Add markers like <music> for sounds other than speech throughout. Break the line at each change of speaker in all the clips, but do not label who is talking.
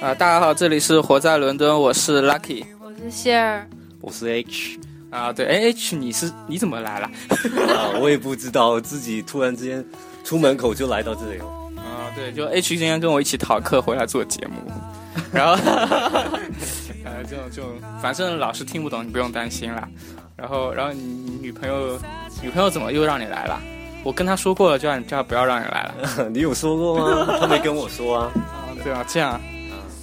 啊、大家好，这里是活在伦敦，我是 Lucky
我是谢儿，
我是 H，
啊、对，哎，H，你是你怎么来了？
啊，我也不知道自己突然之间出门口就来到这里了。 <laughs>
啊、对，就 H 今天跟我一起逃课回来做节目， <laughs> 然后，呃，就就反正老师听不懂，你不用担心啦。然后，然后你你女朋友女朋友怎么又让你来了？我跟她说过了，叫你叫她不要让你来了。
你有说过吗？他没跟我说啊。
啊对啊，这样，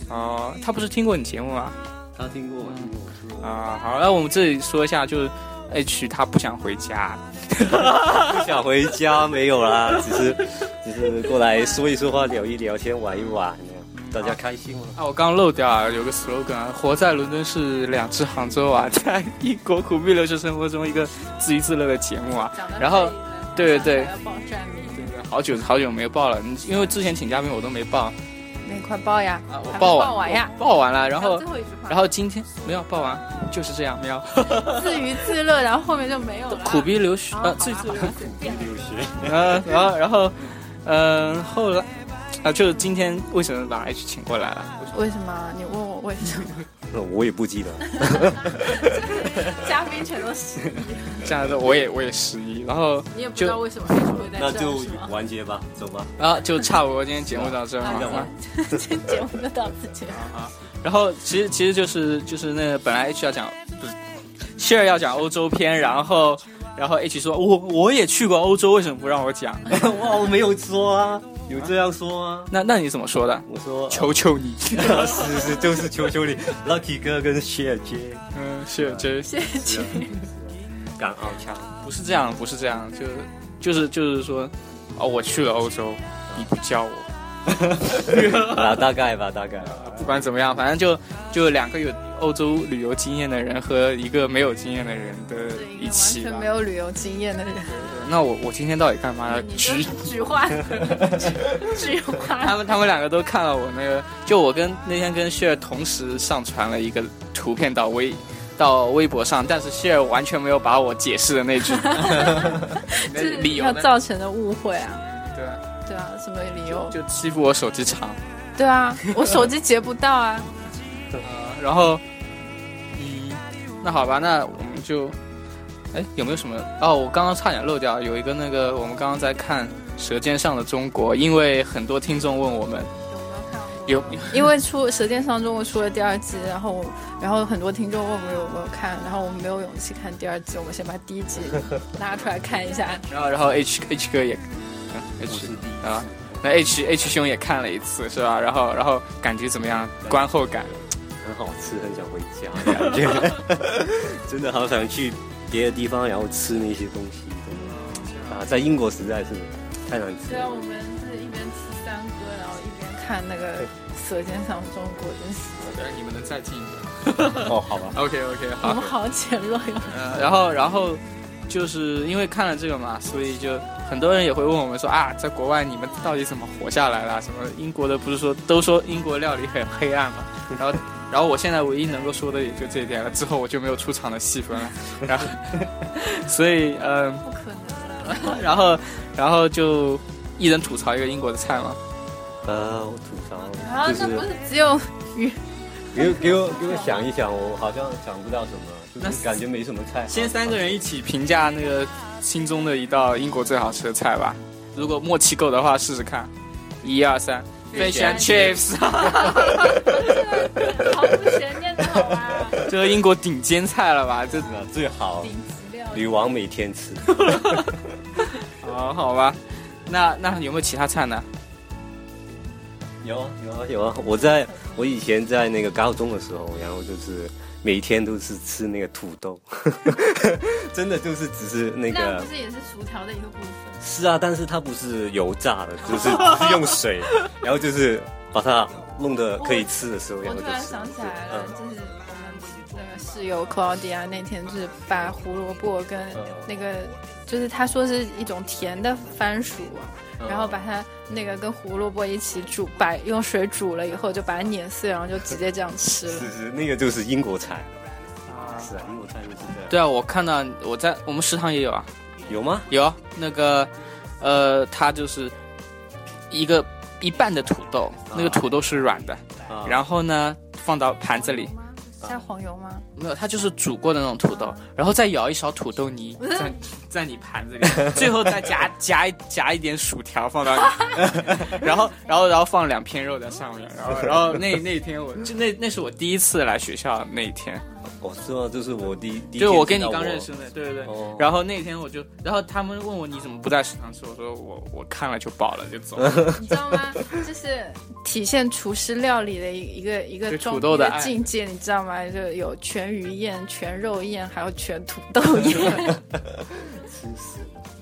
哦、她不是听过你节目吗？
他听过，听过，听过。
啊、好，那我们这里说一下，就是 H 她不想回家，
不想回家没有啦，只是只是过来说一说话，聊一聊天，玩一玩，大家开心吗？
啊，我刚刚漏掉啊，有个 slogan，啊活在伦敦是两只杭州啊，在英国苦逼留学生活中一个自娱自乐的节目啊。
讲得
然后
太硬了
对对
还要报站名，
好久好久没报了，你因为之前请嘉宾我都没报啊，
那你快报呀！
我
还没
报完
报完呀
啊我报完了，然
讲
后
最后一句话，
然后今天没有报完，就是这样没有。
自娱自乐，然后后面就没有了。
苦逼留学
啊，
呃，
好
自娱
啦
自
好
乐
啦，随便
有学，
呃，然后然后嗯、呃后来啊，就是今天为什么把 H 请过来了？
为什么？啊你问我为什么？
<laughs> 我也不记得。
<laughs> 嘉宾全都是，
这样的我也我也失忆，然后
你也不知道为什么为什么会在这
那
儿，
就是
吗
完结吧，走吧。
啊就差不多今天节目到哎这儿
啊
嘛。
好
今天节目就到此结束。
然后其实其实就是就是那个本来 H 要讲不是 s h r 要讲欧洲篇，然后然后 H 说我我也去过欧洲，为什么不让我讲？
<laughs> 哇，我没有说啊，有这样说啊？
那那你怎么说的？
我说， <laughs>
求求你，
是是，就是求求你，Lucky 哥跟谢杰，
嗯，是啊这
谢谢。
港澳腔。
不是这样，不是这样，就就是就是说，哦，我去了欧洲，你不叫我，
啊，大概吧，大概。
不管怎么样，反正就就两个有欧洲旅游经验的人和一个没有经验的人的
是一个
一
完
起
全
吧
没。有旅游经验的人，
那我我今天到底干嘛呢？
你就
举
是菊 <laughs> 花，菊菊花
他们他们两个都看了我那个，就我跟那天跟谢儿同时上传了一个图片到微到微博上，但是谢儿完全没有把我解释的那句那
这
理由
它
呢
造成的误会啊，
对啊，
对啊，什么理由？
就欺负我手机长，
对啊，我手机截不到啊。
呃然后嗯，那好吧，那我们就哎有没有什么？哦，我刚刚差点漏掉，有一个那个我们刚刚在看《舌尖上的中国》，因为很多听众问我们有
因为出《舌尖上中国》出了第二季，然后我然后很多听众问我们有没有看，然后我们没有勇气看第二季，我们先把第一集
<laughs>
拉出来看一下。
然后然后 H H 哥也，嗯 H 啊，那 H H 兄也看了一次是吧？然后然后感觉怎么样？观后感？
很好吃，很想回家的感觉，真的好想去别的地方，然后吃那些东西，真的啊，在英国实在是太难吃
虽然我
了。
们是一边吃三哥，然后一边看那个《舌尖上中国》，真是
对，你们能再近一点
哦，好吧，
？OK OK
我们
好。
好啊简陋哟。
呃，然后然后就是因为看了这个嘛，所以就很多人也会问我们说啊，在国外你们到底怎么活下来啦？什么英国的不是说都说英国料理很黑暗嘛？然 <laughs> 后然后我现在唯一能够说的也就这一点了，之后我就没有出场的戏份了。然后所以嗯。
不可能
<laughs>
的。
然后，然后就一人吐槽一个英国的菜嘛。
呃，我吐
然后
槽就
啊那不
是
是只有 <laughs>
给我给我给我想一想，我好像想不到什么，就是感觉没什么菜。
先三个人一起评价那个心中的一道英国最好吃的菜吧。如果默契够的话，试试看。一二三
Fish
，fish and
and
chips， <laughs>
毫无悬念的好吧？
这英国顶尖菜了吧？这
是啊，最好
顶级料
<laughs>
理
女王每天吃，
啊，好吧。那那有没有其他菜呢？
有啊有啊有啊！我在我以前在那个高中的时候，然后就是每天都是吃那个土豆， <laughs> 真的就是只是那
那
个
不是也是薯条的一个部分？
是啊，但是它不是油炸的，就是只是用水，然后就是把它弄得可以吃的时候，然
我
后就
突然
吃
想起来了，
嗯
就是我们那个室友 Claudia 那天就是把胡萝卜跟
嗯
那个，就是他说是一种甜的番薯啊。
嗯
然后把它那个跟胡萝卜一起煮，把用水煮了以后，就把它碾碎，然后就直接这样吃了。
是是那个就是英国菜，是啊，英国菜就是这样，
对啊，我看到我在我们食堂也有啊，
有吗？
有啊那个，呃，它就是一个一半的土豆，那个土豆是软的，
啊
然后呢放到盘子里，啊
加黄油吗？ <laughs>
没有，它就是煮过的那种土豆，然后再舀一勺土豆泥在在你盘子里，最后再夹 <laughs> 夹一夹一点薯条放到你，然后 <laughs> 然后然后放两片肉在上面，然后然后那那天我就那那是我第一次来学校那一天，
哦，是吗？就是我第第一
就是
天
我跟
见
你
到
刚认识那，对对对。
哦
然后那天我就，然后他们问我你怎么不在食堂吃，我说我我看了就饱了就走了。 <laughs>
你知道吗？就是体现厨师料理的一一个一个
对
状
土豆的
一个
爱
境界，你知道吗？就有全鱼宴、全肉宴，还有全土
<laughs>
豆宴。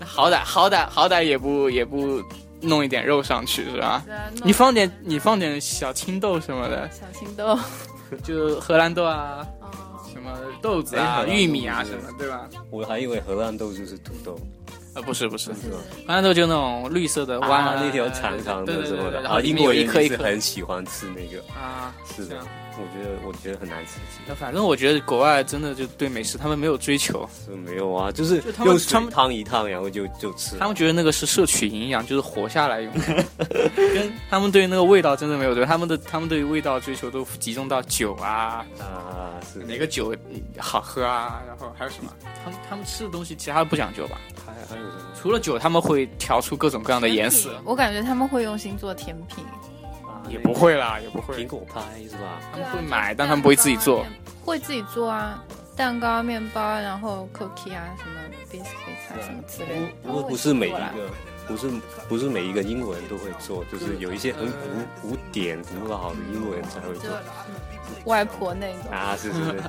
好歹好歹好歹也不也不弄一点肉上去是吧？
弄
你放点你放点小青豆什么的，
小青豆， <laughs>
就荷兰豆啊，什么豆子
哎荷
啊、
兰豆
玉米啊
是
什
不是
么，对吧？
我还以为荷兰豆就是土豆，
啊，不是不是，
是吧？
荷兰豆就那种绿色的弯
哇，啊那条长长
对
的
对
什
对
么
对
的，
对，然
啊，
后
英
里面
国
有一
人
颗
也
一
是
颗
很喜欢吃那个，
啊，
是
这
的
样。，
我觉得我觉得很难吃，其
那反正我觉得国外真的就对美食他们没有追求，
实是没有啊，就是
就他们
用
他
水
们
烫一烫，然后就就吃了。
他们觉得那个是摄取营养，就是活下来用
<laughs>
的，跟他们对那个味道真的没有对，他们的他们对于味道追求都集中到酒啊，
啊，是
哪个酒好喝啊，然后还有什么？他们他们吃的东西其他不讲究吧？
还还有什么
除了酒，他们会调出各种各样的颜色，
我感觉他们会用心做甜品，
啊
也不会啦，也不
那个
会
苹。果派啊是吧？
他们会买，但他们不会自己做。，
会自己做啊，蛋糕、面包，然后 cookie 啊，什么 biscuits 啊，什么之类的。
不过不是每一个，不是不是每一个英国人都会做，就是有一些很
嗯
古古典古老的英国人才会做
就外婆那种，
啊，是是是是是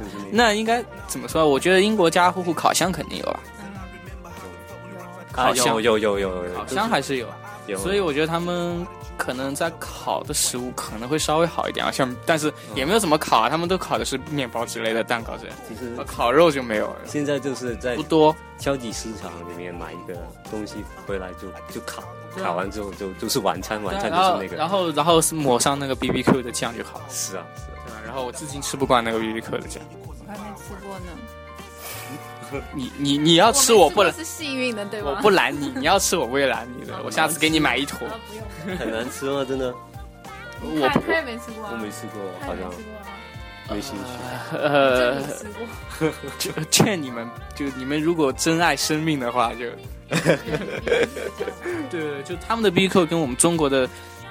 <laughs>
那
那应该怎么说？我觉得英国家家户户烤箱肯定有吧，
啊
烤箱
有有有有有
烤箱还是有，啊
有，
所以我觉得他们可能在烤的食物可能会稍微好一点啊，像但是也没有怎么烤啊，
嗯
他们都烤的是面包之类的蛋糕之类的，
其实
呃烤肉就没有了，
现在就是在
不多。
超级市场里面买一个东西回来就就烤，
对啊
烤完之后就就是晚餐，晚餐
然
就
后
是那个。
然后然后是抹上那个 B B Q 的酱就好了。
是啊是啊，
对吧？然后我至今吃不惯那个 B B Q 的酱。
我还没吃过呢。
你你你要吃我不拦，
是幸运的，对吧？啊
我不拦你，你要吃我不会拦你的。我下次给你买一坨。
啊，不用。
很难吃啊吗？真的，
我
他他也没吃过
我
啊，
没吃过，
他
好
也没
像
吃过啊，
没兴
<laughs> 不呃
这你，
趣。
吃
<laughs>
过？
就劝你们，就你们如果珍爱生命的话，就对，就他们的 B B Q 跟我们中国的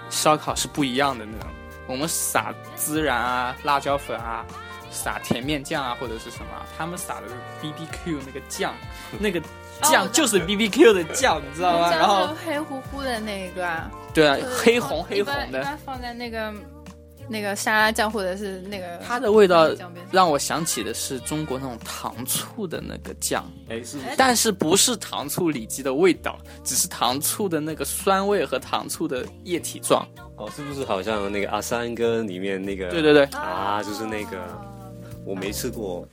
烧烤是不一样的那种。我们撒孜然啊、辣椒粉啊，撒甜面酱啊，或者是什么啊，他们撒的 B B Q 那个酱，那个
哦我知道
酱就是 B B Q 的酱，你知道吗？
这样
然后
就黑乎乎的那一个啊，
对啊
<laughs> 就，是
黑红黑
嗯一般
红
一
的，
般放在那个那个沙拉酱或者是那个
它的味道
酱边
让我想起的是中国那种糖醋的那个酱，
哎，是
哎
但是不是糖醋里脊的味道，只是糖醋的那个酸味和糖醋的液体状。
哦，是不是好像那个阿三哥里面那个？
对对对，
啊，就是那个我没吃过，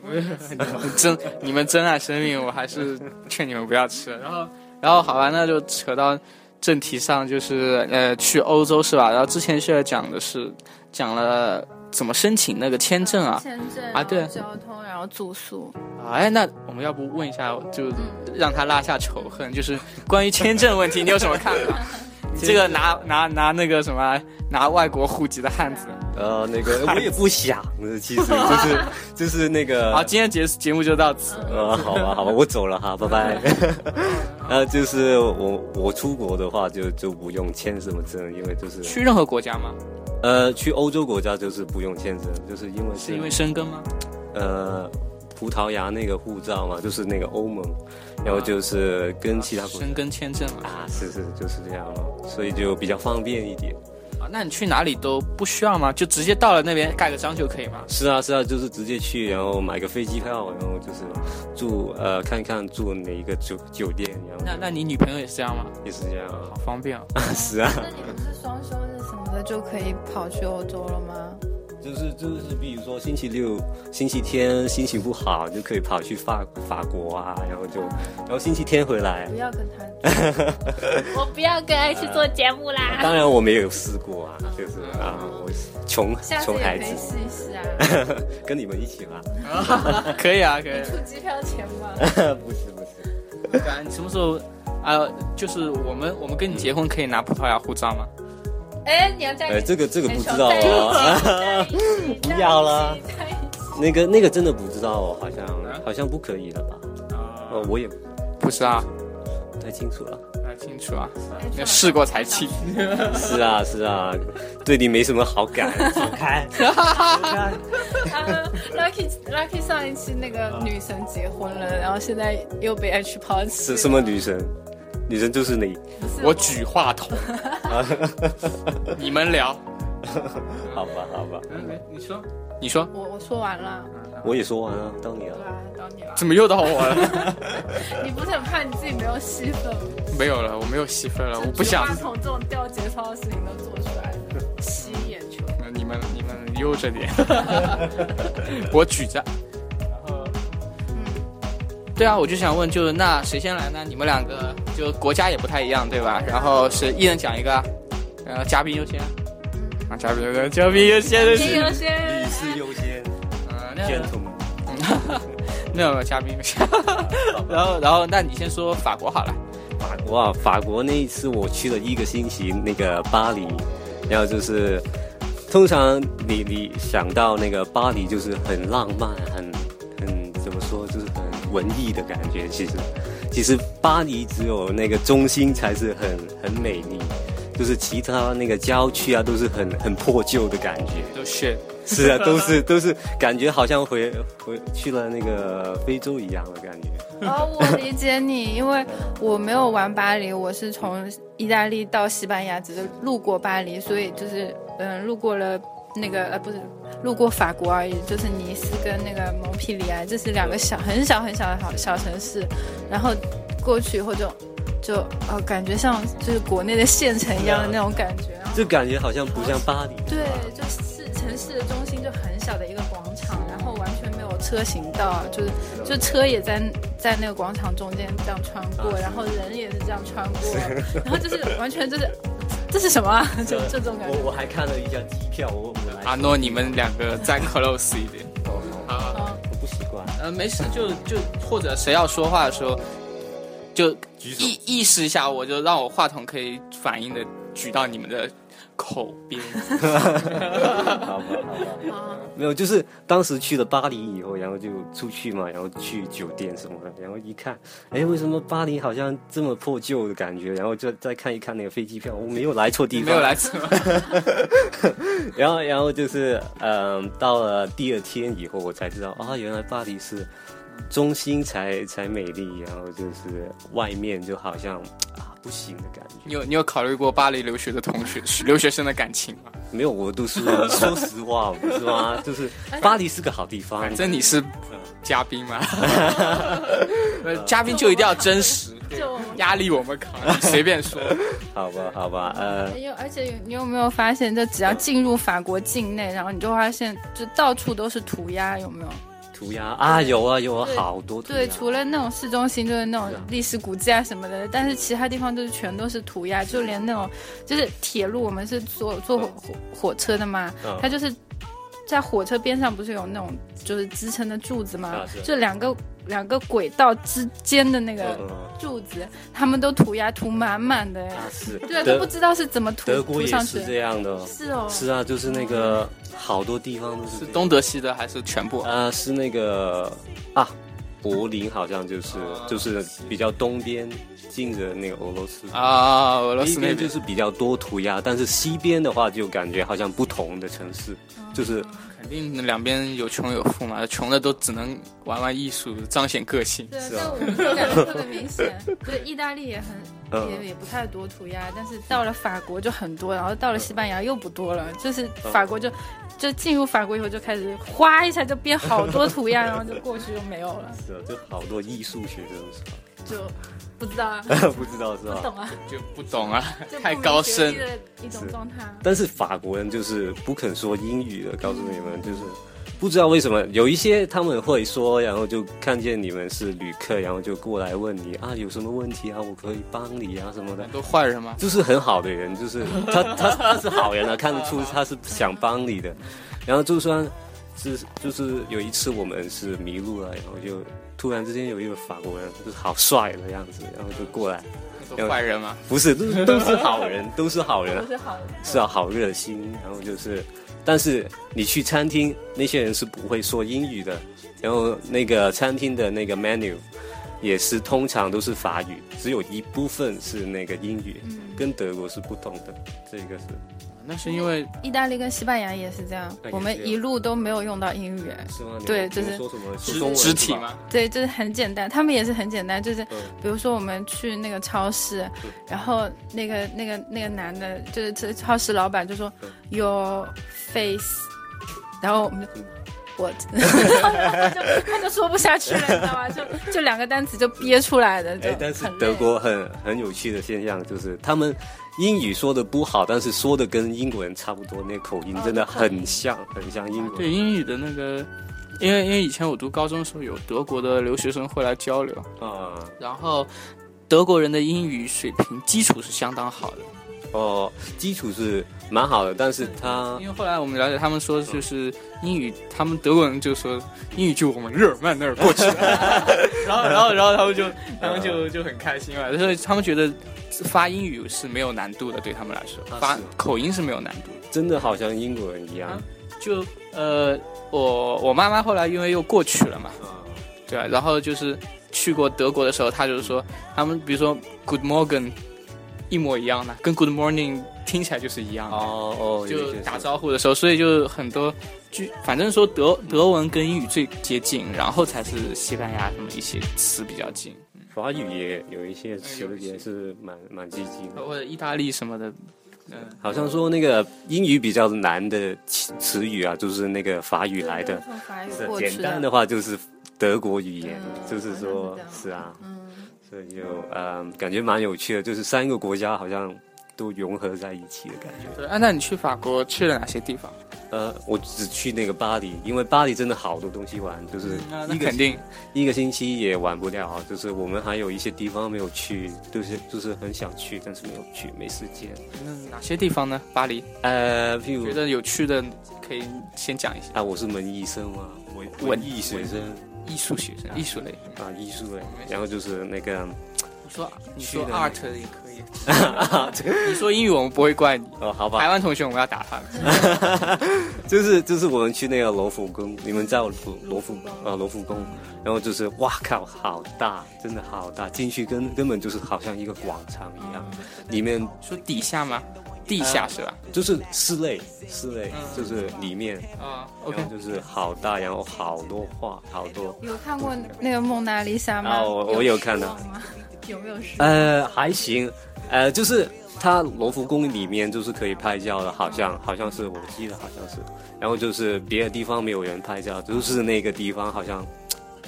真你们珍爱生命，我还是劝你们不要吃。然后，然后好吧，那就扯到正题上，就是呃，去欧洲是吧？然后之前是讲的是讲了怎么申请那个签证啊，
签证
啊对
然后交通，然后住宿，
哎，那我们要不问一下，就让他拉下仇恨，就是关于签证问题，你有什么看法？你这个拿拿拿那个什么拿外国户籍的汉子，
呃，那个我也不想，呃其实就是就是那个
好，今天节节目就到此。
呃，好吧，好吧，我走了哈，拜拜。 <laughs> 呃，就是我我出国的话就就不用签什么证，因为就是
去任何国家吗？
呃去欧洲国家就是不用签证，就是因为
是因为生根吗？
呃葡萄牙那个护照嘛，就是那个欧盟，然
啊
后就是跟其他国家
生根签证嘛。
啊，是是就是这样了，所以就比较方便一点。
啊，那你去哪里都不需要吗？就直接到了那边盖个章就可以吗？
是啊，是啊，就是直接去，然后买个飞机票，然后就是住呃看看住哪一个酒酒店，然
那
后
那你女朋友也是这样吗？
也是这样
好
啊。
方便啊！
是啊，
那你不是双休日什么的就可以跑去欧洲了吗？
就是就是，比如说星期六、星期天心情不好，就可以跑去法法国啊，然后就然后星期天回来
不。要跟
<laughs>
他，我不要跟他去做节目啦。
啊当然我没有试过啊，就是啊，我穷
哦下次
穷
也
孩
可以
子，
试一
<laughs>
试啊，
跟你们一起啦。
可以啊，可以
你。出机票钱吗？
呃不是不是，
对呃啊你什么时候啊、就是我们我们跟你结婚可以拿葡萄牙护照吗？
哎，你要在
哎，这个这个不知道
在一起
哦，
在一起
<laughs> 不要啦
在一起
那个那个真的不知道哦，好
啊
嗯
像好像不可以了吧？
啊
哦，我也
不知道，
不太清楚了。
那清楚啊，
在一起
要试过才气。
是啊是啊，对你没什么好感，走开。
啊，Lucky <laughs> Lucky 上一期那个女神结婚了，然后现在又被 H 抛弃
什
了。
什么女神？女神就是你，
不是
我举话 <laughs> 筒，你们聊。
好吧好吧，
嗯，没你说，你说，
我我说完了，
我也说完了，到你
对
了。
吧？到你了。
怎么又到我了？
你不是很怕你自己没有戏份吗？
没有了，我没有媳妇儿呃了，我不
就
想
菊。花筒这种掉节操的事情都做出来了，吸引眼球。
嗯你们你们悠着点， <laughs> 我举着。
嗯，
对啊，我就想问，就是那谁先来呢？你们两个就国家也不太一样，对吧？然后是一人讲一个啊，然后嘉宾优先
嗯
啊，嘉宾优先，嘉宾优先的
先
是，
优先
女。士优先，
嗯，
先
那
从
那有嘉宾优 <laughs> 先，然后然后那你先说法国好了，
法国啊，法国那一次我去了一个星期，那个巴黎，然后就是，通常你你想到那个巴黎就是很浪漫，很很怎么说，就是很文艺的感觉。其实，其实巴黎只有那个中心才是很很美丽，就是其他那个郊区啊都是很很破旧的感觉。
都是
是啊，都是都是感觉好像回回去了那个非洲一样的感觉。
哦，我理解你，因为我没有玩巴黎，我是从意大利到西班牙，只是路过巴黎，所以就是嗯，路过了那个呃，不是路过法国而已，就是尼斯跟那个蒙皮里埃，这是两个小很小很小的好小城市，然后过去以后就就呃，感觉像就是国内的县城一样的那种感觉，然后
就感觉好像不像巴黎。
对，就是城市的中心就很小的一个广场，然后完全没有车行道，就是就车也在在那个广场中间这样穿过，然后人也是这样穿过，然后就是完全就是这是什么、啊？就就这种感觉
我。我还看了一下机票，我我来
阿啊诺，你们两个再 close 一点。好好，
嗯，
我不习惯。
呃，没事，就就或者谁要说话的时候，就
举手
意意识一下，我就让我话筒可以反应的举到你们的口边。
好吧，好吧。
啊
<laughs> 没有，就是当时去了巴黎以后，然后就出去嘛，然后去酒店什么的，然后一看，哎，为什么巴黎好像这么破旧的感觉？然后就再看一看那个飞机票， <laughs> 我没有来错地
你
方，
没有来吃吗？ <laughs>
然后，然后就是，嗯、到了第二天以后，我才知道啊，原来巴黎是中心才才美丽，然后就是外面就好像啊不行的感觉。
你有你有考虑过巴黎留学的同学 <laughs> 留学生的感情吗？
没有，
<laughs>
我都是说实话，不是吗？就是
哎
巴黎是个好地方，
反正你是
嗯
嘉宾
<laughs>
嘛，呃嘉宾就一定要真实，
就
压力我们扛，你随便
<laughs>
说。
好吧，好吧，呃，
因为而且你有没有发现，就只要进入法国境内，然后你就发现就到处都是涂鸦，有没有？
涂鸦啊，有啊，有啊
对，
好多涂鸦。
对，除了那种市中心，就是那种历史古迹啊什么的，但是其他地方就是全都是涂鸦，就连那种就是铁路，我们是坐坐火火火车的嘛，
嗯
它就是在火车边上不是有那种就是支撑的柱子嘛
啊，是
就两个两个轨道之间的那个
嗯
柱子，他们都涂鸦涂满满的，
啊是，
对啊，都不
德
知道是怎么涂
德国
涂
也
上去
是
的，
这样的，
是哦，
是啊，就是那个好多地方都是
是
这样
东德西德还是全部？
啊，是那个啊，柏林好像就是
啊
就是比较东边近着那个俄罗斯，
啊，俄罗
西
斯那
边
边
就是比较多涂鸦，但是西边的话就感觉好像不同的城市，就是
肯定两边有穷有富嘛，穷的都只能玩玩艺术，彰显个性。
对，
是
但
啊
我们感觉特别明显。
<laughs>
对，意大利也很
嗯
哦也也不太多涂鸦，但是到了法国就很多，然后到了西班牙又不多了，就是法国就。就进入法国以后，就开始哗一下就变好多涂鸦，然后就过去就没有了，
是啊，就好多艺术学生是
就不知道啊，
吧？不知道是
不
吧？
懂啊，
就不懂啊
就，
太
不明
高
觉
深
厉。的一种状态啊。
但是法国人就是不肯说英语的，告诉你们就是。不知道为什么有一些他们会说，然后就看见你们是旅客，然后就过来问你啊有什么问题啊，我可以帮你啊什么的。
<laughs> 都坏人吗？
就是很好的人，就是他他他是好人啊，看得出他是想帮你的。然后就算是就是有一次我们是迷路了，然后就突然之间有一个法国人，就是好帅的样子，然后就过来，
那个坏人嘛，
不是，都都是好人， <laughs> 都是好人
都，是好人。
是啊，好热心，然后就是，但是你去餐厅，那些人是不会说英语的，然后那个餐厅的那个 menu 也是通常都是法语，只有一部分是那个英语，
嗯
跟德国是不同的，这个是
那是因为
意大利跟西班牙也是这样
对，
我
也是
们一路都没有用到英语。
是吗？你
哎对
你
就是
们说什么说
肢
中文
肢体
嘛，
嘛，
对，就是很简单，他们也是很简单，就是
嗯
比如说我们去那个超市，然后那个那个那个男的，就是这超市老板就说
嗯
your face，然后我们就
嗯 <laughs>
what，然后他就他就说不下去了，你知道吗？就就两个单词就憋出来的，就
哎，但是
很累
德国很很有趣的现象就是，他们英语说的不好，但是说的跟英国人差不多，那个口音
哦
真的
口音
很像，很像英国人。
对英语的那个，因为因为以前我读高中的时候有德国的留学生会来交流，
啊、
然后德国人的英语水平基础是相当好的，
哦，基础是蛮好的，但是他
因为后来我们了解他们说就是英语，他们德国人就说英语就我们日耳曼那儿过去的，然后然后然后他们就他们就就很开心嘛，所以他们觉得发英语是没有难度的，对他们来说
啊
发
是吗
口音是没有难度的。
真的好像英国人一样。
就呃，我我妈妈后来因为又过去了嘛，
啊
对吧？然后就是去过德国的时候，她就是说他们比如说 Good Morning 一模一样的，跟 Good Morning 听起来就是一样的。
哦
啊
哦，有
就
一些
打
是
招呼的时候，所以就很多句，反正说德德文跟英语最接近，然后才是西班牙什么一些词比较近，
法语也有一些词
有一些
也是蛮蛮积极
哎
的，
或者意大利什么的，嗯、
好像说那个英语比较难的词词语啊，就是那个法语来的。
从法语
是
过去
简单的话就是德国语言，
嗯
就是
好
说
像是
是
这
啊，
嗯，
所以就嗯，感觉蛮有趣的，就是三个国家好像都融合在一起的感觉。
对。啊，那你去法国去了哪些地方？
呃，我只去那个巴黎，因为巴黎真的好多东西玩，就是
嗯那那
一个
肯定，
一个星期也玩不了，就是我们还有一些地方没有去，就是就是很想去，但是没有去，没时间。
那哪些地方呢？巴黎，
呃，譬
觉
如
得有趣的可以先讲一下。
啊，我是文艺生嘛，文
文
文艺学生
艺术学生，艺术类。
啊，艺术类，然后就是那个
你说你
去
说
的
art 也可 <laughs> 以，你说英语我们不会怪你。
哦，好吧
台，湾同学我们要打他们。
就是就是我们去那个罗浮宫，你们知道罗罗浮啊罗浮宫，然后就是哇靠，好大，真的好大，进去根根本就是好像一个广场一样，里面
说底下吗？地下是吧？
就是室内室内
嗯
就是里面，
啊
然后
，OK。
就是好大，然后好多画，好多。
有看过那个蒙娜丽莎吗？
啊我我有看到
失望吗，有没有失望？
呃，还行，呃，就是它罗浮宫里面就是可以拍照的，好像好像是我记得好像是，然后就是别的地方没有人拍照，就是那个地方好像，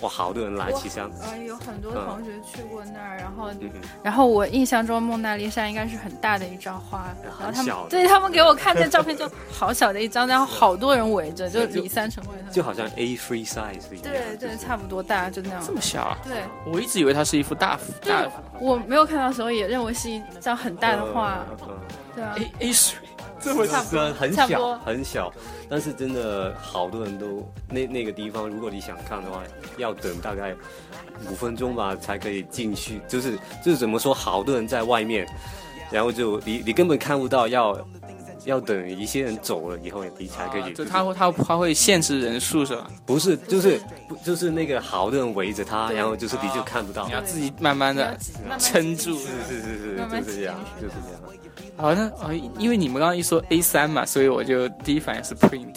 哇，好多人来
我
骑象，
呃，有很多
嗯
同学去过那儿，然后
嗯嗯，
然后我印象中蒙娜丽莎应该是很大的一张画，然后
很
他们
小的
对他们给我看那照片
<laughs>
就好小的一张，然后好多人围着，就里三层外三层，
就好像 A three size 一样，
对
就
对，
是
差不多大就那样
这。么小啊？
对，
我一直以为它是一幅大幅
就
大
是我没有看到的时候也认为是一张很大的画，
嗯嗯嗯
对啊，
A A 水，这
我
么
差不多
很
差不多
小很小，但是真的好多人都那那个地方，如果你想看的话，要等大概五分钟吧才可以进去。就是就是怎么说，好多人在外面，然后就你你根本看不到要，要等一些人走了以后你才可以。
就
啊就是
它会它它会限制人数是吧？
不是就是不就是那个好多人围着他，
对
然后就是你就看不到
哦你。要自己慢慢
你要
的
挤慢慢
撑
挤
住
进去
啊是是是是，
慢慢
就是这样
挤进，去
就是这样。
好，那哦，因为你们刚刚一说 A 三嘛，所以我就第一反应是 <laughs> print，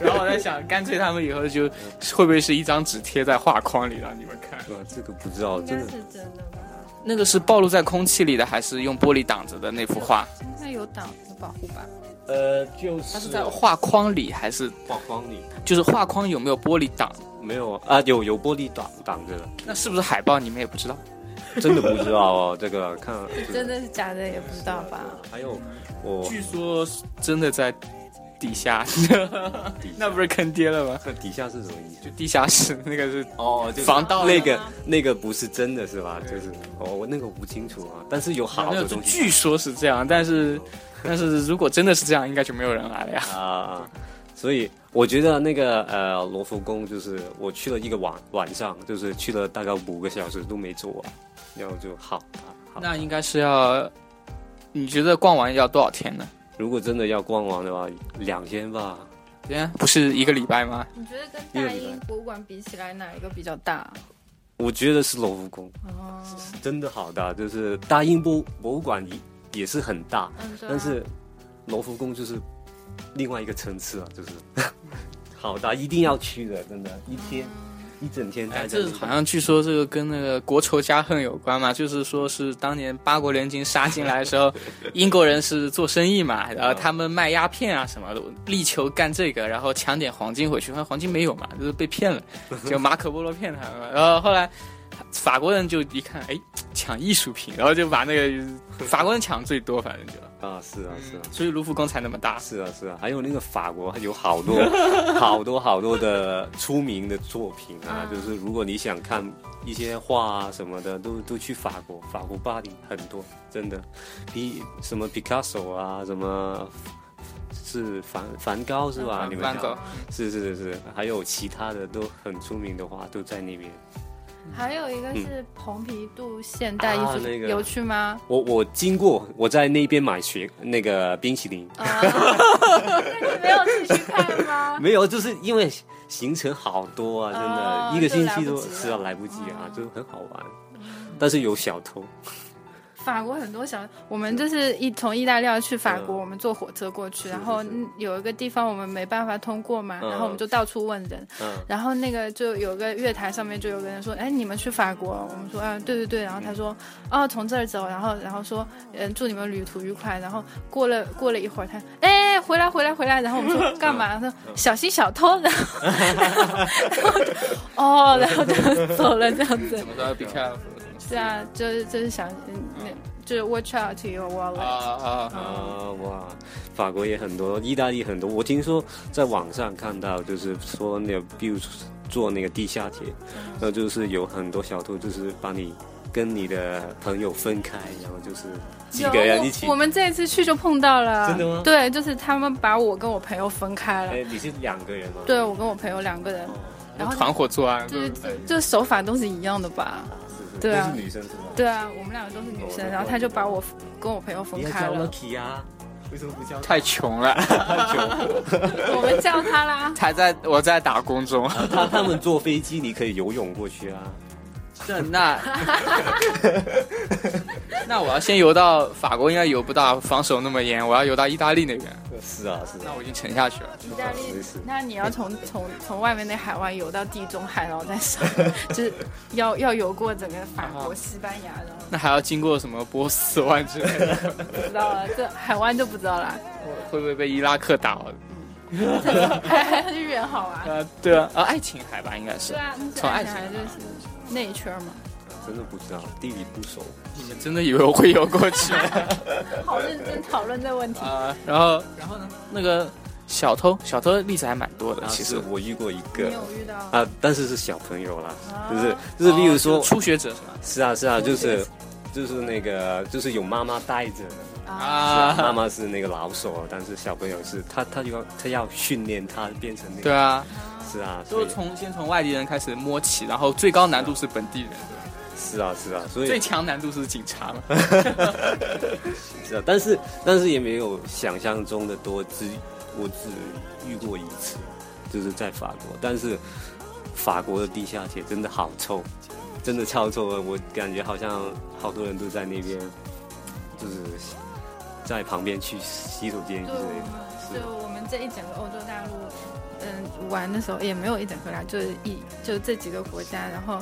然后我在想，干脆他们以后就会不会是一张纸贴在画框里让你们看？
哇，啊这个不知道，
应该
真的
是真的吧？
那个是暴露在空气里的，还是用玻璃挡着的那幅画？
应该有挡有保护吧？
呃，就是
它是在画框里，还是
画框里。
就是画框有没有玻璃挡？
没有啊，有有玻璃挡挡着的，
那是不是海报你们也不知道？
真的不知道哦。 <laughs> 这个看
真的是假的也不知道吧？
还有我
据说真的在底下，
底
<laughs> 那不是坑爹了吗？
是底下是什么意思
就？地下室那个是
哦，就
防盗
那
啊
个那个不是真的是吧？就是哦，我那个我不清楚啊，但是有好
没有
多
就
东西
据说是这样，但是但是如果真的是这样，应该就没有人来了呀。
啊啊，所以我觉得那个呃罗浮宫就是我去了一个晚晚上，就是去了大概五个小时都没走完，然后就好啊好。
那应该是要，你觉得逛完要多少天呢？
如果真的要逛完的话，两天吧。
天，不是一个礼拜吗？
你觉得跟
一个
大
礼拜
英博物馆比起来，哪一个比较大？
我觉得是罗浮宫
哦，
真的好大，就是大英博博物馆也也是很大，
嗯，对啊
但是罗浮宫就是另外一个层次啊，就是 <laughs> 好大，一定要去的，真的，一天一整天
哎，
待在
这
那
好
边。
像据说这个跟那个国仇家恨有关嘛，就是说是当年八国联军杀进来的时
<laughs>
候，英国人是做生意嘛，
嗯
然后他们卖鸦片啊什么的，力求干这个，然后抢点黄金回去，发现黄金没有嘛，就是被骗
<laughs>
了，就马可波罗骗他们嘛，然后后来。法国人就一看，哎，抢艺术品，然后就把那
<laughs>
个法国人抢最多，反正就，
啊，是啊，是啊。
所以卢浮宫才那么大。
是啊，是啊，还有那个法国有好 <laughs> 多好多好多的出名的作品啊，
嗯
就是如果你想看一些画啊什么的，都都去法国，法国巴黎很多，真的，比什么 Picasso 啊，什么是梵啊梵高是吧？
嗯
你们
梵
讲
高，
是是是是，还有其他的都很出名的画都在那边。
还有一个是蓬皮杜现代艺术，
嗯啊那个
有去
<laughs>
吗？
我我经过，我在那边买雪那个冰淇淋，
啊，那你没有继续看吗？
<laughs> 没有，就是因为行程好多啊，真的，
哦
一个星期
就来不及
都
了嗯
是啊来不及啊，就很好玩。但是有小偷，
法国很多小，我们就是一从意大利要去法国，
嗯
我们坐火车过去，
是
然后
是
嗯有一个地方我们没办法通过嘛，
嗯
然后我们就到处问人，
嗯，
然后那个就有个月台上面就有个人说，哎，你们去法国？我们说，啊，对对对。然后他说，哦，从这儿走。然后，然后说，嗯，祝你们旅途愉快。然后过了过了一会儿，他，哎，回来回来回来。然后我们说干嘛？他说
嗯
小心小偷。然后， <laughs> 然后，然后就哦，然后就走了这样子
怎。么说？Be careful。
是啊，就是就是想，嗯那就是 watch out to your
啊
wallet。
啊！
嗯
啊哇，法国也很多，意大利很多。我听说在网上看到，就是说那个，比如坐那个地下铁，
嗯
那就是有很多小偷，就是把你跟你的朋友分开，然后就是几
有
个人一起
我。我们这一次去就碰到了，
真的吗
对，就是他们把我跟我朋友分开了。
哎，你是两个人吗？
对，我跟我朋友两个人，
哦，
然后
团伙作案，
嗯
就是就手法都是一样的吧？
是是，
对啊
都是女生是吗？
对啊，我们两个都是女
嗯
生，然后他就把我跟我朋友分
你要
开
叫
了，
Lucky 啊？为什么不叫
太穷了。
太久？
我们叫他
<laughs>
啦。
才在我在打工中。
他他们坐飞机，你可以游泳过去啊。
是那那我要先游到法国，应该游不到防守那么严，我要游到意大利那边，
是啊，是
那我已经沉下去了。
意大利
哦没事，
那你要从从从外面那海湾游到地中海，然后再
<laughs>
上，就是要要游过整个法
啊
国、西班牙，然后
那还要经过什么波斯湾之类的， <laughs>
不知道了，啊这海湾就不知道啦， <laughs>
会不会被伊拉克打？
还还是远好玩。
呃，对啊，啊，爱琴海吧，应该是
对。啊，那是
从爱
爱
情
情海就是内圈嘛，
真的不知道，地理不熟。
你们真的以为我会游过去
好认真讨论这问
<laughs>
题。
啊？然后，然后呢？那个小偷，小偷的例子还蛮多的，
其
其
实
实。
我遇过一
你
个
有遇到？
啊，但是是小朋友啦，
啊
就是就是，例如
哦
说
就，初学者是吧？
是啊是啊，就
初学
是就是那个就是有妈妈带着的，
啊
妈妈是那个老手，啊但是小朋友是他他要他要训练他变成那
对
个，
啊，
是啊，
都
所以
是从先从外地人开始摸起，然后最高难度是本地人，
是啊是啊，所以
最强难度是警察嘛。
是啊，但是但是也没有想象中的多，只我只遇过一次，就是在法国，但是法国的地下铁真的好臭，真的超臭的，我感觉好像好多人都在那边，就是在旁边去洗手间之
就我
类
们
的。是
就我们这一整个欧洲大陆，嗯，玩的时候也没有一整个啦，就是一就这几个国家，然后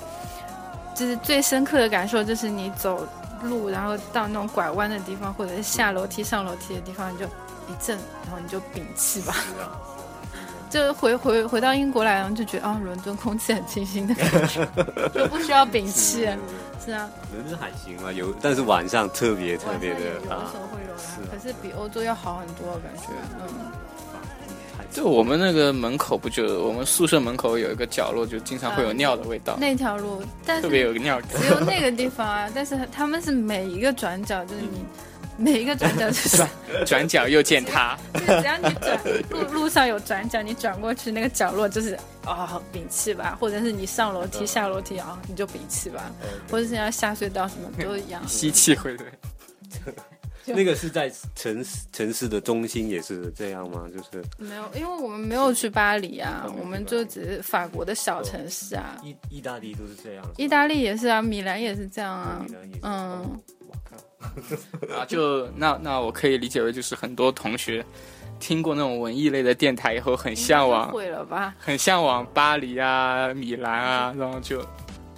就是最深刻的感受就是你走路，然后到那种拐弯的地方，或者是下楼梯、上楼梯的地方，你就一阵，然后你就屏气吧。 <laughs>
是啊，
就回回回到英国来，然后就觉得哦，伦敦空气很清新的感觉，就不需要
嗯
屏气。是啊，
伦敦还行吧，有，但是晚上特别特
晚上
别
也有
的
的时
啊，
候会有啦
是啊，
可是比欧洲要好很多，感觉嗯。
还
就我们那个门口不就我们宿舍门口有一个角落，就经常会有尿的味道，
那条路，但
特别
是
有尿感。
只有那个地方啊，但是他们是每一个转角，就是你每一个转角就是
转角又见他，
<laughs> 就是只要你转路路上有转角，你转过去那个角落就是哦摒弃吧，或者是你上楼梯下楼梯啊、你就摒弃吧，或者是要下隧道什么都一样。
吸气回来。
那个是在城市城市的中心也是这样吗？就是
没有，因为我们没有去巴黎啊
哦，
我们就只是法国的小城市啊，
意意大利都是这样，
意大利也是啊，米兰也是这样啊
米兰也是，
嗯，
啊，就那那我可以理解为就是很多同学听过那种文艺类的电台以后，很向
啊
往，
毁了吧？
很向往巴黎啊、米兰啊，然后就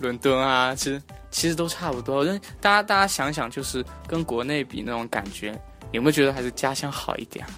伦敦啊，其实其实都差不多。但大家大家想想，就是跟国内比那种感觉，有没有觉得还是家乡好一点啊？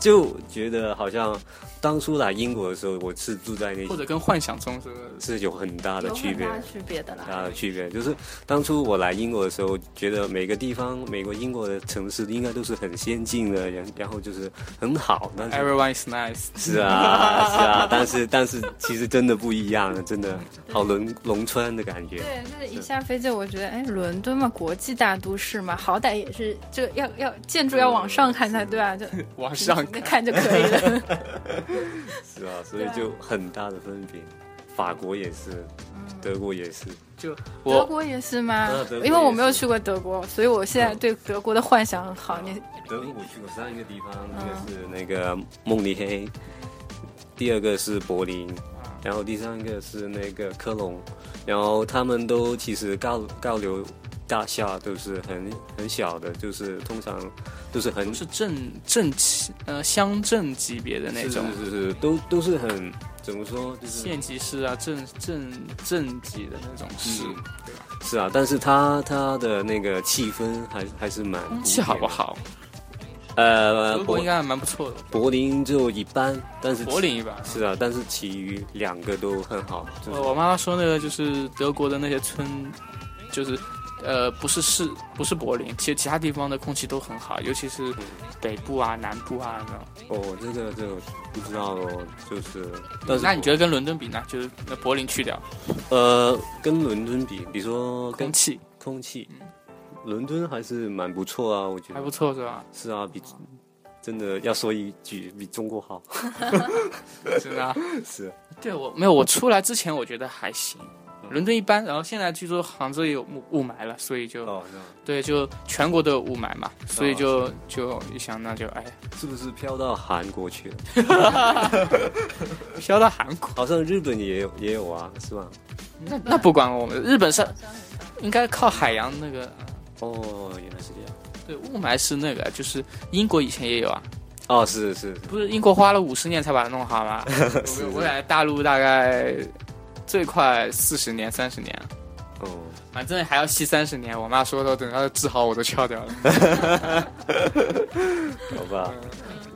就觉得好像当初来英国的时候，我是住在那
或者跟幻想中是
是有很大的
有
区
很
别。啊
大区别的
大
啦。
的区别就是，当初我来英国的时候，觉得每个地方、美国、英国的城市应该都是很先进的，然然后就是很好。但是
everyone is nice，
是
<laughs>
啊，是啊，但是但是其实真的不一样，真的好农农村的感觉。
对，就是一下飞机，我觉得哎，伦敦嘛，国际大都市嘛，好歹也是这要要建筑要往上看才对啊，
<laughs>
就
往上
那
看。
看就可以了。
是啊，所以就很大的分别。法国也是，
嗯
德国也是，
就
德
我
国也是吗
嗯德？国
因为我
也
没有
是嗯
去过德国，所以我现在对德国的幻想很好。你
德国我去过三个地方，
嗯
一个是那个慕尼黑，第二个是柏林，
嗯
然后第三个是那个科隆，然后他们都其实高高楼大厦都是很很小的，就是通常都是很
都是镇镇级呃乡镇级别的那种。
是是是是都都是很怎么说就是
县级市啊，镇镇镇级的那种市，
嗯是啊，但是它它的那个气氛还还是蛮
空气好不？好？
呃，
德国
柏
应该还蛮嗯啊不错的，
柏林就一般，但是
柏林哦一般。呃
是啊，但是其余两个都很好，就是
我我妈妈说那个就是德国的那些村，就是呃不是市不是柏林，其实其他地方的空气都很好，尤其
嗯
是北部啊南部啊那种。
哦，这个这个不知道哦，就是，但是
那你觉得跟伦敦比呢？就是那柏林去掉
呃，跟伦敦比，你说跟
空气
空气，伦敦还是蛮不错啊，我觉
还
得
不错是吧？
是啊，比真的要说一句比中国好，
<laughs> 真的啊。
<laughs> 是
对我没有，我出来之前我觉得还行，伦敦一般，然后现在据说杭州也有雾雾霾了，所以就
哦，是吧
对，就全国都有雾霾嘛，所以就就一想，那就哎，
哦是不是飘到韩国去了？
飘到韩国，
好像日本也有也有啊，是吧？
那那不管我们，日本是应该靠海洋那个，
哦，原来是这样。
对，雾霾是那个，就是英国以前也有啊，
哦，是是是，
不是英国花了五十年才把它弄好
<laughs>
吗？我我感觉大陆大概最快四十年、三十年，
哦，
反正还要吸三十年。我妈说的，等她治好我都翘掉
<laughs>
了。
好吧，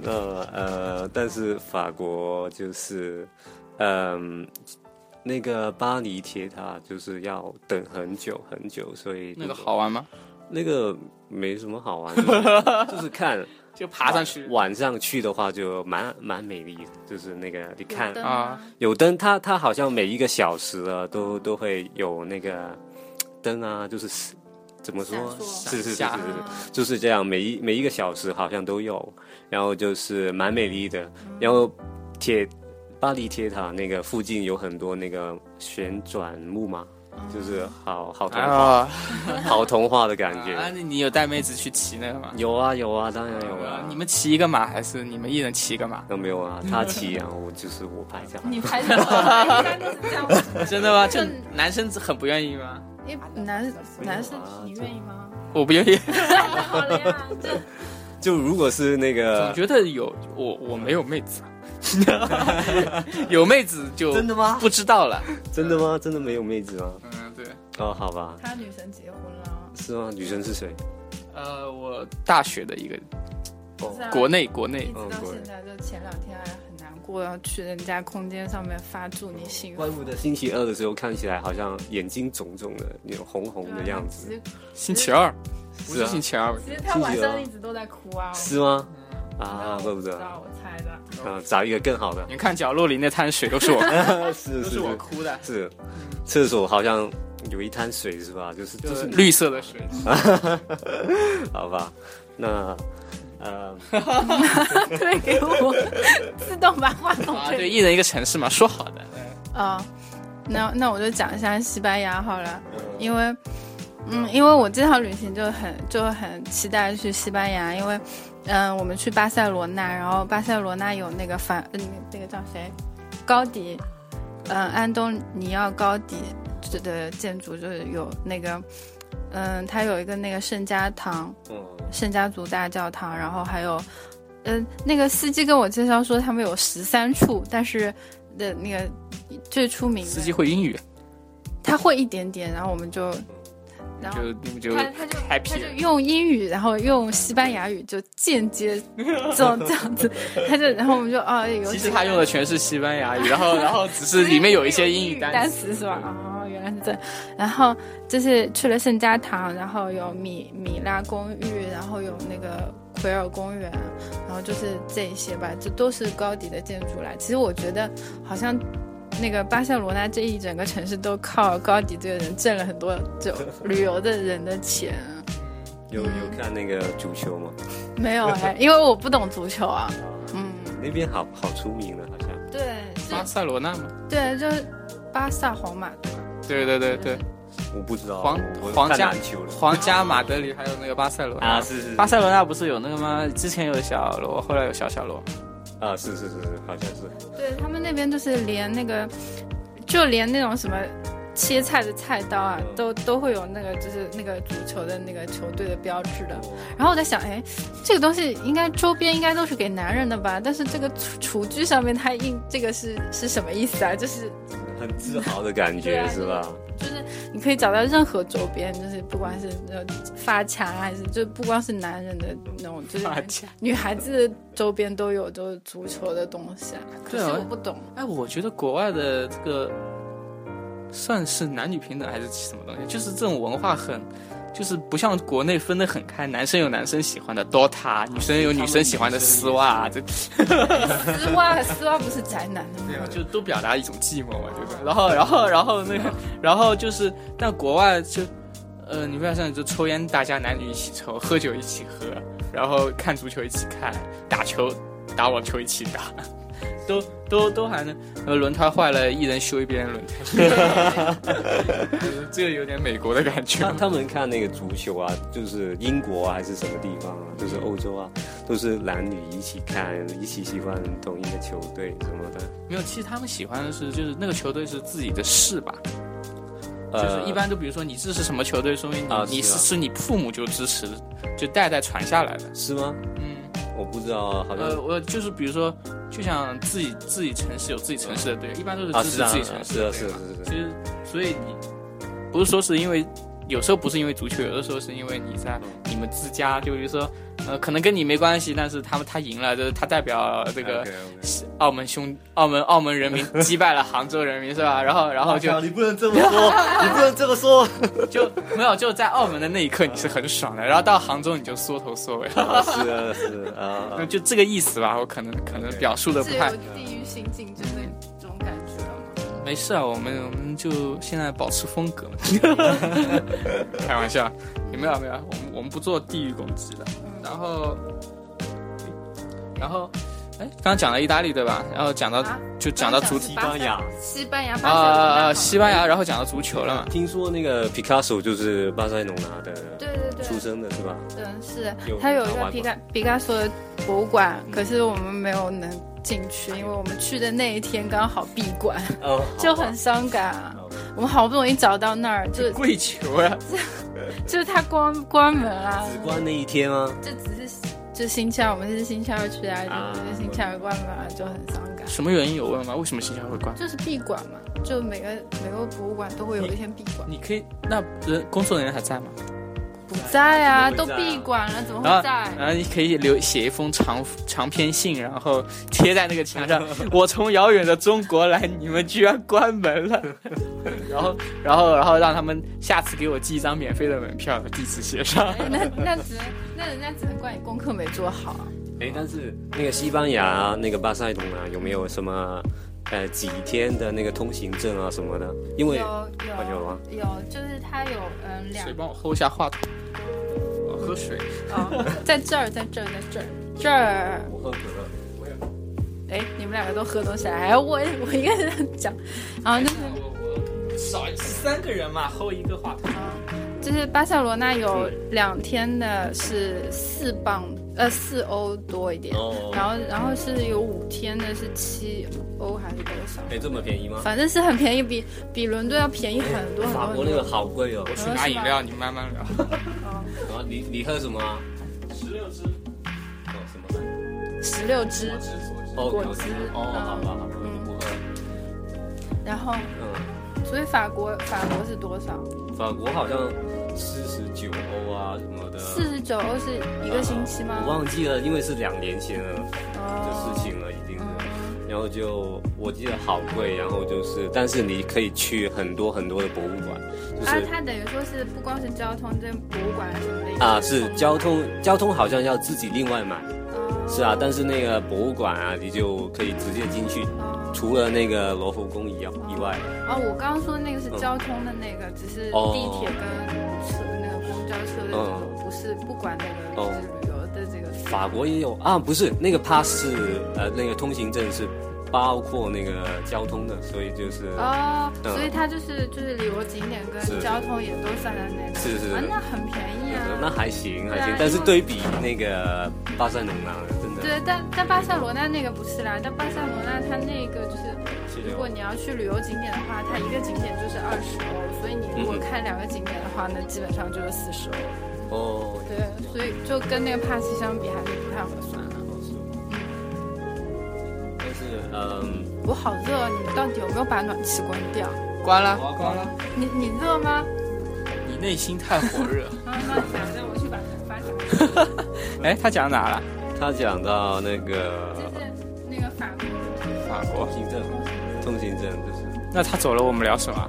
那呃，但是法国就是，嗯、那个巴黎铁塔就是要等很久很久，所以
那个
如果
好玩吗？
那个没什么好
<laughs>
玩，的，就是看
就爬上去，
晚上去的话就蛮蛮美丽的，就是那个你看
灯
啊，
有灯，它它好像每一个小时啊都都会有那个灯啊，就是怎么说，
闪
是是是是
闪
是，就是这样，每一每一个小时好像都有，然后就是蛮美丽的，然后铁巴黎铁塔那个附近有很多那个旋转木马，就是好好童话、
啊，
好童话的感觉。
啊，那你有带妹子去骑那个吗？
有啊有啊，当然有啊。
你们骑一个马，还是你们一人骑一个马？ <laughs>
那没有啊，他骑啊，我就是我拍 <laughs> 照。
你拍的
<laughs>
应该都是这样吧。
<laughs> 真的吗？就男生很不愿意吗？
因为哎男
啊
男生，你愿意吗？
<laughs> 我不 <laughs> 愿意，
<laughs> 好了呀，这
就如果是那
总
个，
觉得有我我没有妹子 <laughs> 啊，有妹子就
真的吗
不知道了。
真的吗？真的没有妹子吗？
嗯，对，
哦，好吧，
他女神结婚
<laughs>
了，
是吗？女生是谁？
呃，我大学的一个
哦
不是啊
国内国
一
内
直到现在，就前两天还很难过，要去人家空间上面发祝你幸福
怪。不得星期二的时候看起来好像眼睛肿肿的，有红红的样子，
对啊
星期二，不
是
是
啊
星期二，
其实其实他晚上一直都在哭啊。
是吗？
我
啊，怪不
知
得，
道我猜
<laughs>
的。
啊，找一个更好的
你 <laughs> 们看角落里那滩水都是我，
是
都
是
是我
是
哭的。
是，厕所好像有一滩水是吧？就是
就
就是是
绿色的水。
好吧？那呃，
推给我，自动把话筒
啊，对，
推。
一人一个城市嘛，说好的。
啊、那那我就讲一下西班牙好了，因为，嗯，因为我这趟旅行就很就很期待去西班牙，因为，嗯，我们去巴塞罗那，然后巴塞罗那有那个凡，嗯，那个叫谁，高迪，嗯，安东尼奥高迪的建筑就是有那个，嗯，他有一个那个圣家堂，
嗯，
圣家族大教堂，然后还有，嗯、那个司机跟我介绍说他们有十三处，但是的那个最出名的
司机会英语，
他会一点点，然后我们就，然后
就你们就
他他就他
happy
就
了。
用英语，然后用西班牙语就间接这
<laughs>
种这样子，他就然后我们就啊，有
其
这
实
个
他用的全是西班牙语，然后然后只是里面有一些英语 <laughs>
单
单词。
词是吧？哦，原来是这样。然后就是去了圣家堂，然后有米米拉公寓，然后有那个奎尔公园，然后就是这一些吧，这都是高迪的建筑啦。其实我觉得好像。那个巴塞罗那这一整个城市都靠高迪这个人挣了很多就旅游的人的钱，啊
有
嗯
有看那个足球吗？
<laughs>
没有哎，因为我不懂足球啊，嗯，
那边好好出名的，好像。
对，
巴
是，
塞罗那嘛，
对，就是巴萨、皇马对吧？
对对对对，
我不知道，
皇
我
皇
看
家
篮球的
皇家马德里还有那个巴塞罗那
啊，是是是
巴塞罗那不是有那个吗？之前有小罗，后来有小小罗。
啊，是是是是，好像是。
对他们那边就是连那个，就连那种什么切菜的菜刀啊，
嗯
都都会有那个就是那个足球的那个球队的标志的。然后我在想，哎，这个东西应该周边应该都是给男人的吧？但是这个厨厨具上面它印这个是是什么意思啊？就是
很自豪的感
对
觉、
啊
是吧？
就是你可以找到任何周边，就是不管是呃发卡啊还是就不光是男人的那种，就是
发卡
女孩子的周边都有，就是足球的东西啊。可
对
是
啊
我不懂。
哎，我觉得国外的这个算是男女平等还是什么东西，就是这种文化很，就是不像国内分得很开，男生有男生喜欢的 DOTA，女生有女生喜欢的丝袜啊，这
丝袜， <laughs> 丝袜不是宅男的吗？
就都表达一种寂寞嘛，就是。啊 <laughs> 然后，然后，然后那个，然后就是，但国外就，呃，你不要像就抽烟，大家男女一起抽，喝酒一起喝，然后看足球一起看，打球、打网球一起打， <laughs> 都都都还能，呃，轮胎坏了，一人修一遍轮 <laughs> 胎，就是这个有点美国的感觉
他。他们看那个足球啊，就是英国啊还是什么地方啊，就是欧洲啊，都是男女一起看，一起喜欢同一个球队什么的。
没有，其实他们喜欢的是，就是那个球队是自己的事吧，
呃，
就是一般都比如说你支持什么球队，说明你、
啊
你
是
是
啊
是你父母就支持，就代代传下来的，
是吗？
嗯。
我不知道啊，好像、
呃，我就是比如说，就像自己自己城市有自己城市的队，一般都是
啊
支
是
持
啊
自己
是啊
城市
是
的
啊是
队
啊
嘛。
是啊
其
是啊。
实，所以你不是说是因为，有时候不是因为足球，有的时候是因为你在你们自家，就比如说，呃，可能跟你没关系，但是他们他赢了，就是他代表这个
啊 OK，OK
澳门兄澳门澳门人民 <laughs> 击败了杭州人民是吧？然后然后就
哇靠你不能这么 <laughs> 说，你不能这么说。
就没有就在澳门的那一刻你是很爽的，然后到杭州你就缩头缩尾，
啊是啊是啊啊，啊
就这个意思吧。我可能可能
OK
表述的不
自
太
由地域性竞争的这种感觉了吗？
没事啊，我们我们就现在保持风
<laughs>
格嘛，开玩笑，也没有没有，我们我们不做地域攻击的。然后，然后，哎，刚刚讲了意大利对吧？然后讲到、
啊
就讲到足
刚刚
西班牙。
西班牙、
啊
巴塞
啊
罗
啊
那
啊，西班牙，然后讲到足球了嘛。
听说那个皮卡索就是巴塞罗那的
对对
出
对，
生的是吧？
嗯，是
有
它有一
好玩
个
吗
毕加毕加索博物馆，可是我们没有能进去，因为我们去的那一天刚好闭馆，
哦，
就很伤感啊
好。
我们好不容易找到那儿，就
跪求啊！
就是它关关门啊啦，
只关那一天吗？
就只是就星期二，我们是星期二去啊，
啊
就是星期二关门啊，就很伤感。
什么原因有问吗？为什么新加坡会关？
就是闭馆嘛，就每个每个博物馆都会有一天闭馆。
你可以，那人工作人员还在吗？
不在啊，
怎
都
么嗯会在啊
闭馆了，怎么
然后
会在？啊
然后你可以留写一封长长篇信，然后贴在那个墙上。我从遥远的中国来，你们居然关门了。然后，然后，然后让他们下次给我寄一张免费的门票，地址写
啊
上。
哎那那只能那人家只能怪你功课没做好啊。
啊哎，但是那个西班牙、那个巴塞罗那有没有什么呃几天的那个通行证啊什么的，因为啊
有
有啊，
有有，就是它有嗯两
谁帮我 hold 一下话筒？我喝水。
哦， <laughs> 在这儿，在这儿，在这儿，这儿。
我喝可乐，
哎，你们两个都喝东西了，哎，我我一个人讲，然后就是
我我少三个人嘛，hold 一个话筒。
就是巴塞罗那有两天的是四磅，呃，四欧多一点，
哦
然后然后是有五天的是七欧还是多少？
哎这么便宜吗？
反正是很便宜，比比伦敦要便宜很多很多
法
很
国
多。
那个好贵哦
我，去拿饮料，你慢慢聊。
哦
啊你你喝什么啊？
十六支，
哦什么？
十六支，
支左支
哦
果
有
汁嗯
哦好吧好吧，我不喝，
然后
嗯，
所以法国法国是多少？
法国好像四十九欧啊什么的，
四十九欧是一个星期吗？
我忘记了，因为是两年前了的
哦
事情了，已经是。
嗯
然后就我记得好贵，然后就是，但是你可以去很多很多的博物馆，就
啊
是，
它等于说是不光是交通，这博物馆什么的也
啊是交通交通好像要自己另外买，
嗯
是啊，但是那个博物馆啊，你就可以直接进去，
哦
除了那个罗浮宫以以外，
哦，我刚刚说那个是交通的那个，只是
嗯哦
地铁跟车那个公交车的这种，
嗯
不是不管那个
哦
就是旅游的这个。
法国也有啊，不是那个 pass 是呃那个通行证是包括那个交通的，所以就是、
哦，
嗯
所以它就是就是旅游景点跟
是
交通也都算在内的。
是是
啊，
嗯
那很便宜啊。
那还行还
对
行
啊，
但是
因为
对比那个巴塞隆那真的
对，但但巴塞罗那那个不是啦，但巴塞罗那它那个就是，
是
如果你要去旅游景点的话，它一个景点就是二十欧，所以你如果
嗯嗯
看两个景点的话，那基本上就是四十欧。
哦。
对，所以就跟那个 pass 相比还是不太合算了。
但是，嗯，
我好热哦，你到底有没有把暖气关掉？
关了，关了。
你你热吗？
你内心太火热。
妈妈讲着，我去把头发讲。
哎，他讲哪了？
他讲到那个
就是那个法国
法国
通。行证，通行证就是
那他走了，我们聊什么啊？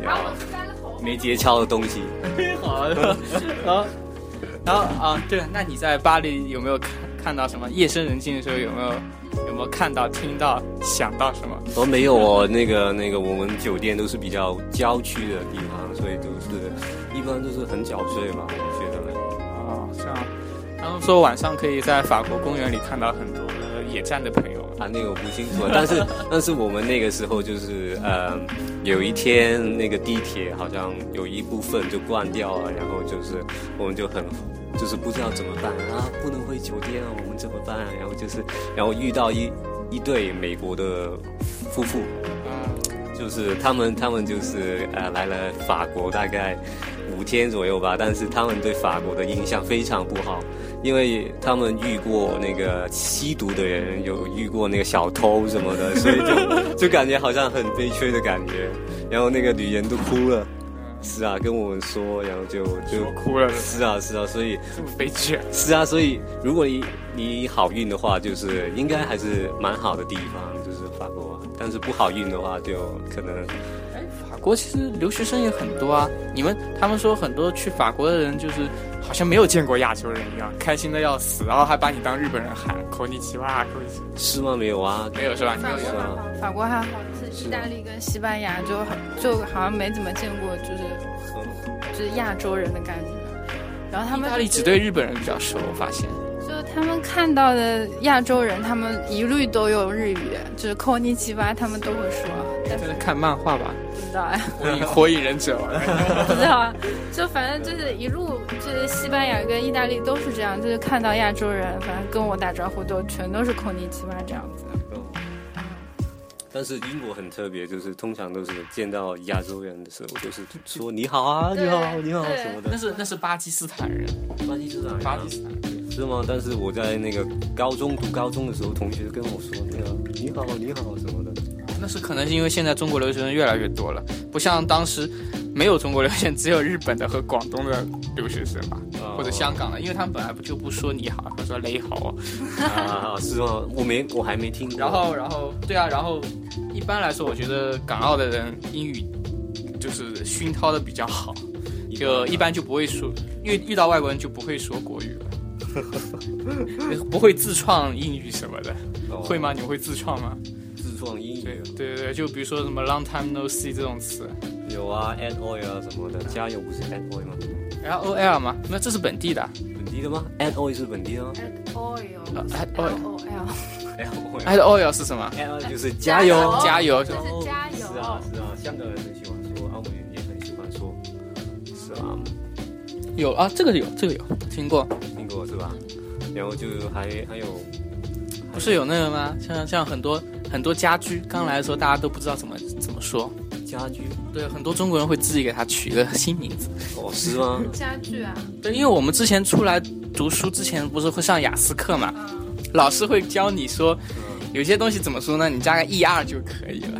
然后我去摘了头发。
没节操的东西。
好的。然后，然后啊，对了，那你在巴黎有没有看看到什么？夜深人静的时候有没有有没有看到、听到、想到什么？
哦，没有哦，那个那个，我们酒店都是比较郊区的地方，所以都是一般都是很早睡嘛，我觉得。
哦，这样。他们说晚上可以在法国公园里看到很多的野战的朋友。
啊，那个我不清楚，但是 <laughs> 但是我们那个时候就是，呃，有一天那个地铁好像有一部分就关掉了，然后就是我们就很。就是不知道怎么办啊，不能回酒店啊，我们怎么办、啊？然后就是，然后遇到一一对美国的夫妇，
嗯，
就是他们，他们就是呃来了法国大概五天左右吧，但是他们对法国的印象非常不好，因为他们遇过那个吸毒的人，有遇过那个小偷什么的，所以就 <laughs> 就感觉好像很悲催的感觉。然后那个女人都哭了，是啊，跟我们说，然后就就
我哭了，
是啊是啊，所以
这么悲剧。
是啊，所以如果你你好运的话，就是应该还是蛮好的地方，就是法国啊。但是不好运的话，就可能
法国其实留学生也很多啊，你们他们说很多去法国的人就是好像没有见过亚洲人一样，开心的要死，然后还把你当日本人喊口尼奇哇，口尼奇，
是吗？没有啊，
没有是吧？你没有
法国
见
还好，法国还好，是意大利跟西班牙就很就好像没怎么见过，就是就是亚洲人的感觉。然后他
过，
们
意大利
就是
只对日本人比较熟，我发现。
就是他们看到的亚洲人，他们一律都有日语，就是扣尼基巴他们都会说，但是
真的看漫画 <laughs> 吧，
不知道哎。
火影火影忍者，
<laughs> 不知道啊，就反正就是一路就是西班牙跟意大利都是这样，就是看到亚洲人，反正跟我打招呼都全都是孔尼基巴这样子。
哦但是英国很特别，就是通常都是见到亚洲人的时候，就是说你好啊，
对
你好，你好
对
什么
<laughs>
的
那。是那是巴基斯坦人，
巴基斯坦
巴基斯坦人。
是吗？但是我在那个高中读高中的时候，同学跟我说那个你好，你好什么的。
<laughs> 那是可能是因为现在中国留学生越来越多了，不像当时没有中国留学生，只有日本的和广东的留学生吧，
哦
或者香港的，因为他们本来不就不说你好，他说你好。
啊，是吗？我没，我还没听过。
然后，然后，对啊，然后一般来说，我觉得港澳的人英语就是熏陶的比较好，就一般就不会说，遇遇到外国人就不会说国 <laughs> 语了，不会自创英语什么的，
哦
会吗？你们会自创吗？
啊自撞英
对
语，
对对，就比如说什么 long time no see 这种词，
有啊，add oil 啊什么的，加油不是 add oil 吗？
然后 OL 嘛，那这是本地的呃
本地的吗？add oil 是本地的吗
oil，
，add oil，add
O L，
？add oil，add
oil 是什么？
oil 就是加油，
加油
就
就是
加油。
是啊是啊，香港人很喜欢说，澳门人也很喜欢说，是啊，
有啊，这个有，这个有听过，
英国是吧？然后就还还有
不是有那个吗？像像很多很多家居，刚来的时候大家都不知道怎么怎么说，
家居，
对，很多中国人会自己给它取一个新名字。
哦是吗？
家具啊，
对，因为我们之前出来读书之前不是会上雅思课嘛，
嗯，
老师会教你说
嗯
有些东西怎么说呢？你加个 er 就可以了。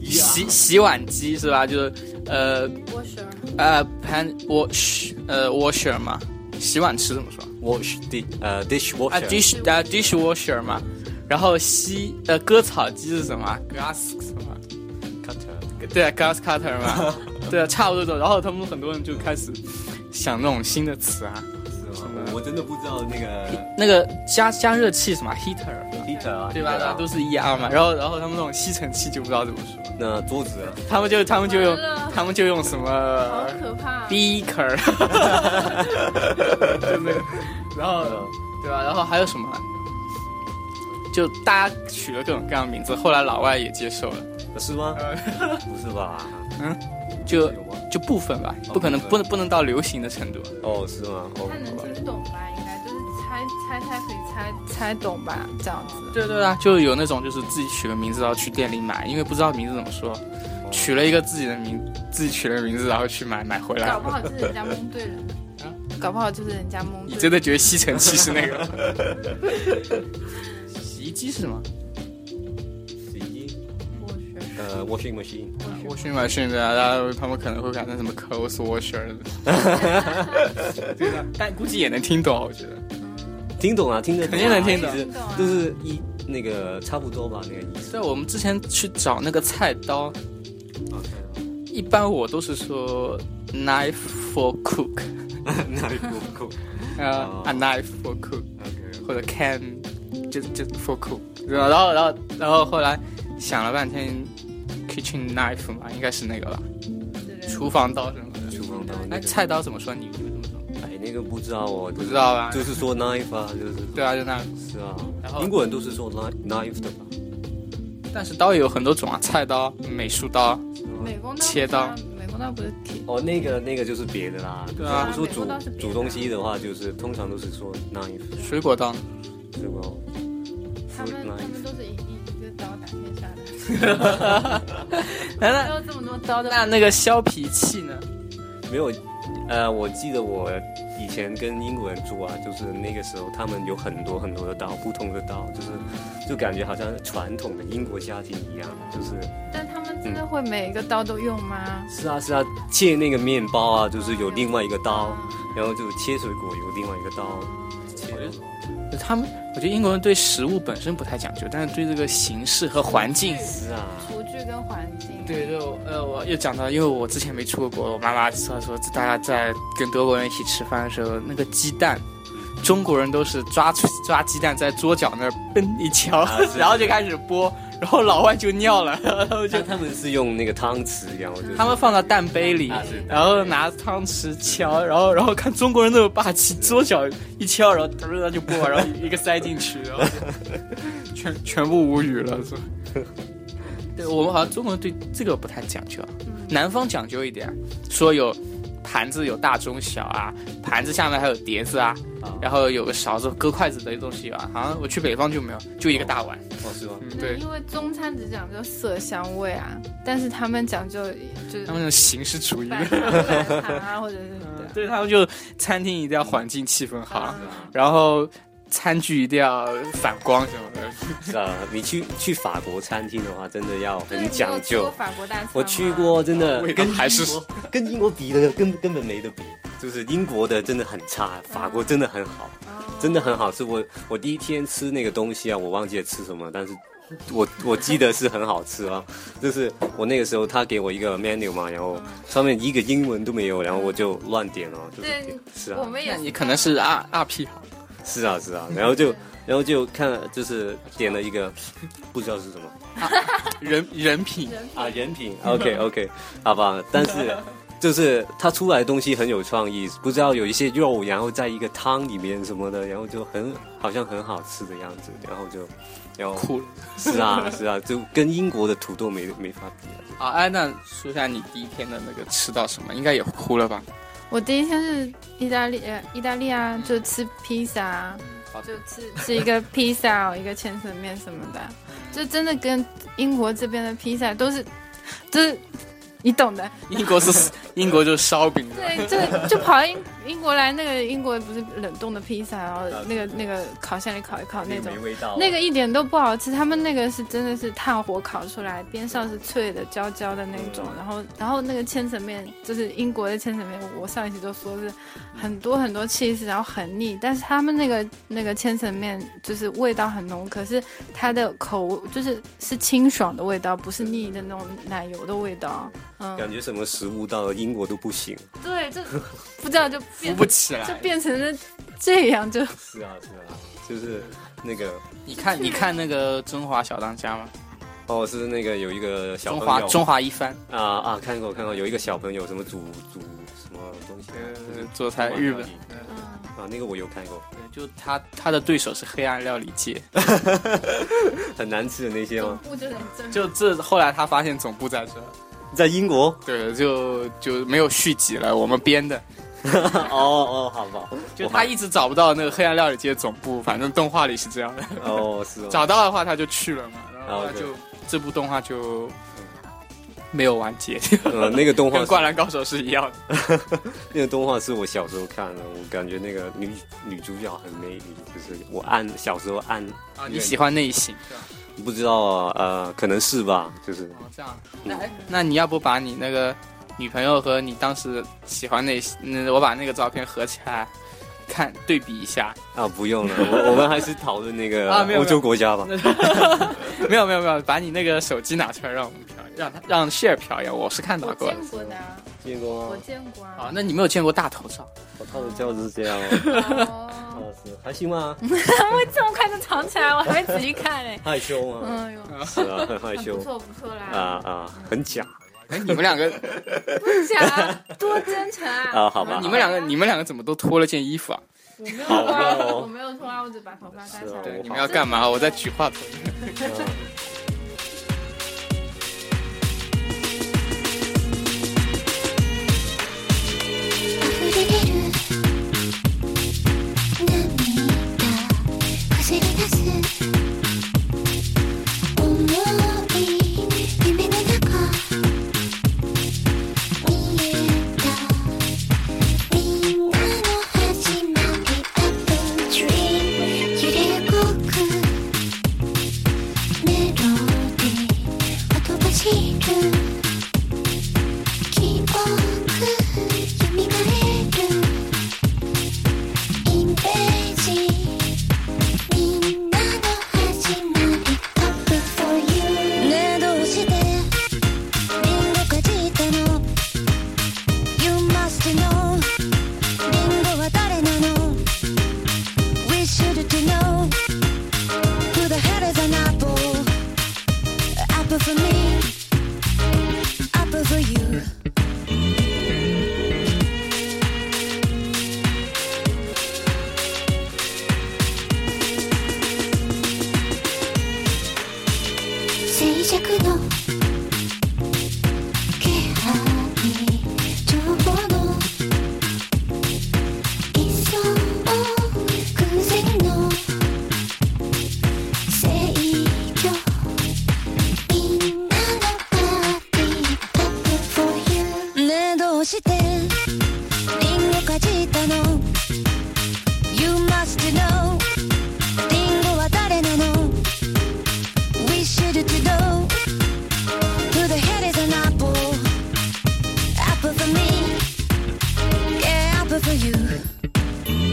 一啊
洗洗碗机是吧？就是呃
我喜欢
呃 pan wash 呃 washer 嘛，洗碗池怎么说？
wash dish 呃
啊
dishwasher
dish 啊 dishwasher 嘛。然后吸呃割草机是什么啊？grass 什么啊？
cutter，
对啊，grass cutter 嘛。对啊，差不多这种。然后他们很多人就开始想那种新的词啊，
是吗？嗯我真的不知道那个
那个加加热器什么啊 heater。
heater 啊，
对吧？
heater 啊
都是 ER 嘛，然后然后他们那种吸尘器就不知道怎么说，
那桌子啊
他们就他们就用
完了
他们就用什
好
么
可怕。 <laughs>
beaker，真的，然后
啊嗯
对吧？然后还有什么？啊就大家取了各种各样的名字，后来老外也接受了，
是吗？
呃
不是吧？
就
有吗？
就部分吧，
嗯哦
不可能
部分
不能不能到流行的程度。
哦，是吗？哦，
他能
好吧。
听懂吧？应该就是猜猜猜可以猜猜懂吧？这样子。
对对啊，就有那种就是自己取个名字，然后去店里买，因为不知道名字怎么说，
哦
取了一个自己的名，自己取了个名字，然后去买买回来。
搞不好就是人家蒙对 <laughs> 人
啊，
搞不好就是人家蒙
你
对
真
人。
的觉得吸尘器是那个吗？ <laughs> 洗衣机是什么？
洗衣机，
我学
呃，washing machine，
我去买训的，然后他们可能会改成什么 clothes washer <laughs> 的对的，但估计也能听懂，啊我觉得。
听懂啊，听得懂
肯
啊，
定能听懂
其实
听懂啊
就是一那个差不多吧，那个意思。
对，我们之前去找那个菜刀，一般我都是说 knife for cook，
<laughs> 哪里不够
呃、
哦
a knife for cook，
？OK，
或者 can，就就 for cook，对吧然后然后然后后来想了半天，kitchen knife 嘛，应该是那个吧，
之类的
厨房刀什么的。
厨房刀那
哎，
个，
菜刀怎么说？你你们怎么说？
哎，那个不知道哦，
不知道吧？
就是说 knife 啊，就是
对啊，就那。
是啊
然，后
英国人都是说 knife knife 的吧？
但是刀也有很多种啊，菜刀、美术刀。
是吗
美工刀
切刀
不是啊，美工刀不是铁，
哦，那个那个就是别的啦。
对啊
我说
美国倒是
煮
别的
煮东西的话，就是通常都是说 knife，
水果
<laughs>
刀呢？ <laughs>
是吧？
他
Fruit
们他
knife
们都是一一一个刀打天下的， <laughs>
那那
还有这么多刀的。
那那个削皮器呢？
没有，呃，我记得我以前跟英国人住啊，就是那个时候他们有很多很多的刀，不同的刀，就是就感觉好像传统的英国家庭一样，就是
但他们真的会每一个刀都用吗？
是啊是啊，切那个面包啊，就是有另外一个
哦
刀，然后就切水果有另外一个刀，切
我觉得他们，我觉得英国人对食物本身不太讲究，但是对这个形式和环境。
是啊，
厨具跟环境。
对对，我呃，我又讲到，因为我之前没出过国，我妈妈说说，大家在跟德国人一起吃饭的时候，那个鸡蛋，中国人都是抓出抓鸡蛋在桌角那儿嘣一敲，
啊是
<laughs> 然后就开始剥，然后老外就尿了， <laughs> 然后就
就他们是用那个汤匙，然后就是
他们放到蛋杯里
啊是，
然后拿汤匙敲，然后然后看中国人那么霸气，桌角一敲，然后噔噔就剥完，然后一个塞进去，然后就全全部无语了，是吧？对我们好像中国人对这个不太讲究，啊南方讲究一点，说有盘子有大中小啊，盘子下面还有碟子啊，
啊
然后有个勺子、割筷子的东西啊，好像我去北方就没有，就一个大碗。
哦是吗？
嗯，
那
对，
因为中餐只讲究色香味啊，但是他们讲究就是
他们那种形式主义。
摆盘摆盘啊，或者是对啊
对他们就餐厅一定要环境气氛 <laughs> 好，
嗯
然后餐具一定要反光什么的。
是啊，你去去法国餐厅的话，真的要
对你
很
有
讲
去过
究。
法国大餐吗
我去，过，真的
味道
跟
还是
英国跟英国比的根根本没得比，就是英国的真的很差，
嗯
法国真的很好，
哦
真的很好吃。我我第一天吃那个东西啊，我忘记了吃什么，但是我我记得是很好吃啊。 <laughs> 就是我那个时候他给我一个 menu 嘛，然后上面一个英文都没有，然后我就乱点了，就是
对
点是
我
啊
们也
那你可能是二二 P 好，
是啊是啊，然后就然后就看就是点了一个不知道是什么
<laughs> 人人品
<laughs> 啊人品，OK <laughs> OK，好吧，但是。就是它出来的东西很有创意，不知道有一些肉，然后在一个汤里面什么的，然后就很好像很好吃的样子，然后就，然后
酷了
是啊是啊，就跟英国的土豆没没法比啊。
啊！哎，那说一下你第一天的那个吃到什么，应该也哭了吧？
我第一天是意大利，呃意大利啊，就吃披萨啊
嗯好，的
就吃吃一个披萨，一个千层面什么的，就真的跟英国这边的披萨都是， <laughs> 就是你懂的，
英国是 <laughs> 英国就是烧饼的，
对，就就跑到英英国来，那个英国不是冷冻的披萨，然后那个那个烤箱里烤一烤那种
没。味道啊
那个一点都不好吃，他们那个是真的是炭火烤出来，边上是脆的、焦焦的那种，
嗯
然后然后那个千层面就是英国的千层面，我上一期都说是很多很多 cheese，然后很腻，但是他们那个那个千层面就是味道很浓，可是它的口就是是清爽的味道，不是腻的那种奶油的味道，嗯，
感觉什么食物到了英国都不行。
对，
<laughs>
就不知道就
扶
变
不起
就
来。
变成了这样就。
是啊是啊，就是那个
你看，你看那个《中华小当家》吗？
哦是那个有一个小
中
朋
华
友
中华一番，
啊啊看过看过，有一个小朋友什么煮煮什么东西啊，就是
呃，做菜日本。
嗯
啊那个我有看过，
对就他他的对手是黑暗料理界，
很难吃的那些吗？
部就很正
就这后来他发现总部在这，
在英国
对，就就没有续集了，我们编的，
<laughs> 哦哦，好吧，
就他一直找不到那个黑暗料理界总部，反正动画里是这样的，
哦
<laughs>
是哦，
找到的话他就去了嘛，然后
啊
他
对
就这部动画就没有完结，
呃，那个动画
跟 <laughs>
是
《灌篮高手》是一样的。
那个动画是我小时候看的，我感觉那个女女主角很美丽，就是我暗小时候暗
啊，你喜欢那一型？是吧
不知道啊，呃，可能是吧，就是
哦，这样。那哎那你要不把你那个女朋友和你当时喜欢那一型，那我把那个照片合起来看对比一下。
啊，不
<laughs>
用了，我我们还是讨论那个
啊没有
欧洲国家吧。
<laughs> 没有没有没有，把你那个手机拿出来让我们瞟，让他让 share 瞟一眼，我是看到
我
过的。
见过的啊，
见过
我
啊，
见过
啊
啊，。
那你没有见过大头照，
我套的教是
<laughs>
这样
哦，
哦，是还行吗？。
嗯
这么快就藏起来，我还没仔细看哎嘞
害
<laughs>
羞吗？
嗯哟，
是啊，很害
很不
羞
错不错
啊
啦，
啊，很假
哎，你们两个，
假多真诚啊！
<laughs> 啊，好吧
嗯你，们两个，你们两个怎么都脱了件衣服啊？
我没有
好
脱
吧
啊
哦，
我没有脱啊，我只把头发
是
干
啊
下
对，
来。
你们要干嘛？我在举话筒。
溢れる涙走り出す思い夢の中見えたみんなの始まり Apple Dream 揺れ動くメロディー音走る記憶蘇るイメージみんなの始まり Up for you ねえどうしてリンゴかじったの You must know リンゴは誰なの We should to know Who the hell is an apple Apple for me Apple for you 静寂の気配に情報の一層偶然の制御みんなのパーティー Up for you ねえどうしてリンゴかじったの You must know リンゴは誰なの We should to know who the hell is an apple. Apple for me, yeah, apple for you.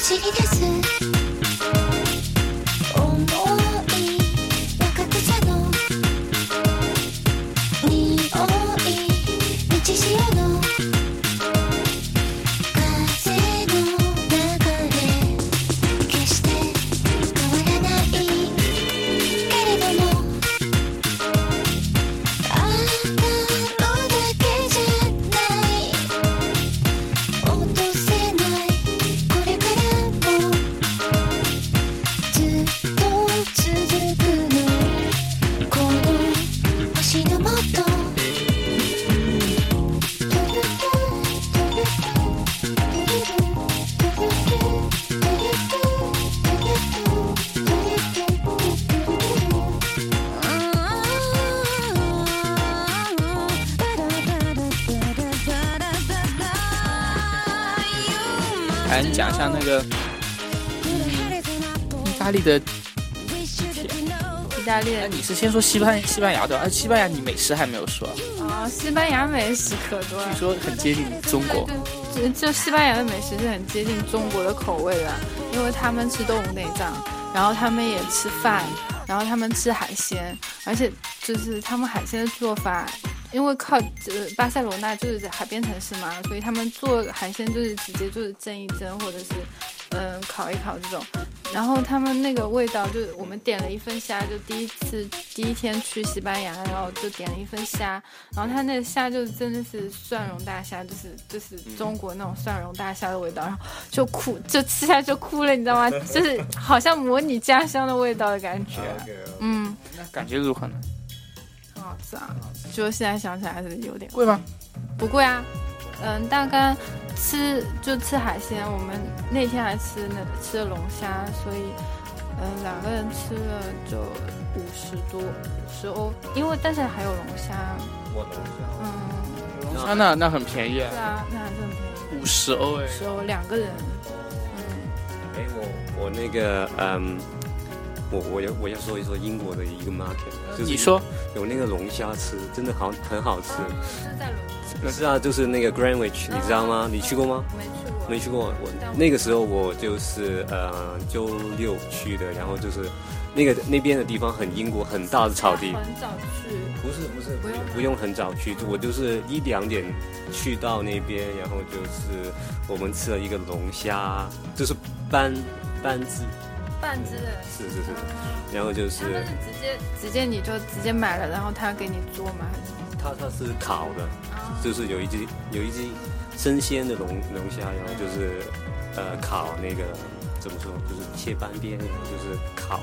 走り出す思い若草の
哎，你讲一下那个意大利的，
意大利
哎，
的
你是先说西班西班牙对吧？哎，西班牙你美食还没有说，
啊、西班牙美食可多
据说
了。
很接近中国。
就就西班牙的美食是很接近中国的口味的，因为他们吃动物内脏，然后他们也吃饭，然后他们吃海鲜，而且就是他们海鲜的做法，因为靠呃巴塞罗那就是海边城市嘛，所以他们做海鲜就是直接就是蒸一蒸，或者是嗯、呃烤一烤这种。然后他们那个味道，就是我们点了一份虾，就第一次第一天去西班牙，然后就点了一份虾，然后它那个虾就是真的是蒜蓉大虾，就是就是中国那种蒜蓉大虾的味道，然后就哭，就吃下去就哭了，你知道吗？就是好像模拟家乡的味道的感觉，嗯，
那感觉如何呢？
很好吃啊，就现在想起来还是有点
贵吗？
不贵啊，嗯，大概吃就吃海鲜，我们那天还吃那吃了龙虾，所以嗯两个人吃了就五十多五十欧，因为但是还有龙虾，嗯，
啊，那那很便宜，
对啊，那还是很便宜，
五十欧哎
五。十欧两个人，嗯，
哎，我我那个嗯，我我要我要说一说英国的一个 market，就是
你说
有那个龙虾吃，真的好很好吃。
是在伦敦，
是啊，就是那个
哦
Greenwich，你知道吗？你去过吗？
没去过，
没去过，我那个时候我就是呃周六去的，然后就是那个那边的地方很英国，很大的草地，
很早去，
不是不是
哦不用
不用很早去，我就是一两点去到那边，然后就是我们吃了一个龙虾，就是斑斑字，
半只的。
是是是，然后就是
他们是直接直接你就直接买了，然后他给你做吗？还是
它它是烤的，
啊
就是有一只有一只生鲜的龙龙虾，然后就是呃烤那个怎么说，就是切半边，然后就是烤，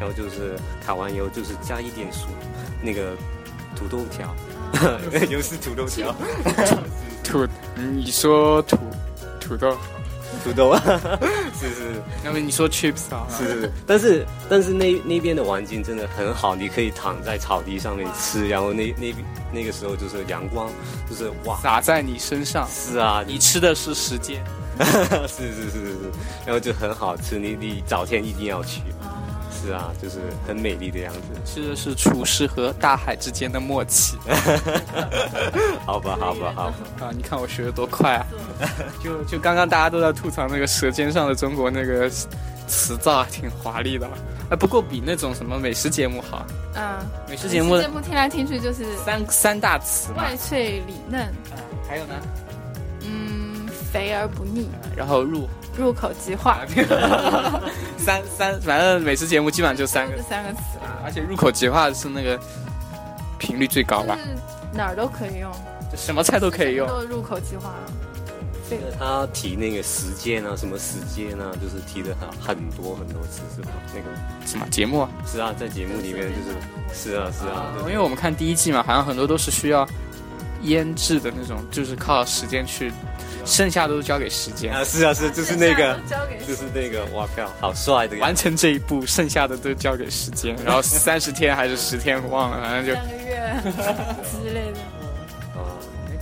然后就是烤完以后就是加一点薯那个土豆条， <laughs> 又是土豆条，
<laughs> 土，你说土土豆，
土豆 <laughs> 啊，是是
那么你说 chips 啊？
是是是，但是但是那那边的环境真的很好，你可以躺在草地上面吃，然后那那那个时候就是阳光，就是哇，
洒在你身上，
是啊，
你吃的是时间。
<laughs> 是是是是是，然后就很好吃，你你早天一定要去。是啊，就是很美丽的样子，
吃的是厨师和大海之间的默契
好吧好吧好吧，
啊！你看我学的多快
<laughs>
啊！就就刚刚大家都在吐槽那个《舌尖上的中国》那个词藻挺华丽的了，哎，不过比那种什么美食节目好。
啊，
美食节目
节目听来听去就是
三三大词嘛
外，脆里嫩，
还有呢，
嗯，肥而不腻，
然后入
入口即化，
三三，反正美食节目基本上就三个
这，三个词吧，
而且入口即化是那个频率最高
就
吧，
是哪儿都可以用，
就什么菜都可以用
什。么都入口即化。对，
他提那个时间啊，什么时间啊，就是提的很很多很多次，是吧？那个
什么节目啊？
是啊，在节目里面就是
嗯
是啊是啊，
因
就是
为我们看第一季嘛，好像很多都是需要腌制的那种，就是靠时间去，剩下都是交给时间
啊是啊是，就是那
剩下
个
的交给
就是那个，哇靠，好帅的样
完
子，
成这一步，剩下的都交给时间。然 <laughs> 后三十天还是十天，我忘了，反正就。
三个月
<laughs>
之类的。
啊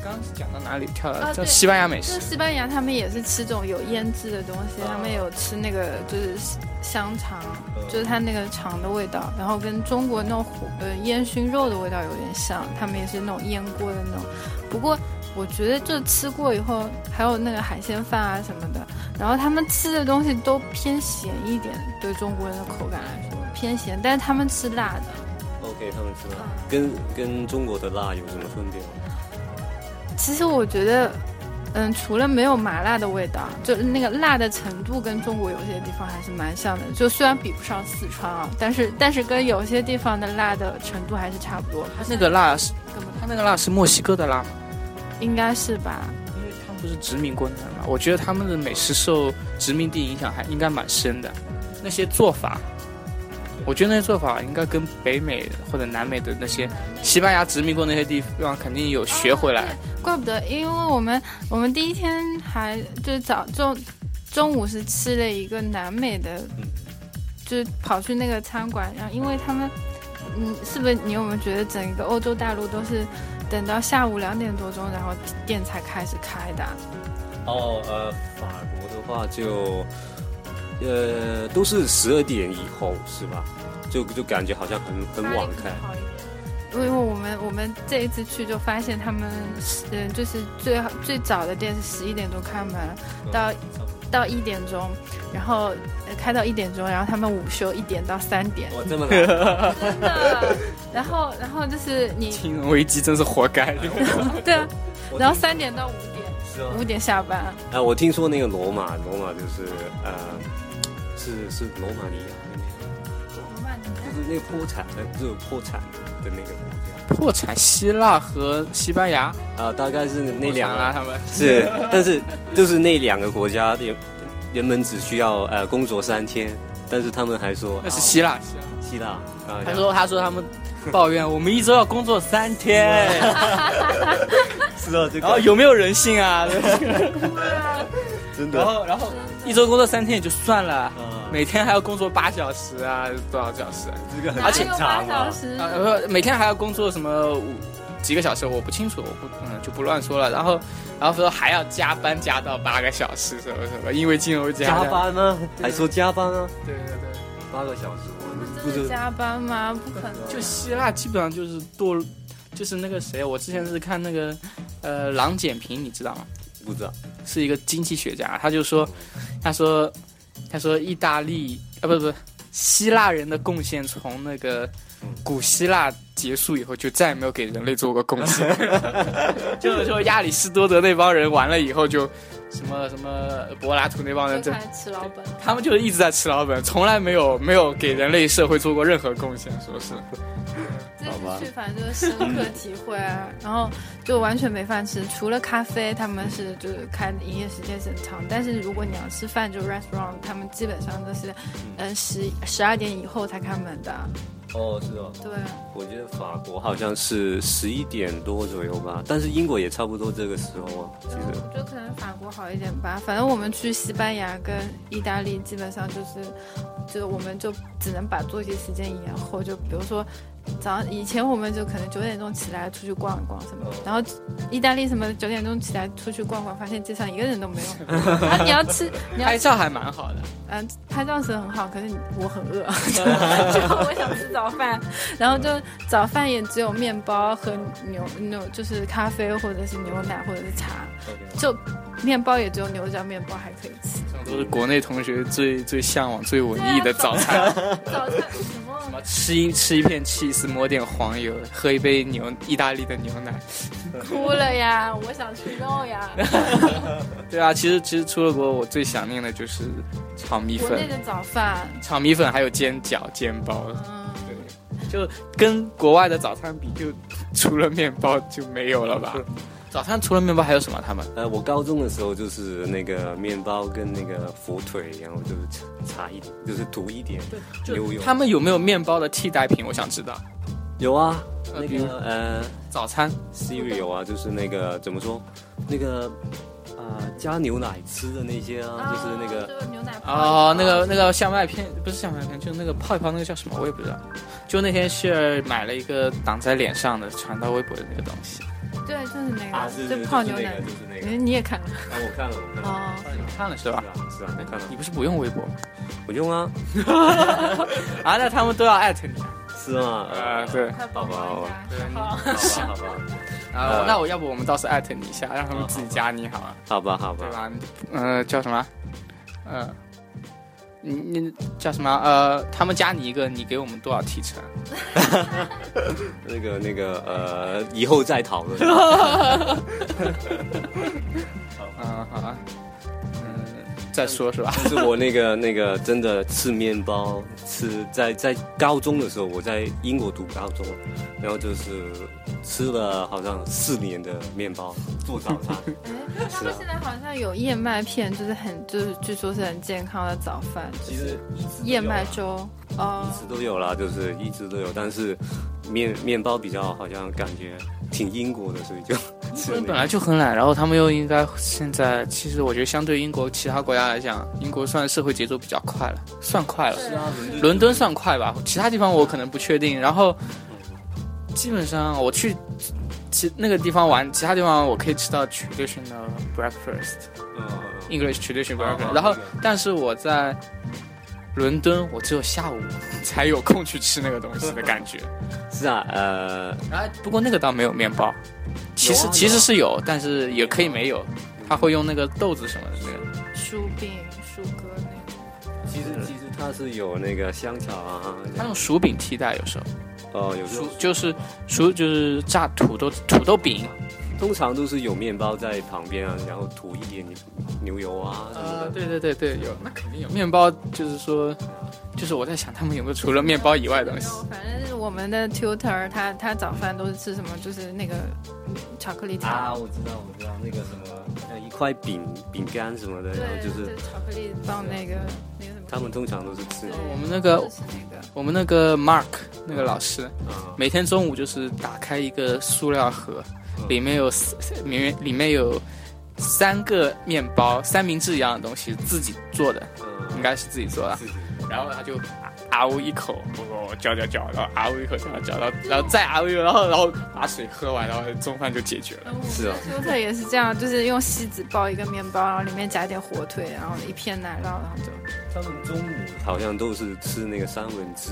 刚刚讲到哪里跳
啊
了？叫
对
呃西班牙美
就
食。啊
西班牙他们也是吃这种有腌制的东西，他们有吃那个就是香肠，
呃
就是它那个肠的味道，然后跟中国那种火呃烟熏肉的味道有点像，他们也是那种腌过的那种。不过我觉得就吃过以后，还有那个海鲜饭啊什么的，然后他们吃的东西都偏咸一点，对中国人的口感来说偏咸，但是他们吃辣的。
，OK，他们吃了，跟跟中国的辣有什么分别吗？
其实我觉得，嗯，除了没有麻辣的味道，就那个辣的程度跟中国有些地方还是蛮像的。就虽然比不上四川啊，但是但是跟有些地方的辣的程度还是差不多。
它那个辣是，
根本
它那个辣是墨西哥的辣吗？
应该是吧？
因为他们不是殖民过南嘛，我觉得他们的美食受殖民地影响还应该蛮深的，那些做法，我觉得那些做法应该跟北美或者南美的那些西班牙殖民过那些地方肯定有学回来。
哦怪不得，因为我们我们第一天还就是早中中午是吃了一个南美的，
嗯
就是跑去那个餐馆，然后因为他们，嗯，是不是你有没有觉得整个欧洲大陆都是等到下午两点多钟，然后店才开始开的。啊
哦，呃，法国的话就，呃，都是十二点以后是吧？就就感觉好像很很晚开。
好一点。因为我们我们这一次去就发现他们，嗯，就是最好最早的店是十一点钟开门，
嗯
到到一点钟，然后呃开到一点钟，然后他们午休一点到三点，
我这么晚，
真的。然后然后就是你
金融危机真是活该。
对啊，
<laughs>
我
然后
听
三点到五点，
是哦
五点下班。
啊，我听说那个罗马，罗马就是呃，是是罗马尼亚那边，
啊
就是那个破产，呃，就是破产的那个国
破产希腊和西班牙，
家啊，大概是那
破产
两
啦他们。
是，但是就是那两个国家人人们只需要呃工作三天，但是他们还说
那是
啊
希腊，
希腊，啊
他说他说他们抱怨我们一周要工作三天， <laughs>
是哦，这
然后有没有人性啊？
真
<laughs> 然
的
后然后一周工作三天也就算了
嗯，
每天还要工作八小时啊，多少小时啊？
这个
而且
哪有八
长
小
啊
时，
啊，呃每天还要工作什么五几个小时，我不清楚，我不嗯就不乱说了。然后，然后说还要加班加到八个小时，什么什么，因为金融家
加，班吗？还说加班啊？
对对对，
八个小时，我不
真
知
的加班吗？不可能。
就希腊基本上就是堕，就是那个谁，我之前是看那个呃郎简平，你知道吗？
不知道
是一个经济学家，他就说，他说，他说意大利啊，不不，希腊人的贡献从那个古希腊结束以后，就再也没有给人类做过贡献。就是说亚里士多德那帮人完了以后就。什么什么柏拉图那帮人，
就
这
开始吃老本，
他们就是一直在吃老本，从来没有没有给人类社会做过任何贡献，说是
这
好吧
次去反正就是深
<laughs>
刻体会啊，然后就完全没饭吃，除了咖啡，他们是就是开的营业时间是很长，但是如果你要吃饭，就 restaurant，他们基本上都是，嗯十十二点以后才开门的，啊
哦，是哦。
对，
我觉得法国好像是十一点多左右吧，但是英国也差不多这个时候啊。其
嗯
实，
我觉得可能法国好一点吧，反正我们去西班牙跟意大利基本上就是，就我们就只能把作息时间延后，就比如说。早上以前我们就可能九点钟起来出去逛一逛什么的，然后意大利什么九点钟起来出去逛逛，发现街上一个人都没有。啊，你要吃，你要
拍照还蛮好的。
嗯、拍照是很好，可是我很饿，就我想吃早饭，然后就早饭也只有面包和牛牛，就是咖啡或者是牛奶或者是茶，就面包也只有牛角面包还可以吃。
这种都是国内同学最最向往、最文艺的早餐。
早餐什 <laughs> 么？
吃一吃一片 cheese，抹点黄油，喝一杯牛意大利的牛奶。
哭了呀！我想吃肉
<laughs>
呀！
对啊，其实其实出了国，我最想念的就是炒米
国内
粉、
的早饭，
炒米粉还有煎饺、煎包，
嗯，
就跟国外的早餐比，就除了面包就没有了吧？早餐除了面包还有什么？他们
呃，我高中的时候就是那个面包跟那个火腿，然后就是擦擦一点，就是涂一点牛油。
他们有没有面包的替代品？我想知道。
有啊，
呃
那
比如
个呃
早餐
cereal 啊，就是那个怎么说，那个啊、呃加牛奶吃的那些啊，就是那个
就是牛
啊
奶泡
哦，那个那个像麦片不是像麦片，就是那个泡一泡那个叫什么我也不知道。就那天是买了一个挡在脸上的，传到微博的那个东西。
对，就是那个，
啊，是
就泡牛奶。
就是那个，就是那
你
个。
你也看了
啊，我看了，我看了。
哦？
你看了是
是
吧
啊？，是啊，我看了。
你不是不用微博吗？
我用啊，
啊，那他们都要艾特你。啊
是吗？
呃，对。
快
宝宝
好，
好吧，好 <laughs> 吧，
啊
呃，
那我要不我们到时候艾特你一下，让他们自己加你好了，
好吧，好
对
吧。
吧？呃，叫什么？呃，你你叫什么？呃，他们加你一个，你给我们多少提成？
那个那个呃，以后再讨
<laughs>
论。
嗯，好啊。嗯，再说是吧？
就是我那个那个真的吃面包，吃在在高中的时候，我在英国读高中，然后就是吃了好像四年的面包做早
<laughs>
餐，
他们现在好像有燕麦片，就是很就是据说是很健康的早饭，
其实
燕麦
啊
粥哦
一。直都有啦，就是一直都有，但是面面包比较好像感觉挺英国的，所以就吃了
本
那
来
个。
就很懒，然后他们又应该现在，其实我觉得相对英国其他国家来讲，英国算社会节奏比较快了，算快了。伦敦算快吧，其他地方我可能不确定。然后基本上我去其那个地方玩，其他地方我可以吃到 traditional breakfast
嗯
English traditional
哦
breakfast，
哦
然后
那个
但是我在伦敦，我只有下午才有空去吃那个东西的感
<laughs>
觉。
是啊，呃，
然后不过那个倒没有面包，其实、
有啊
其实是有，但是也可以没有，他会用那个豆子什么的那个。
薯饼、薯哥那个。
其实
嗯
其实它是有那个香草啊，
他用薯饼替代，有时候
哦，有时候
薯就是薯就是炸土豆土豆饼，
通常都是有面包在旁边啊，然后涂一点牛油啊什么
呃，
的。
对对对对，有，那肯定有。面包就是说，就是我在想他们有没有除了面包以外的东西。
反正是我们的 tutor 他他早饭都是吃什么？就是那个巧克力
啊，
塔，
我知道，我知道那个什么，呃一块饼饼干什么的，
对
然后，就是
巧克力放那个那个什么。
他们通常都是吃
对
那个。
我们那个
就是那个
我们那个 Mark 那个老师，
啊
每天中午就是打开一个塑料盒，
嗯
里面有四里面里面有三个面包，三明治一样的东西，自己做的，
嗯
应该是自己做的。
是
然后他就啊啊呜一口，我嚼嚼嚼，然后啊呜一口，嚼嚼嚼，然后然后再啊呜一口，然后然后把水喝完，然后中饭就解决了。
是啊，
tutor 也是哦这样，就是用锡纸包一个面包，然后里面夹点火腿，然后一片奶酪，然 <laughs> 后就
他们中午好像都是吃那个三文治，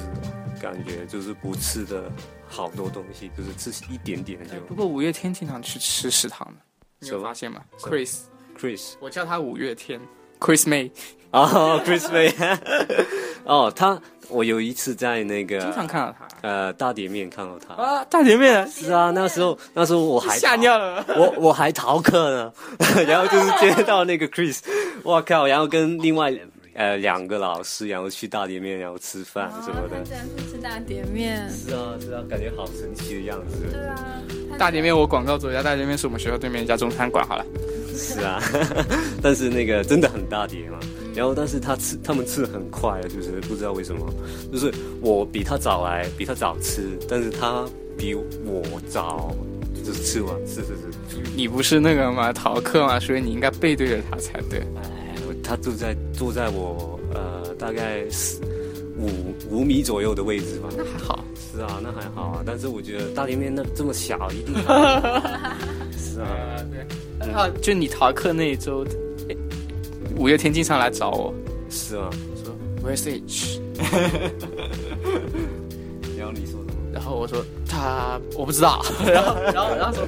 感觉就是不吃的好多东西，就是吃一点点就。
哎不过五月天经常去吃食堂的，你
什
有
么
发现吗
什么
？Chris，
Chris
我叫他五月天，Chris May，
哦，Chris <laughs> May，哦，他我有一次在那
经常
个
看到
呃大碟面看到他
他。啊，大姐面
是啊，那时候那时候我还
吓
逃
尿了。
我我还逃课呢， <laughs> 然后就是接到那个 Chris，我靠，然后跟另外呃两个老师，然后去大碟面，然后吃饭什么的
啊
他。竟然是吃大碟面，
是啊是啊，感觉好神奇的样子。
对啊，他
大姐面，我广告做一下，大姐面是我们学校对面一家中餐馆，好了，
是啊， <laughs> 但是那个真的很大碟嘛。然后但是他吃，他们吃的很快，啊就是不知道为什么，就是我比他早来，比他早吃，但是他比我早就是吃完，是是是。
你不是那个嘛逃课嘛，所以你应该背对着他才对。
我他就在坐在我呃大概四五五米左右的位置吧。
那还好，
是啊，那还好啊，但是我觉得大连面那这么小，一定
<laughs>
还是啊，
对，啊，就你逃课那一周，哎五月天经常来找我，
是啊。
说 Where's H？
然后你说什么？
然后我说他我不知道，然后然后然后说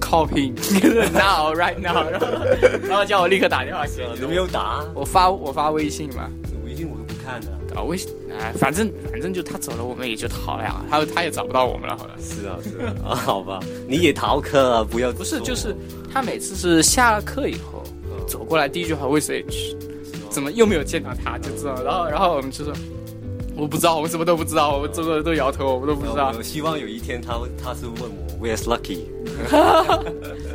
copy <laughs> now right now，然后然后叫我立刻打电话给
<laughs> 呃，你没有打？
我发我发微信嘛，
微信我都不看的。
啊微信哎，反正反正就他走了，我们也就逃了呀，他他也找不到我们了，好了。
是啊，是啊，啊，好吧，你也逃课啊，不要
不
不
是，就是他每次是下了课以后
嗯
走过来第一句话，Where's H？怎么又没有见到他？就知道，然后然后我们就说，我不知道，我们什么都不知道，我们做的都摇头，我们都不知
<laughs>
道。
我希望有一天他他是问我 Where's Lucky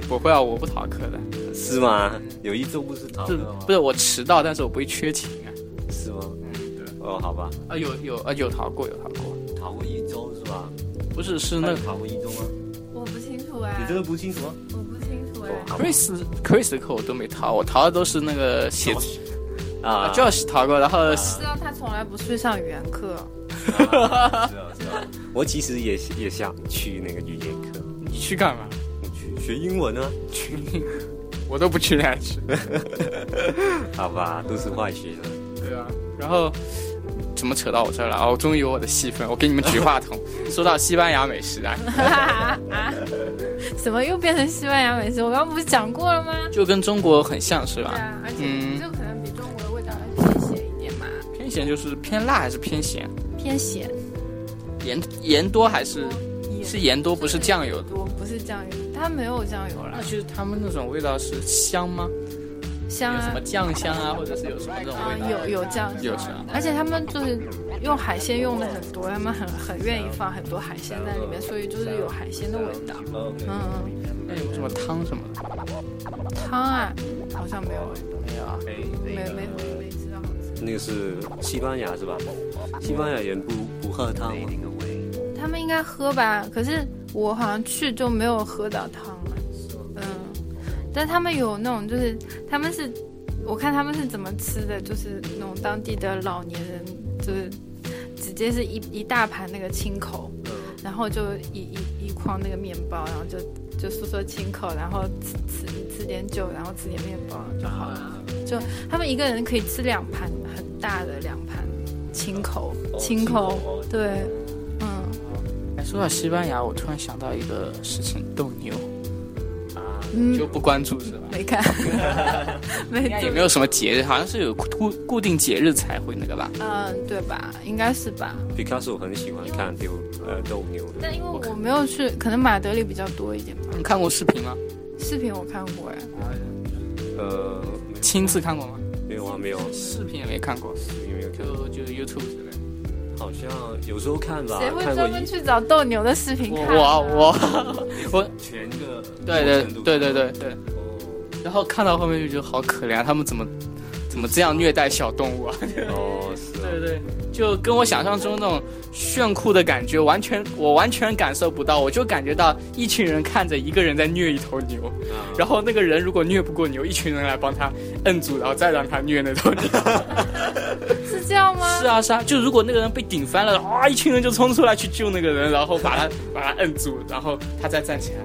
不会啊，我不逃课的，
是吗？有一周不是逃
这
课吗？
不是我迟到，但是我不会缺勤啊。
是吗？
对。
哦，好吧，
啊，有有啊，有逃过，有逃过，
逃过一周是吧？
不是是
那
那
你逃过一周吗？
我不清楚啊
你，真的不清楚啊？
我不清楚哎、
哦，好吧
Chris Chris 的课我都没逃，我逃的都是那个写字。
<laughs> 啊
啊，Josh 逃过，然后
知道他从来不去上语言课，
啊是啊是啊，我其实也也想去那个语言课，
你去干嘛？
我去学英文啊，
去你！我都不去那去。
好吧，都是坏学
<laughs>
生。
对啊，然后怎么扯到我这儿了？哦，终于有我的戏份，我给你们举话筒。 <laughs> 说到西班牙美食啊，
啊，怎么又变成西班牙美食？我刚不是讲过了吗？
就跟中国很像是
对
吧？
啊，而
嗯
且就可能比中国的味道要偏咸一点嘛，
偏咸就是偏辣还是偏咸？
偏咸，
盐盐多还是
盐
是盐多，不是酱油多？
多，不是酱油，它没有酱油
那
了，
其实他们那种味道是香吗？
香
有什
啊
么，酱香啊，或者是有什么这种
啊
味道？
有有酱，
有香。
而且他们就是用海鲜用的很多，他们很很愿意放很多海鲜在里面，所以就是有海鲜的味道。
哦
OK，
嗯，
那有什么汤什么的？
汤啊，好像没有，
没有啊。
没没没吃到好吃。
那个是西班牙是吧？西班牙人不不喝汤吗？
他们应该喝吧，可是我好像去就没有喝到汤了。嗯，但他们有那种就是他们是，我看他们是怎么吃的，就是那种当地的老年人就是。直接是一一大盘那个青口，然后就一一一筐那个面包，然后就就说说清口，然后吃吃吃点酒，然后吃点面包就好了。就他们一个人可以吃两盘很大的两盘清口，清口，对，嗯，
哎，说到西班牙，我突然想到一个事情，斗牛
啊，
嗯
就不关注是吧？
没看，没
应该也没有什么节日，好像是有固固定节日才会那个吧？
嗯，对吧？应该是吧。
皮卡索很喜欢看丢呃斗牛的，
但因为我没有去，可能马德里比较多一点吧。
你看过视频吗？
视频我看过哎，
呃，
亲自看过吗？
没有啊，没有，
视频也没看过，
你没有看，
就就 YouTube 之类的。
好像有时候看吧，
谁会
看过
专门
一
去找斗牛的视频
我
看、啊
我我我，
全个，
<laughs> 对对对对对对。
对，
然后看到后面就觉得好可怜啊，他们怎么怎么这样虐待小动物啊？ <laughs>
哦，是啊，
对对，就跟我想象中那种炫酷的感觉完全，我完全感受不到，我就感觉到一群人看着一个人在虐一头牛，
啊
然后那个人如果虐不过牛，一群人来帮他摁住，然后再让他虐那头牛。 <laughs>
是这样吗？
是啊是啊，就如果那个人被顶翻了，啊，一群人就冲出来去救那个人，然后把他把他摁住，然后他再站起来。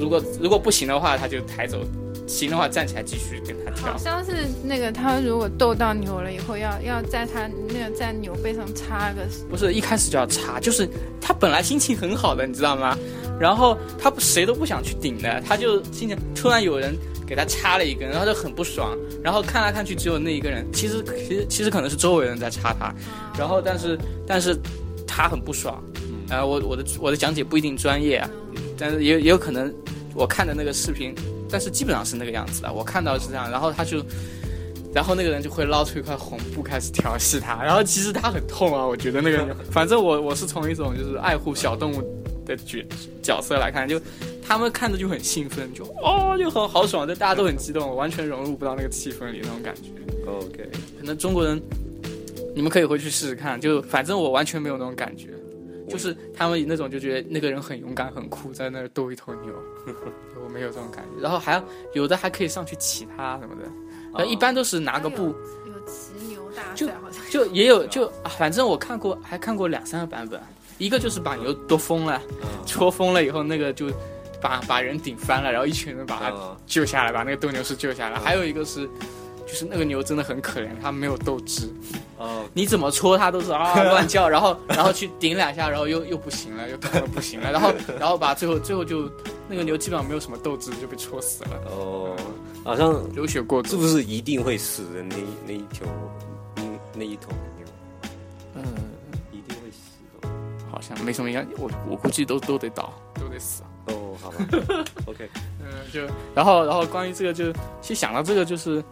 如果如果不行的话，他就抬走；行的话，站起 <laughs> 来继续跟他
好
跳。
像是那个他如果斗到牛了以后，要要在他那个在牛背上插个，
不是一开始就要插，就是他本来心情很好的，你知道吗？然后他不谁都不想去顶的，他就心情突然有人给他插了一根，然后就很不爽，然后看来看去只有那一个人，其实其实其实可能是周围人在插他，然后但是但是他很不爽，呃，我我的我的讲解不一定专业啊，
嗯
但是也有也有可能我看的那个视频，但是基本上是那个样子的，我看到是这样，然后他就。然后那个人就会捞出一块红布开始调戏他，然后其实他很痛啊，我觉得那个人，反正我我是从一种就是爱护小动物的角角色来看，就他们看着就很兴奋，就哦就很好爽，就大家都很激动，我完全融入不到那个气氛里那种感觉。
，OK，
可能中国人，你们可以回去试试看，就反正我完全没有那种感觉，就是他们那种就觉得那个人很勇敢很酷，在那儿斗一头牛， <laughs> 我没有这种感觉。然后还要有的还可以上去骑它什么的，
哦
那一般都是拿个布。
有骑牛大
就
好像
就也有就、啊反正我看过，还看过两三个版本，一个就是把牛剁疯了，
啊
戳疯了以后，那个就把把人顶翻了，然后一群人把他
啊，
救下来，把那个斗牛士救下来。还有一个是，就是那个牛真的很可怜，它没有斗志，
哦，
你怎么戳它都是啊乱叫，然后然后去顶两下，然后又又不行了，又痛了不行了，然后然后把最后最后就那个牛基本上没有什么斗志就被戳死了，
哦，好像
流血过
是
度。
不是一定会死的那一那一头，那那一头牛
嗯，
一定会死的？哦
好像没什么影响，我我估计都都得倒，都得死。
哦，好吧 <laughs> ，OK，
嗯，就然后然后关于这个就，其实想到这个就是，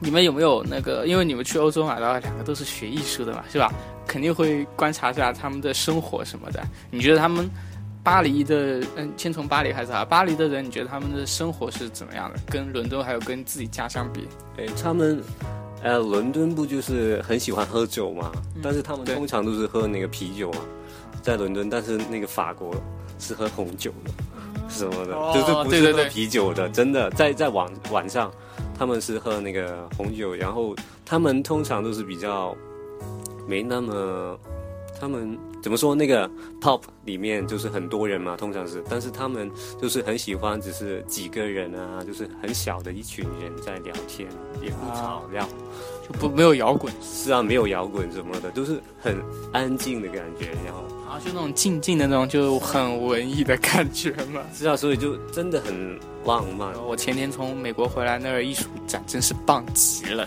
你们有没有那个？因为你们去欧洲嘛，然后两个都是学艺术的嘛，是吧？肯定会观察一下他们的生活什么的。你觉得他们巴黎的，嗯，先从巴黎开始啊。巴黎的人，你觉得他们的生活是怎么样的？跟伦敦还有跟自己家相比，
哎，他们。呃，伦敦不就是很喜欢喝酒嘛？但是他
嗯
们
对
通常都是喝那个啤酒嘛，在伦敦，但是那个法国是喝红酒的，什么的，
哦
就是不
对
是
对
喝
对
啤酒的，真的在在晚晚上，他们是喝那个红酒，然后他们通常都是比较没那么，他们怎么说那个 pop 里面就是很多人嘛，通常是，但是他们就是很喜欢，只是几个人啊，就是很小的一群人在聊天，也不吵闹。
就不没有摇滚
是啊，没有摇滚什么的，都是很安静的感觉，然后。
啊，就那种静静的那种，就很文艺的感觉嘛。 <laughs>
是啊，所以就真的很浪漫。
我前天从美国回来，那儿艺术展真是棒极了。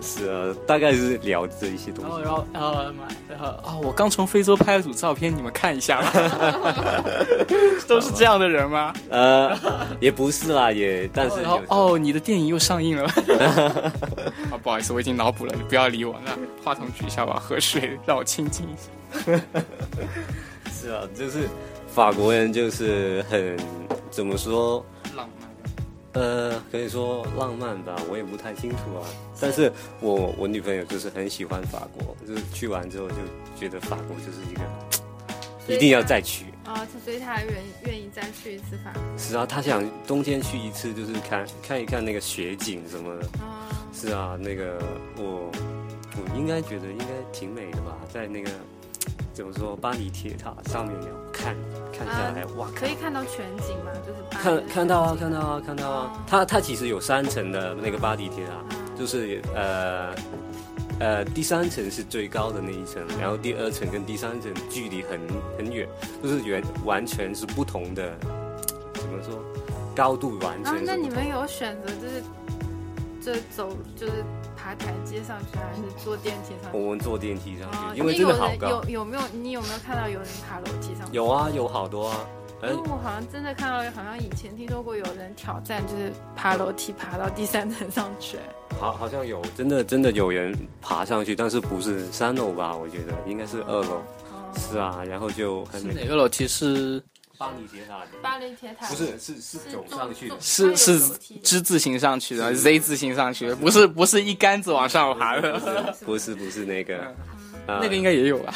是啊，大概是聊这一些东
哦然后，
西。
然后，然后，妈，然后啊、我刚从非洲拍了组照片，你们看一下吧。 <laughs> 都是这样的人吗？
呃，也不是啦，也但是
然后
有，
哦，你的电影又上映了。 <laughs> 啊，不好意思，我已经脑补了，你不要理我。那话筒举一下，我要喝水，让我清静一下。
是啊，就是法国人就是很怎么说，
浪漫。
呃，可以说浪漫吧，我也不太清楚啊。但是我我女朋友就是很喜欢法国，就是去完之后就觉得法国就是一个一定要再去。
啊、哦，所以他还愿愿意再去一次法国
是啊，她想冬天去一次，就是看看一看那个雪景什么的。
啊、
是啊，那个我我应该觉得应该挺美的吧，在那个怎么说巴黎铁塔上面有看看下来，哇，
啊可以看到全景吗？就是巴黎的
看看到啊，看
全景
到啊，看到啊！它它其实有三层的那个巴黎铁塔，啊就是呃呃第三层是最高的那一层，然后第二层跟第三层距离很很远，就是远完全是不同的，怎么说高度完全
啊
是，
那
不
你
同
们有选择就是这走就是爬台阶上去，还是坐电梯上去？
我们坐电梯上
哦
去，因为
你
真的
有
好
人
高
有。有没有你有没有看到有人爬楼梯上去？
有啊，有好多啊，
因
而
为我好像真的看到，好像以前听说过有人挑战，就是爬楼梯爬到第三层上去。
好好像有真的真的有人爬上去，但是不是三楼吧？我觉得应该是二楼。
哦，
是啊，然后就很
是哪个楼梯？是
巴黎铁塔的。
巴黎铁塔
不是，是是走上去的，
是是
之
之字形上去的，Z 字形上去的，不是不是一杆子往上爬 <laughs> 的，
不是不是那个，啊
那个应该也有吧？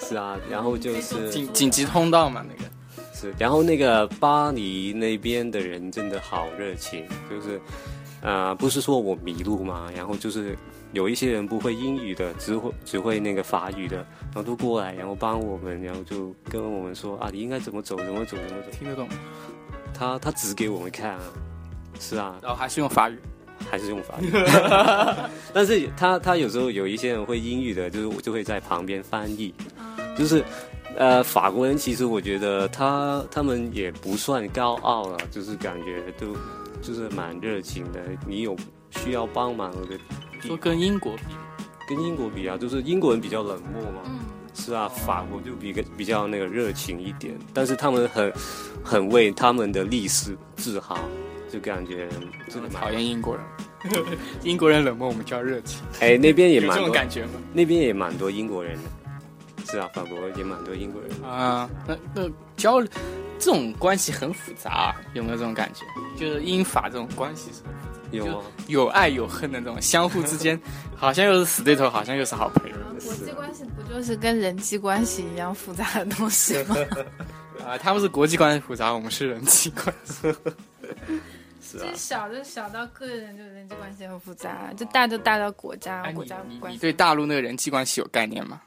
是啊，然后就是
紧紧急通道嘛，那个。
是，然后那个巴黎那边的人真的好热情，就是，呃，不是说我迷路嘛，然后就是有一些人不会英语的，只会只会那个法语的，然后都过来，然后帮我们，然后就跟我们说啊，你应该怎么走，怎么走，怎么走，
听得懂吗，
他他指给我们看啊，是啊，
然后哦还是用法语。
还是用法语，但是他他有时候有一些人会英语的，就是我就会在旁边翻译，就是呃法国人其实我觉得他他们也不算高傲了，就是感觉都就是蛮热情的，你有需要帮忙的地
说
方，
跟英国比，
跟英国比啊，就是英国人比较冷漠嘛，
嗯
是啊，法国就比比较那个热情一点，但是他们很很为他们的历史自豪，就感觉真的蛮
哦讨厌英国人。 <laughs> 英国人冷漠，我们就要热情，
哎那边也
有
蛮
这种
多
感觉吗？
那边也蛮多英国人的，是啊，法国也蛮多英国人。
啊，那那交流这种关系很复杂、啊，有没有这种感觉？就是英法这种关系是
有啊，
有爱有恨的那种，相互之 <laughs> 间好像又是死对头，好像又是好朋友
国际关系不就是跟人际关系一样复杂的东西
<laughs>
吗？
啊、他们是国际关系复杂，我们是人际关系。
是
<laughs> 就
啊
是，小就小到个人，就人际关系很复杂；就大就大到国家，
哎
国家
你你
关
你
系。
对大陆那个人际关系有概念吗？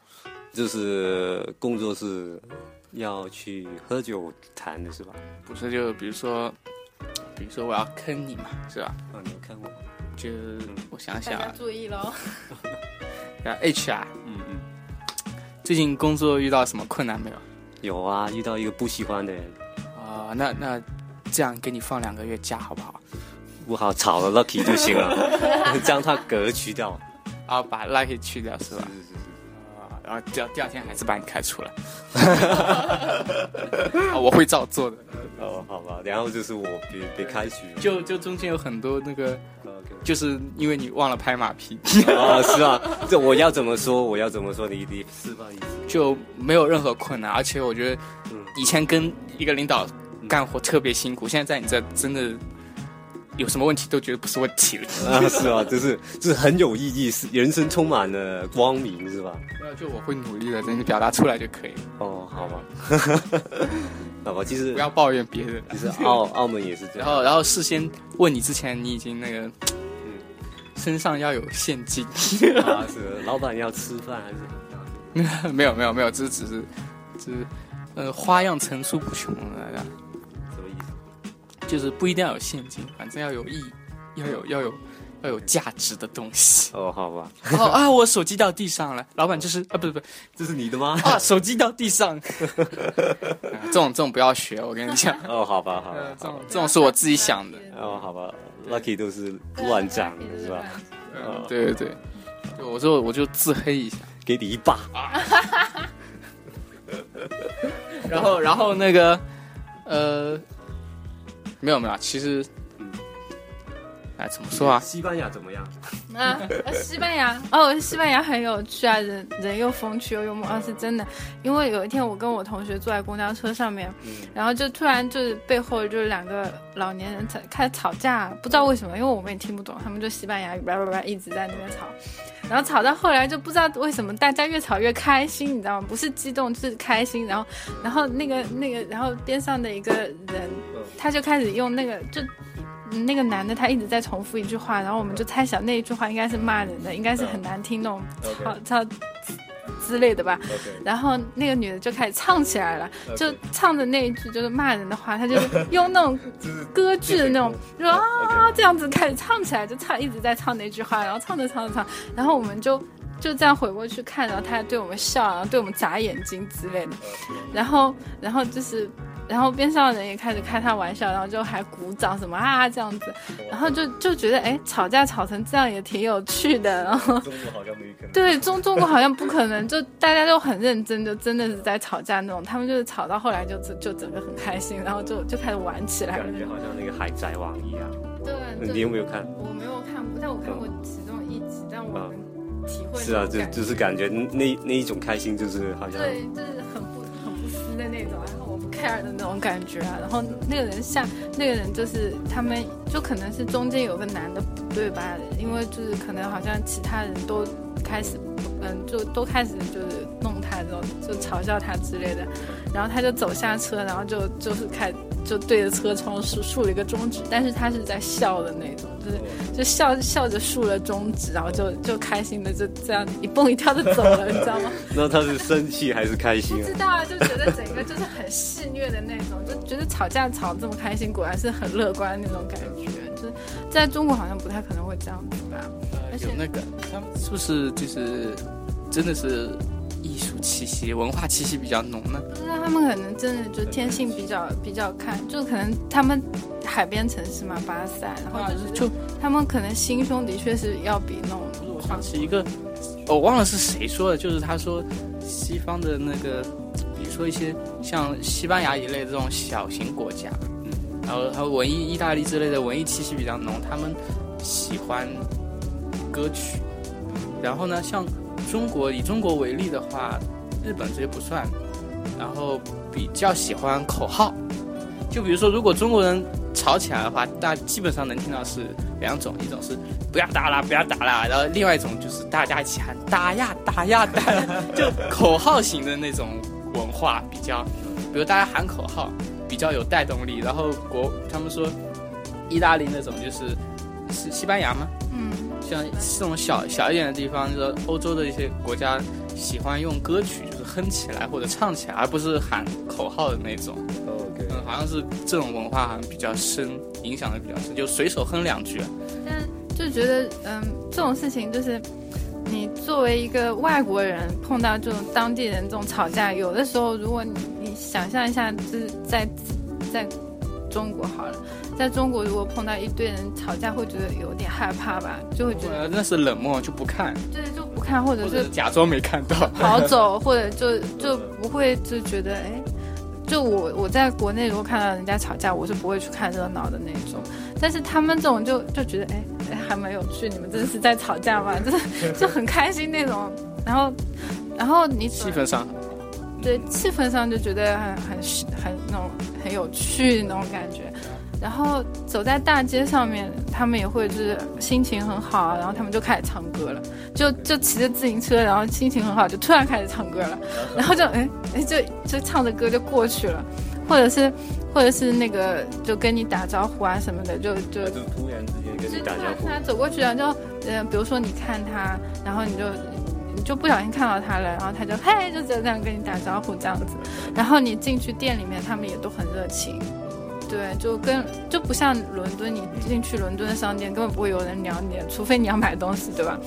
就是工作是要去喝酒谈的是吧？
不是，就比如说，比如说我要坑你嘛，是吧？
啊，你有看过？
就我想
大
想
家
啊，
注意喽！
然后 HR
嗯嗯，
最近工作遇到什么困难没有？
有啊，遇到一个不喜欢的人，
啊、那那这样给你放两个月假好不好？
不好炒了 Lucky 就行 <laughs> 了，将他隔去掉。
然后把 lucky 去掉是吧？
是是，
啊，然后第二第二天还是把你开除 <laughs> 了。啊，我会照做的。
哦，好吧，然后就是我被被开除了。
就就中间有很多那个，
OK
就是因为你忘了拍马屁， <laughs>
啊，是啊，这我要怎么说？我要怎么说？你你示范一次。
就没有任何困难。而且我觉得
嗯，
以前跟一个领导干活特别辛苦，现在在你这真的有什么问题都觉得不是问题 <laughs> 了。
啊，是啊，就是就是很有意义，是人生充满了光明，是吧？
那就我会努力的，等你表达出来就可以了，
哦，好 <laughs> 吧，好吧，其实
不要抱怨别人。
其实澳澳门也是这
然
样，
后，然后事先问你之前，你已经那个，
嗯
身上要有现金。
啊是老板要吃饭还是很大
<laughs>
声
没有，没有，没有，只是只是只是，呃，花样层出不穷的，
什么意思？。
就是不一定要有现金，反正要有意，要有要有要有价值的东西 <laughs>
哦，好吧，
然后啊，我手机掉地上了，老板就是啊，不是不是
这是你的吗？
啊，手机掉地上， <laughs> 啊这种这种不要学，我跟你 <laughs> 讲，
哦，好吧，好
呃
吧，
这
好
种
吧
这种是我自己想的。
哦，好吧，Lucky 都是乱讲的
啊
是吧？？
嗯对对对，就我说我就自黑一下。
给你一把，
然后，然后那个，呃，嗯没有没有，其实，哎，怎么说啊？
西班牙怎么样？
<laughs> 啊，呃西班牙哦，西班牙很有趣啊，人人又风趣又幽默啊，是真的。因为有一天我跟我同学坐在公交车上面，
嗯
然后就突然就是背后就是两个老年人吵开始吵架，不知道为什么，因为我们也听不懂，他们就西班牙语叭叭叭一直在那边吵，然后吵到后来就不知道为什么大家越吵越开心，你知道吗？不是激动就是开心，然后然后那个那个然后边上的一个人他就开始用那个就。嗯那个男的他一直在重复一句话，然后我们就猜想那一句话应该是骂人的，应该是很难听那种
嗯
超超之类的吧。
OK，
然后那个女的就开始唱起来了， <laughs> 就唱的那一句就是骂人的话， <laughs> 她就是用那种
就是
歌剧的那种，就啊
OK
这样子开始唱起来，就唱一直在唱那句话，然后唱着唱着唱，然后我们就就这样回过去看，然后她对我们笑，然后对我们眨眼睛之类的，然后然后就是。然后边上的人也开始开她玩笑，然后就还鼓掌什么啊这样子，然后就就觉得哎吵架吵成这样也挺有趣的，然后
中国好像没可能。
对中中国好像不可能，就大家都很认真，就真的是在吵架那种。他们就是吵到后来就就就整个很开心，然后就就开始玩起来了。
感觉好像那个海贼王一样。
啊对，啊就
你有没有看？
我没有看过，但我看过其中一集，但我能体会
啊是啊，
那种
就
感觉
就是感觉那那一种开心，就是好像
对，就是很不很不思的那种，然后我不 care 的那种感觉啊。然后那个人下，那个人就是他们，就可能是中间有个男的不对吧？因为就是可能好像其他人都开始，嗯，就都开始就是弄他这种，就嘲笑他之类的。然后他就走下车，然后就就是开就对着车窗竖竖了一个中指，但是他是在笑的那种，就是
哦
就笑笑着竖了中指，然后就就开心的就这样一蹦一跳的走了，你知道吗？
那他是生气还是开
不
心
知
啊？
道 <laughs> 啊，就觉得整个就是很戏谑的那种，就觉得吵架吵这么开心，果然是很乐观的那种感觉。就是在中国好像不太可能会这样子吧？而且
有那个，他们是不是就是真的是艺术气息、文化气息比较浓呢？
不知道他们可能真的就天性比较比较看，就可能他们海边城市嘛，巴塞，然后啊就是
就
他们可能心胸的确是要比那种
我想起一个，哦我忘了是谁说的，就是他说西方的那个，比如说一些像西班牙一类的这种小型国家，嗯，然后还有文艺意大利之类的文艺气息比较浓，他们喜欢歌曲。然后呢，像中国以中国为例的话，日本这些不算，然后比较喜欢口号。就比如说，如果中国人吵起来的话，大基本上能听到是两种，一种是不要打啦，不要打啦。然后另外一种就是大家一起喊打呀打呀打呀， <laughs> 就口号型的那种文化比较，比如大家喊口号比较有带动力。然后国他们说意大利那种就是是西班牙吗？
嗯，
像这种小小一点的地方，就是欧洲的一些国家喜欢用歌曲就是哼起来或者唱起来，而不是喊口号的那种。
哦
OK，
嗯，好像是这种文化好像比较深，影响的比较深，就随手哼两句。
但就觉得嗯，这种事情就是你作为一个外国人碰到这种当地人这种吵架，有的时候如果你你想象一下，就是在在中国好了，在中国如果碰到一堆人吵架，会觉得有点害怕吧，就会觉得
呃，那是冷漠就不看，
对就不看，或者
或
是
者假装没看到。 <laughs>
跑走，或者就就不会就觉得哎，就我我在国内如果看到人家吵架，我是不会去看热闹的那种。但是他们这种就就觉得哎哎还蛮有趣，你们这是在吵架吗？就是就很开心那种。然后然后你
气氛上，
对气氛上就觉得很很很那种很有趣那种感觉。然后走在大街上面，他们也会就是心情很好啊，然后他们就开始唱歌了，就就骑着自行车，然后心情很好，就突然开始唱歌了，然后就哎哎就就唱着歌就过去了，或者是或者是那个就跟你打招呼啊什么的，就就
就是突然之间跟
就
你
是
打
突
招
然
呼
突，然走过去，然后就，呃，比如说你看他，然后你就你就不小心看到他了，然后他就嘿，就这样跟你打招呼这样子，然后你进去店里面，他们也都很热情。对，就跟就不像伦敦，你进去伦敦的商店根本不会有人聊你，除非你要买东西，对吧？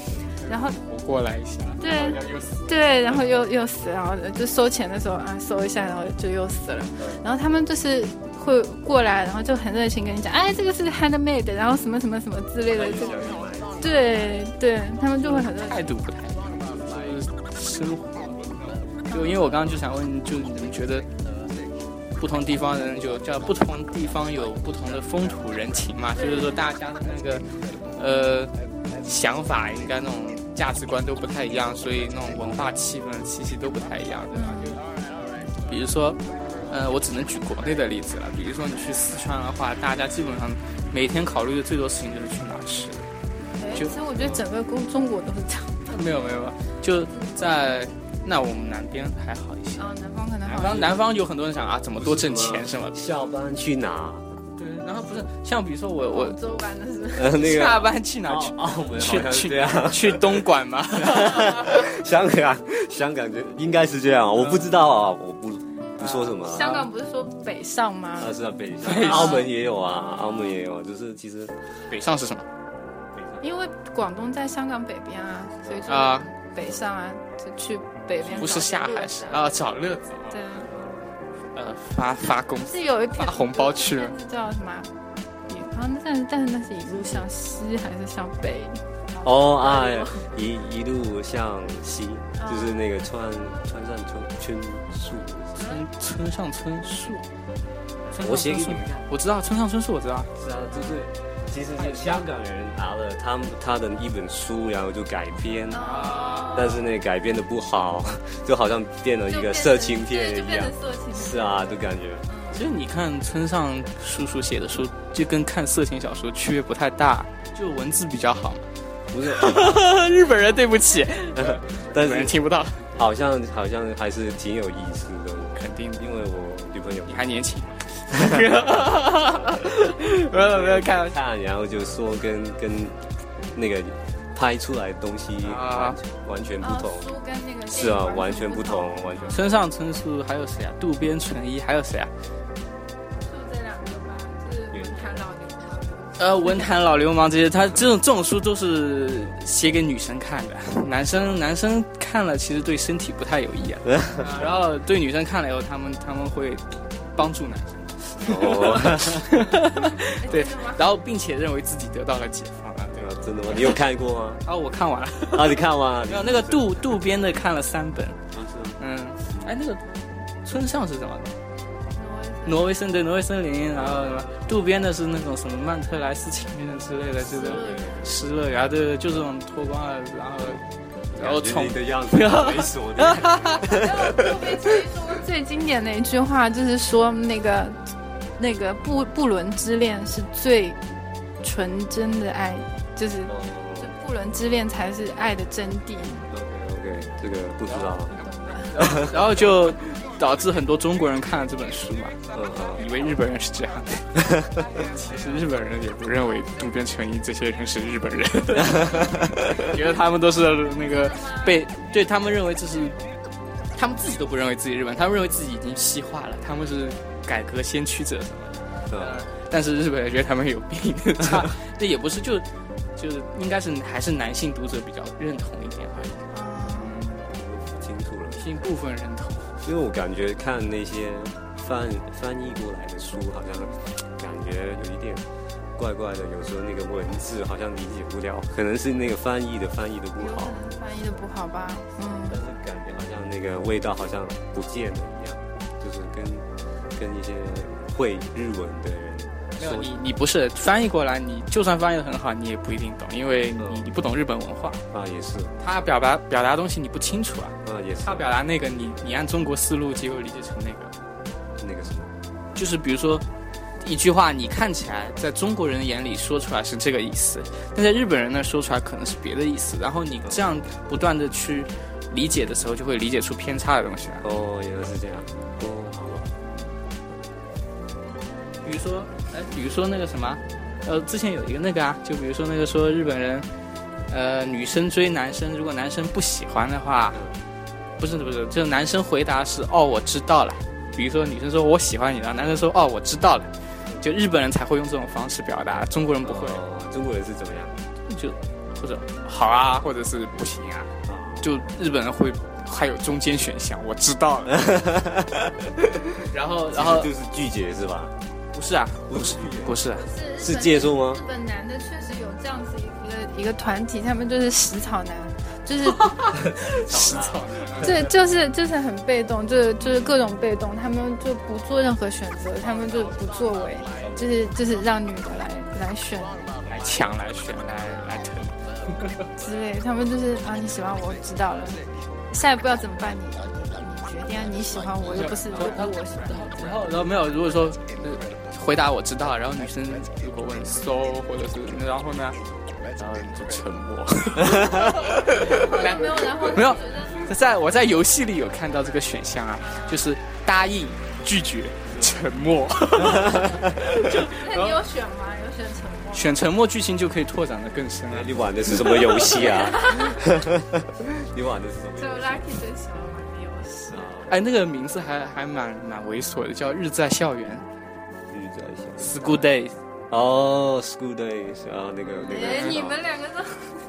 然后
我过来一下。
对
好像又死
对，然后又又死，然后就收钱的时候啊，收一下，然后就又死了。然后他们就是会过来，然后就很热情跟你讲，哎，这个是 handmade，然后什么什么什么之类的，就对对，他们就会很热情。
态度不太一样，就是生活。就因为我刚刚就想问，就你们觉得呃不同地方人就叫不同地方有不同的风土人情嘛？就是说大家的那个呃想法，应该那种价值观都不太一样，所以那种文化气氛气息都不太一样，对吧？就比如说，呃，我只能举国内的例子了。比如说你去四川的话，大家基本上每天考虑的最多事情就是去哪儿吃。
哎其
就
实我觉得整个中中国都是这样。
没有没有，没有，就在那我们南边还哦好一些。
啊，南方可能
南
好像
方南方有很多人想啊，怎么多挣钱什么的。
下班去哪？
对，哦然后不是像比如说我
广
我
州玩的是
呃，那
下
个哦
班去哪去？
澳门好
去
像是这样，
去去东莞
<laughs>
吗？
香港香港就应该是这样，我不知道啊，我不不说什么啊。
香港不是说北上吗？
啊是啊，北澳门也有啊，澳门也有，就是其实
北上是什么？
因为广东在香港北边啊，所以
啊
就北上啊，就去北边。
不是下海是啊，找乐子，
对，
呃，发发工资
是有一片
发红包去了，
那叫什么啊？也啊，那但是但是那是一路向西还是向北？
哦啊，一一路向西，就是那个川川上春春树，
村村上春树。村上
我写给
春树
你们看。
我知道村上春树，我知道。
是啊，就是其实是香港人拿了他们他的一本书，然后就改编，但是那改编的不好，就好像变了一个色情片
对就
一
变
样
成。色情片。
是啊，就感觉
其实你看村上叔叔写的书，就跟看色情小说区别不太大，就文字比较好。
不是，
<laughs> 日本人，对不起，
但
日本人
是
听不 <laughs> 到，
好像好像还是挺有意思的，
肯定的
因为我女朋友
你还年 <laughs> 轻。没有没有开玩笑，
看，然后就说跟跟那个拍出来的东西
啊
完完全不
哦
同，
书跟那个
是啊，
电影
完全不同，完全。
村上春树还有谁啊？渡边淳一还有谁啊？
就这两个吧，就是文坛老流氓。
呃，文坛老流氓这些，他这种这种书都是写给女生看的，男生男生看了其实对身体不太有 <laughs> 益啊。啊然后对女生看了以后，他们他们会帮助男生， <laughs>
哦，
哎
对
真的吗，
然后并且认为自己得到了解放啊。对吧？
真的吗？你有看过吗？
啊，我看完了，
啊，你看吗？
没有那个渡渡边的看了三本，
是
嗯，哎，那个村上是什么？
挪威森
挪威森对挪威森林，然后什么渡边的是那种什么曼特莱斯情人之类的，这种失乐园，啊对对，就这种脱光了，然后然后宠
你的样子猥琐
<laughs>
的，
最经典的一句话就是说，那个那个布布伦之恋是最纯真的爱，就是就
哦
布伦之恋才是爱的真谛。
OK，这个不知道，
然后就导致很多中国人看了这本书嘛，
嗯嗯，
以为日本人是这样的， <laughs> 其实日本人也不认为渡边淳一这些人是日本人， <laughs> 觉得他们都是那个被对他们认为这是，他们自己都不认为自己日本，他们认为自己已经西化了，他们是改革先驱者什么的，
嗯
但是日本人觉得他们有病， <laughs> 差这也不是就就是应该是还是男性读者比较认同一点而已，
不嗯清楚了，
女性部分认同。
因为我感觉看那些翻翻译过来的书，好像感觉有一点怪怪的，有时候那个文字好像理解不了，可能是那个翻译的翻译的不
有可
好，
能翻译的不好吧？嗯
但，是感觉好像那个味道好像不见了一样，就是跟跟一些会日文的人
没有
说
你，你不是翻译过来，你就算翻译的很好，你也不一定懂，因为你
嗯
你不懂日本文化，
啊，也是
他表达表达东西你不清楚啊，
啊，也是
他表达那个你你按中国思路，结果理解成那个，
那个什么。
就是比如说一句话，你看起来在中国人眼里说出来是这个意思，但在日本人那说出来可能是别的意思，然后你这样不断的去理解的时候，就会理解出偏差的东西来。
哦，原来是这样。哦，好吧。
比如说，哎，比如说那个什么，呃，之前有一个那个啊，就比如说那个说日本人，呃，女生追男生，如果男生不喜欢的话，不是不是，就是男生回答是哦我知道了，比如说女生说我喜欢你了，男生说哦我知道了，就日本人才会用这种方式表达，中国人不会，
哦，中国人是怎么样？
就或者好啊，或者是不行啊，
啊，
就日本人会还有中间选项，我知道
<laughs>
了，然后然后
就是拒绝是吧？
不是啊，
不是拒
不是啊。
是接受吗
日？本男的确实有这样子一个一个团体，他们就是食草男，
<laughs>
就是
食草，
对，就是就是很被动，就是就是各种被动，他们就不做任何选择，他们就不作为，就是就是让女的来来选
来抢、来选、来来疼。
之类，他们就是啊你喜欢我，我知道了，下一步要怎么办你？你决定啊，你喜欢我又不是又不是我喜欢你，
然后，然后没有，如果说、呃回答我知道，然后女生如果问 so 或者是然后呢，然后就沉默。
然后没有然后
没有，在我在游戏里有看到这个选项啊，就是答应、拒绝、沉沉默，
那你有选吗？有选沉默吗？
选沉默剧情就可以拓展的更深了
哎。你玩的是什么游戏
<laughs>
啊？你玩的是什么
就
游戏
Lucky 最喜欢玩的游戏。
啊？
哎，那个名字还还蛮蛮猥琐的，叫《日在校园
日在校》
（School Days）。
哦，School Days 啊，那个那个
哎，
知道
你们两个都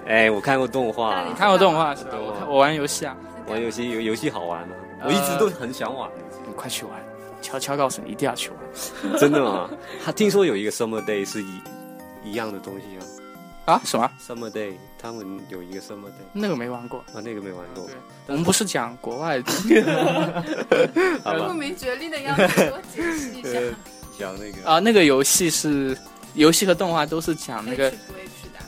哎，我看过动
那
画
你，
你看过动画是吧？
对
我看我玩游戏啊，
玩游戏游游戏好玩吗？啊
呃
我一直都很想玩，
你快去玩！悄悄告诉你，一定要去玩。
真的吗？他听说有一个 Summer Day 是一一样的东西啊
啊？什么？
，Summer Day 他们有一个 Summer Day
那个没玩过。
啊，那个没玩过
对，我们不是讲国外的，
好
不
吧？
呃
明觉厉的样子，给我解释一下。
呃，讲那个
啊，那个游戏是游戏和动画都是讲那个
可以去不会去的，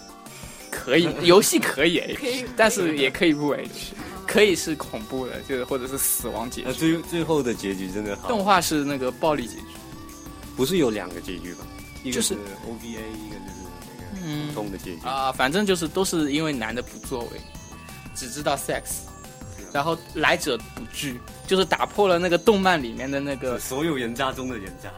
可以，游戏 <laughs> 可以
可以
H，但是也可以不 H，可以是恐怖的，就是或者是死亡结
那
局。
最最后的结局真的好，
动画是那个暴力结局，
不是有两个结局吧？一个
就是是
OVA，一个就是那个
嗯
普通的结局。
啊、反正就是都是因为男的不作为，只知道 sex，然后来者不拒，就是打破了那个动漫里面的那个
呃所有人渣中的人渣，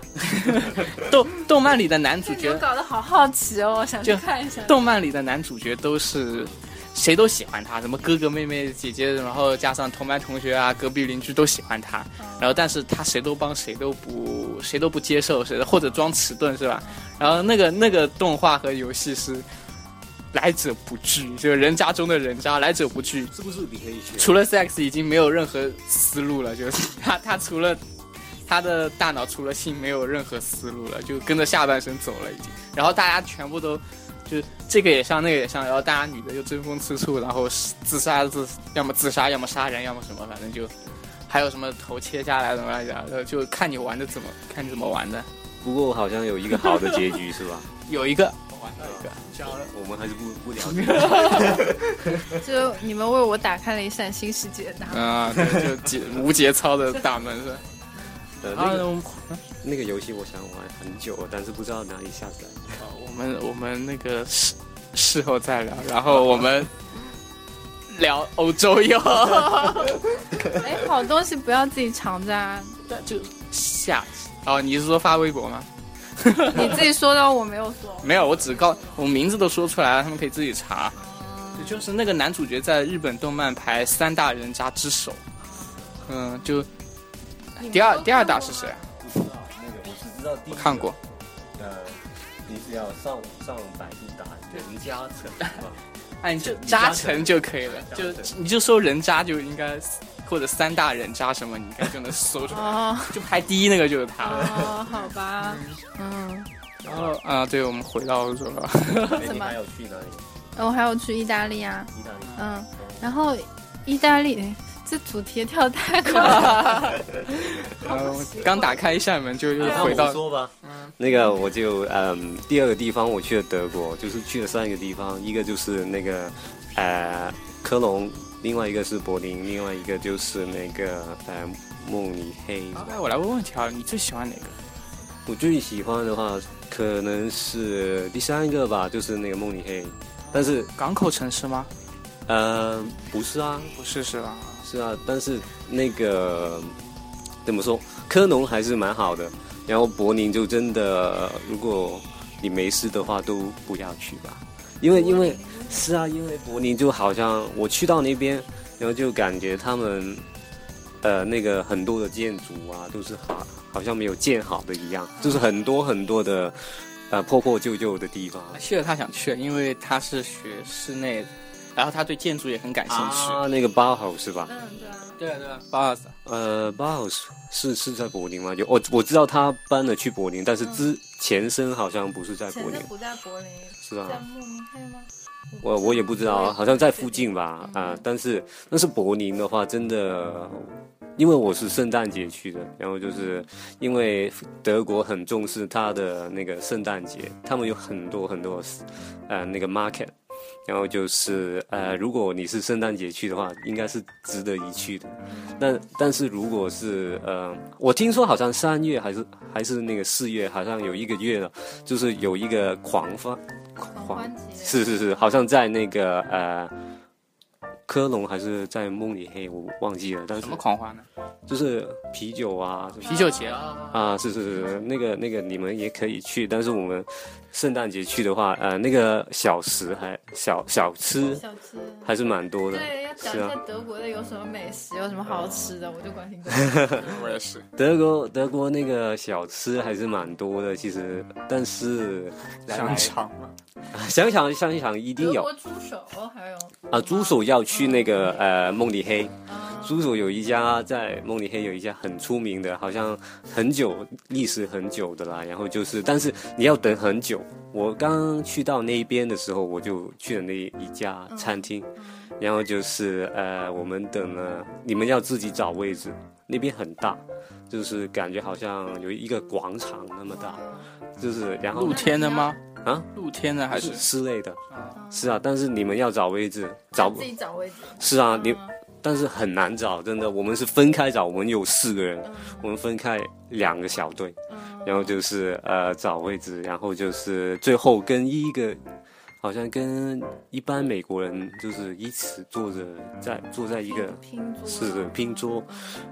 动动漫里的男主
这你们
角，
搞得好好奇哦，想去
就
看一下。
动漫里的男主角都是谁都喜欢他，什么哥哥妹妹姐姐，然后加上同班同学啊，隔壁邻居都喜欢他，然后但是他谁都帮谁都不谁都不接受谁，或者装迟钝是吧？然后那个那个动画和游戏是。来者不拒，就是人渣中的人渣，来者不拒，
是不是比黑圈？
除了 sex 已经没有任何思路了，就是 <laughs> 他他除了他的大脑除了性没有任何思路了，就跟着下半身走了已经。然后大家全部都就是这个也上那个也上，然后大家女的又争风吃醋，然后自杀自要么自杀要么杀人要么什么，反正就还有什么头切下来怎么来着，呃就看你玩的怎么看你怎么玩的。
不过好像有一个好的结局是吧？ <laughs>
有一个我玩到一个，
呃我们还是不不 <laughs> 了解。
就你们为我打开了一扇新世界的大门。
啊、对，就节无节操的大门是吧。
呃
啊
那，个
我们
那个游戏我想玩很久了，但是不知道哪里下载。
我们我们那个事事后再聊，然后我们聊欧洲游，
哎，好东西不要自己藏着啊！
就 <laughs> 下哦，你是说发微博吗？
你自己说的，我没有说。
没有，我只告我名字都说出来了，他们可以自己查。就是那个男主角在日本动漫排三大人渣之首，嗯，就第二第二大是谁？
不知道那个，我只知道第
我看过。
呃，你只要上上百度打人家城，
哎，你就渣城就可以了，就你就搜人渣就应该，或者三大人渣什么，你应该就能搜 <laughs> 出来。
哦
就排第一那个就是他。啊
哦，好吧，嗯，
然后啊，对，我们回到欧洲了。
哎
<laughs> 怎
你
么
还有去哪里？
我还有去意大利啊，
意大利。
嗯，然后意大利哎这主题跳太
<laughs>
快了，
呃， <laughs> 我刚打开一扇门就又
那
回
啊我
到
说吧，那个我就嗯，第二个地方我去了德国，就是去了三个地方，一个就是那个呃科隆，另外一个是柏林，另外一个就是那个呃慕尼黑。
啊我来问问条，你最喜欢哪个？
我最喜欢的话可能是第三个吧，就是那个慕尼黑，但是
港口城市吗？
呃不是啊，
不是是吧？
是啊，但是那个怎么说，科农还是蛮好的，然后柏林就真的，如果你没事的话，都不要去吧，因为因为是啊，因为柏林就好像我去到那边，然后就感觉他们呃那个很多的建筑啊，都是好好像没有建好的一样，就是很多很多的呃破破旧旧的地方。
啊去了他想去，因为他是学室内的，然后他对建筑也很感兴趣。
啊，那个包豪是吧？
嗯，对啊，
对啊对啊，巴尔萨。
呃 b o s 是是在柏林吗？就我我知道他搬了去柏林，但是之前身好像不是在
嗯
柏
前
林
阵，不在柏林，
是
在
吧？
慕尼黑吗？
啊我我也不知
我也
道，
不
好像在附近吧啊、但是但是柏林的话，真的，因为我是圣诞节去的，然后就是因为德国很重视他的那个圣诞节，他们有很多很多呃那个 market。然后就是呃，如果你是圣诞节去的话，应该是值得一去的。那但是如果是呃，我听说好像三月还是还是那个四月，好像有一个月了，就是有一个狂欢，狂
狂欢节
是是是，好像在那个呃科隆还是在梦里黑，我忘记了，但是
什么嗯狂欢呢？
就是啤酒啊，什么
啤酒节啊，
啊，是是是，那个那个你们也可以去，但是我们圣诞节去的话，呃，那个小食还小小吃
小吃。
还是蛮多的，
对，要讲
是
一
啊
下。德国的有什么美食，有什么好吃的，我就关心。
我也是。
德国德国那个小吃还是蛮多的，其实，但是来
香肠嘛，
想想想想一定
德
有
国猪手还有
啊，猪手要去那个呃梦里黑，
啊，
猪手有一家在梦里黑有一家很出名的，好像很久历史很久的啦。然后就是，但是你要等很久。我刚去到那边的时候，我就去了那一家餐厅，
嗯
然后就是呃，我们等了，你们要自己找位置，那边很大，就是感觉好像有一个广场那么大，就是然后
露天的吗？
啊，
露天的还是
是室内的，
啊
是啊，但是你们要找位置，找不
自己找位置。
是啊，你但是很难找，真的。我们是分开找，我们有四个人，我们分开两个小队，
嗯
然后就是呃找位置，然后就是最后跟一个，好像跟一般美国人就是一起坐着在坐在一个
哦拼桌
是的拼桌，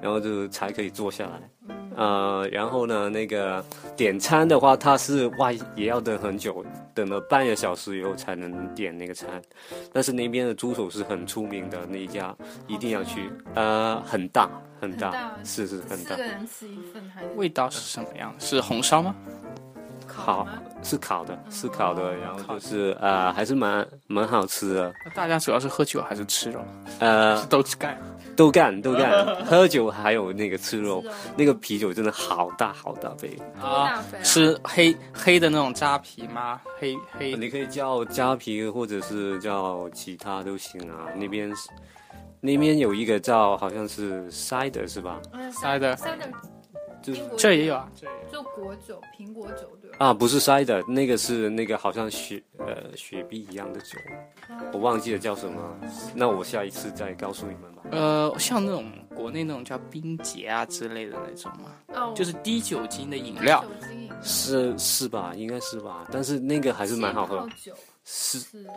然后就才可以坐下来。呃，然后呢，那个点餐的话，它是哇也要等很久，等了半个小时以后才能点那个餐。但是那边的猪手是很出名的那一家，一定要去。呃，很大很
很
大，
大
是是很
四
大
个，人吃一份还是
味道是什么样的？是红烧吗？
烤
吗
是烤的，
嗯
是烤的，然后就是呃还是蛮蛮好吃的。
那大家主要是喝酒还是吃肉？
呃
是，都吃干。
都干都
<laughs>
干，喝酒还有那个吃肉
吃肉，
那个啤酒真的好大好大杯。
多大份啊
是黑黑的那种扎啤吗？黑黑
你可以叫加皮，或者是叫其他都行啊。那边是那边有一个叫好像是 cider 是吧？
嗯
塞的
塞的
就是
英国
这也有啊，
就果酒苹果酒对吧？
啊，不是 cider，那个是那个好像雪呃雪碧一样的酒，我忘记了叫什么了。那我下一次再告诉你们吧。
呃，像那种国内那种叫冰结啊之类的那种嘛，
啊
哦，
就是低酒精的饮料
酒。精饮料
是是吧？应该是吧？但是那个还是蛮好喝
气
的
泡，酒
是
是对是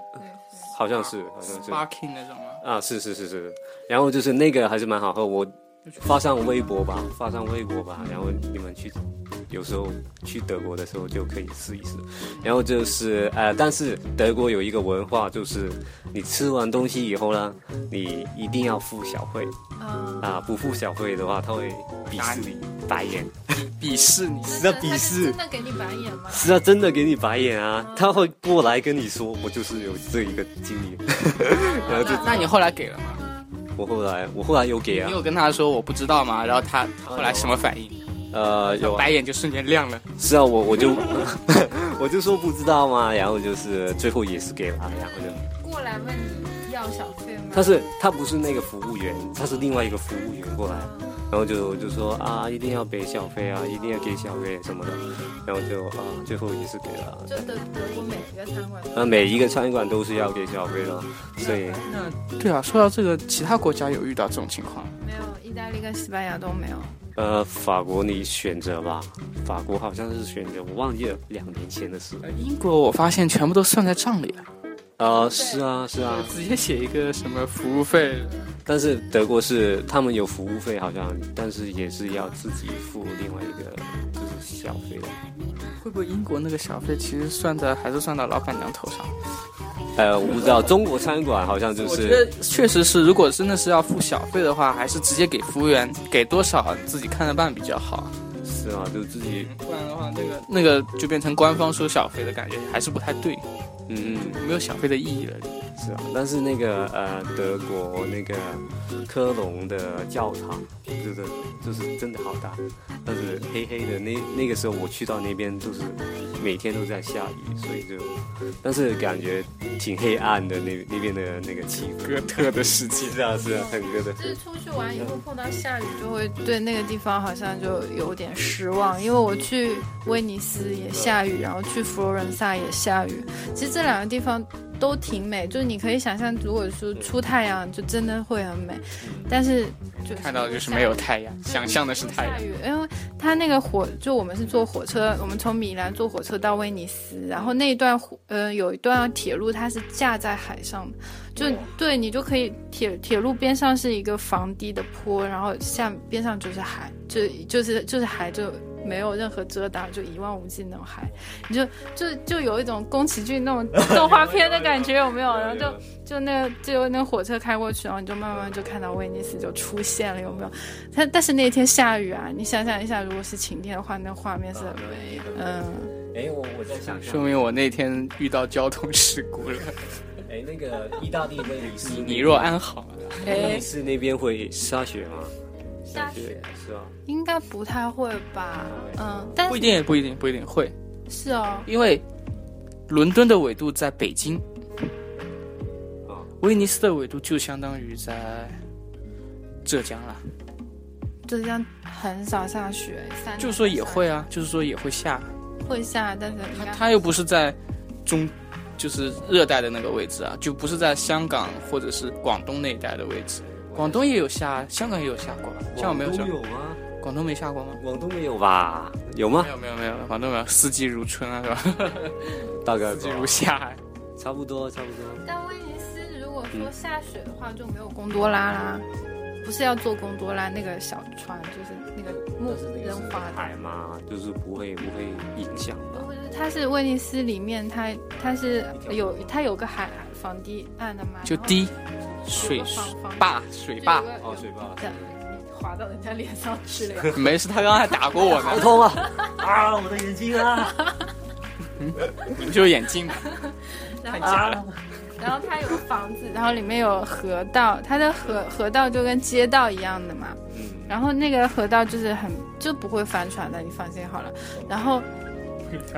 好像是好像是
sparking 那种吗？
啊，是是是是，然后就是那个还是蛮好喝，我发上微博吧，发上微博吧，然后你们去，有时候去德国的时候就可以试一试。然后就是呃，但是德国有一个文化，就是你吃完东西以后呢，你一定要付小费
啊，
啊，不付小费的话，他会鄙视你，白眼。
鄙视你
是在鄙视
真的给你白眼吗？
是啊，真的给你白眼啊，他会过来跟你说，我就是有这一个经历。然后就
那你后来给了吗？
我后来我后来有给啊
你，有跟他说我不知道吗？然后他他后来什么反应？
呃，有啊
白眼就瞬间亮了。
是啊，我我就 <laughs> 我就说不知道嘛，然后就是最后也是给了，然后就，
过来问你要小费吗？
但是他不是那个服务员，他是另外一个服务员过来，然后就就说啊，一定要给小费啊，一定要给小费什么的，然后就啊，最后也是给了。
就德德国每一个餐馆都
那每一个餐馆都是要给小费的，所以
那对啊，说到这个，其他国家有遇到这种情况吗？
没有，意大利跟西班牙都没有。
呃，法国你选择吧，法国好像是选择，我忘记了两年前的事。
英国我发现全部都算在啊账里了，
呃，是啊，是啊，
直接写一个什么服务费，
但是德国是他们有服务费，好像，但是也是要自己付另外一个就是小费的。
会不会英国那个小费其实算的还是算到老板娘头上？
呃，我不知道，中国餐馆好像就
我觉
是
得确实是，如果真的是要付小费的话，还是直接给服务员给多少自己看着办比较好，
是啊，就自己
不然的话那个那个就变成官方收小费的感觉，还是不太对，
嗯
没有小费的意义了。
是啊，但是那个呃德国那个科隆的教堂，就是就是真的好大，但是黑黑的那那个时候我去到那边就是每天都在下雨，所以就但是感觉挺黑暗的那那边的那个气氛。
哥特的世界，
<laughs> 是啊是啊，很哥的。
就是出去玩以后碰到下雨，就会对那个地方好像就有点失望。因为我去威尼斯也下雨，然后去佛罗伦萨也下雨。其实这两个地方都挺美，就是你可以想象，如果说出太阳，就真的会很美。但是就
看到就是没有太阳，想象的是太
下
阳。
雨，因为它那个火，就我们是坐火车，我们从米兰坐火车到威尼斯，然后那一段火，呃，有一段铁路它是架在海上的，就对你就可以铁铁路边上是一个防堤的坡，然后下边上就是海，就就是就是海，就没有任何遮挡，就一望无际那种海，你就就就有一种宫崎骏那种动画片的感觉，有没有？然后就就那就那火车开过去，然后你就慢慢就看到威尼斯就出现了，有没有？但但是那天下雨啊，你想象一下，如果是晴天的话，那画面是很美的。嗯，
哎，我我在想
说明我那天遇到交通事故 <laughs> 了。
哎，那个意大利威尼斯，
你若安好，
威
哎
尼，斯那边会下雪吗？
下雪
是吧？啊
应该不太会吧？嗯，但
不一
是
定，不一定，不一定会，
是哦，
因为伦敦的纬度在北京，
啊，
威尼斯的纬度就相当于在浙江了。
浙江很少下雪，三
就是说也会啊，就是说也会下，
会下，但是应该
它又不是在中，就是热带的那个位置啊，就不是在香港或者是广东那一带的位置。嗯广东也有下，香港也有下过吧？香港没有
广
下
东，有吗？
广东没下过吗？
广东没有吧？有吗
没？有没有没有，广东没有，四季如春啊，是吧？
大概
四季如夏，
差不多，差不多。
但威尼斯如果说下雪的话，就没有贡多拉啦，不是要坐贡多拉那个小船，就是那个木人划的。
海嘛，就是不会不会影响吧？
它是威尼斯里面，它它是有它有个海防堤岸的嘛，
就
然后
低水坝水坝
就，有个
哦，水坝。
这样滑到人家脸上去了呀。
<laughs> 没事，他刚刚还打过我
好
呢，
痛啊！啊，我的眼睛啊！
你不就是眼镜吗？
然后，然后它有个房子，然后里面有河道，它的河河道就跟街道一样的嘛。
嗯，
然后那个河道就是很就不会翻船的，你放心好了。然后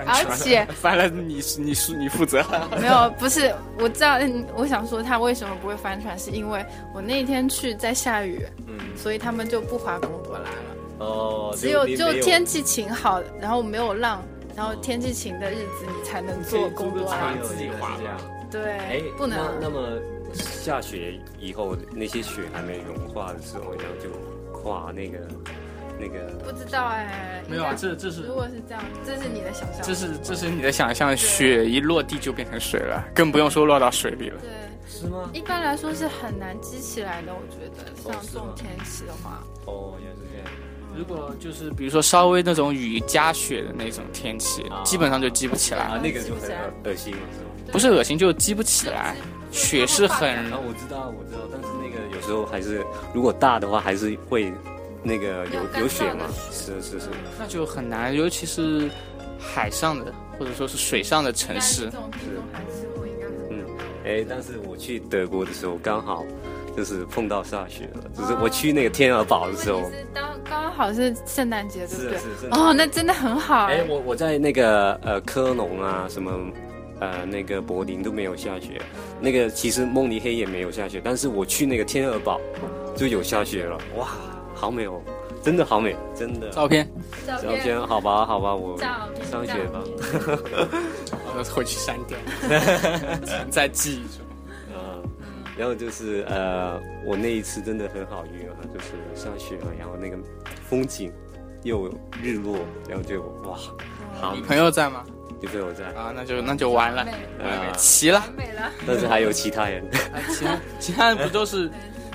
而且
翻了你你是你负责，
没有，不是，我知道，嗯我想说它为什么不会翻船，是因为我那天去在下雨，
嗯
所以他们就不划贡多拉了。
哦，
只有就天气晴好，然后没有浪，然后天气晴的日子你才能做工作啊
船。自己划
呀。哎
对，，不能啊
那那么下雪以后，那些雪还没融化的时候，然后就跨那个那
不
个
知道哎。
没有啊，
应该
这这是
如果是这样，这是你的想象。
这是这是你的想象，雪一落地就变成水了，更不用说落到水里了。
对，
是吗？
一般来说是很难积起来的，我觉得
哦
像这
是吗
种天气的话，
哦，原来是这样。
如果就是比如说稍微那种雨夹雪的那种天气，
啊
基本上就积不起来，
嗯
啊，那个就很恶心了，是吗？
不是恶心就积不起来。
就是
雪是很
啊，我知道，我知道，但是那个有时候还是，如果大的话，还是会那个有
有干燥的嗯
有雪嘛，
雪
是是是，
那就很难，尤其是海上的或者说是水上的城市
这，种地中海气候应该很
嗯，哎，但是我去德国的时候刚好就是碰到下雪了，只是我去那个天鹅堡的时候
问，题是当刚好是圣诞节，嗯对不对
是啊是圣？诞节
哦，那真的很好
哎，我我在那个呃科隆啊，什么呃那个柏林都没有下雪，那个其实慕尼黑也没有下雪，但是我去那个天鹅堡就有下雪了，哇，好美哦，真的好美，真的。
照片
照
照片好吧，好吧，我
照片
上学吧。
照片
我回去删
<laughs>
掉，再记忆中。
嗯， <laughs> 然后就是呃，我那一次真的很好运啊，就是下雪了，然后那个风景又有日落，然后就哇，好
女，朋友在吗？
就被我在，
啊，那就那就完了
美，
完美齐了。
美了。
但是还有其他人， <laughs>
啊其他其他人不都是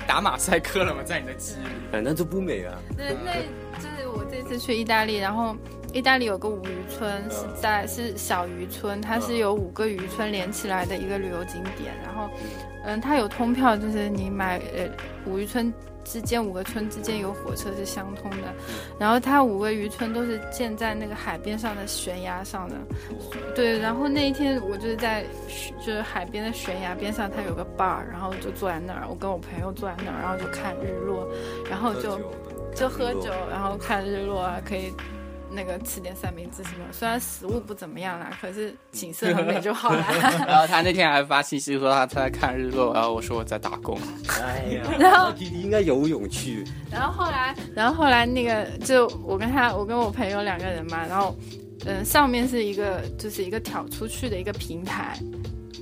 打马赛克了吗？在你的记忆里。
反正就不美啊。
对，那就是我这次去意大利，然后意大利有个五渔村，是在是小渔村，它是有五个渔村连起来的一个旅游景点。然后，嗯，它有通票，就是你买呃五渔村之间五个村之间有火车是相通的。然后它五个渔村都是建在那个海边上的悬崖上的。对，然后那一天我就是在就是海边的悬崖边上，它有个 bar，然后就坐在那儿，我跟我朋友坐在那儿，然后就看日落，然后就。就喝酒，然后看日落啊，可以那个吃点三明治什么。虽然食物不怎么样啦，可是景色很美就好啦。
<laughs> 然后他那天还发信息说他在看日落，然后我说我在打工。
哎呀，
然后
你应该游泳去，
然后后来，然后后来那个就我跟他，我跟我朋友两个人嘛，然后嗯，上面是一个就是一个挑出去的一个平台，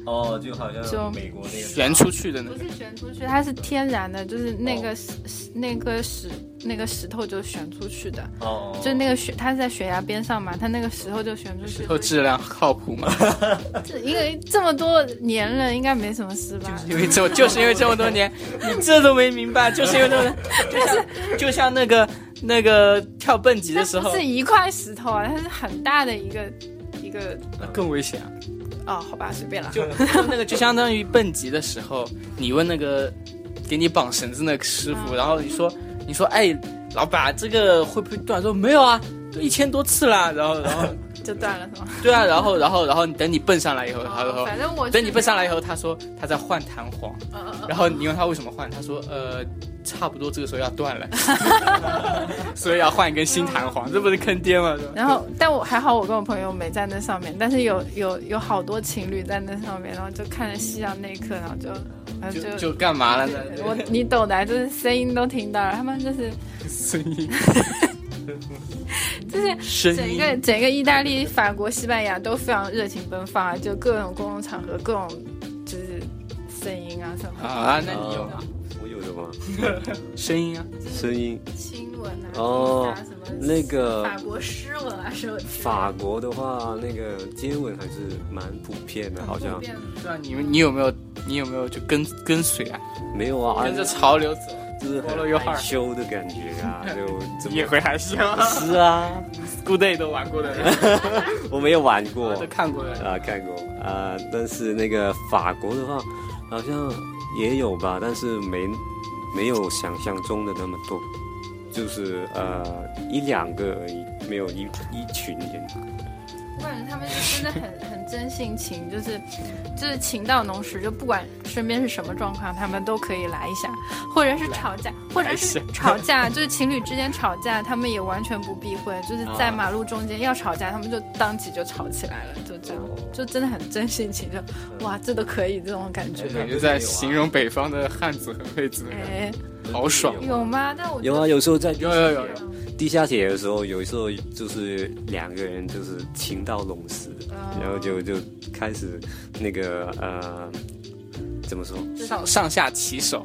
哦，就好
就
像美国那个
悬出去的那
不
个
是悬出去，它是天然的，就是那
哦
个石、石那个石那个石头就悬出去的，
哦，
就那个悬，它是在悬崖边上嘛，它那个石头就悬出去。
石头啊质量靠谱吗？ <laughs>
这因为这么多年了，应该没什么事吧？
因为这就是因为这么多年，你这都没明白，就是因为这么， <laughs> 就像就像那个那个跳蹦极的时
它不
候
是，一块石头啊，它是很大的一个一个
那更危险啊！
哦，好吧，随便了。
就就那个就相当于蹦极的时候，你问那个给你绑绳子那个师傅，
嗯
然后你说你说哎，老板这个会不会断？说没有啊，都一千多次啦。然后然后
就断了是吗？
对啊，然后然后然后你等你蹦上来以后，他说
反正我
等你蹦上来以后，他说他在换弹簧，
嗯
然后你问他为什么换，他说呃，差不多这个时候要断了，
<laughs>
所以要换一根新弹簧，这不是坑爹吗？
然后，但我还好，我跟我朋友没在那上面，但是有有有好多情侣在那上面，然后就看着夕阳那一刻，然后就，然后
就
就
就干嘛了呢？
我你懂的，啊就是声音都听到了，他们就是
<laughs> 声音
就是
声
整
音
个整个意大利、法国、西班牙都非常热情奔放啊，就各种公共场合、各种就是声音啊什么
啊，那你有
哦
吗？
我有的吗？
声音啊，
声音
亲吻啊、
哦
什么
那个
法国诗文啊什么
呃法国的话，那个接吻还是蛮普遍的，好像
对啊，你们你有没有你有没有就跟跟随啊，
没有啊，
跟着潮流走？
就是很
follow your heart
害羞的感觉啊，就
你
怎 <laughs> 么
也会害羞 <laughs>
是啊？
？Good day 都玩过的人，
<laughs> 我没有玩过
都看过的人，
啊，看过啊，但是那个法国的话，好像也有吧，但是没没有想象中的那么多，就是呃一两个而已，没有一一群人。
我感觉他们就真的很很真性情，就是就是情到浓时，就不管身边是什么状况，他们都可以来一下，或者是吵架，或者是
来一下
吵架，就是情侣之间吵架，他们也完全不避讳，就是
啊
在马路中间要吵架，他们就当即就吵起来了，就这样，
哦
就真的很真性情，就哇这都可以这种感觉。
感觉在形容北方的汉子和妹子，
哎，
好爽。
有吗？但我觉嗯
有
得
啊，有时候在
有有有有，
地下铁的时候，有时候就是两个人就是情到浓时，
呃
然后就就开始那个呃，怎么说？
上上下其手，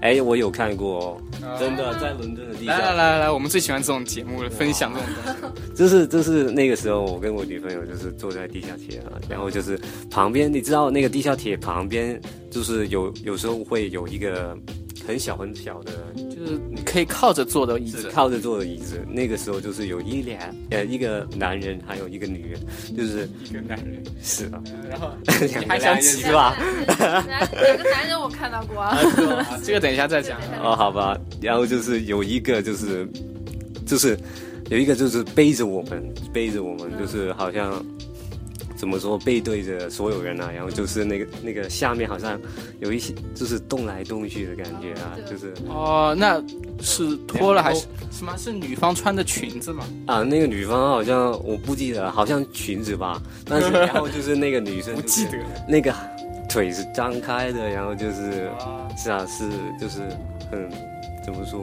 哎，我有看过、
啊
哦，真的在伦敦的地
来来
下，
来来，我们最喜欢这种节目了，分享这种东西。
就是就是那个时候，我跟我女朋友就是坐在地下铁啊，然后就是旁边，你知道那个地下铁旁边就是有有时候会有一个很小很小的
就是你可以靠着坐的椅 <laughs>
是
子，
靠着坐的椅子，那个时候就是有一俩呃一个男人还有一个女人，就是
一个男人，
是啊，
然后
两
你
个
还想
男人
起
是吧？
有个男人我看到过啊，
这个等一下再讲。啊
哦，好吧，然后就是有一个就是就是有一个就是背着我们，背着我
嗯
们，就是好像怎么说背对着所有人啊，然后就是那个那个下面好像有一些就是动来动去的感觉啊，
对
就是
哦，那是脱了还是什么？是女方穿的裙子吗？
啊，那个女方好像我不记得，好像裙子吧，但
<laughs>
是然后就是那个女生、
不记得，
那个腿是张开的，然后就是是啊是就是很怎么说，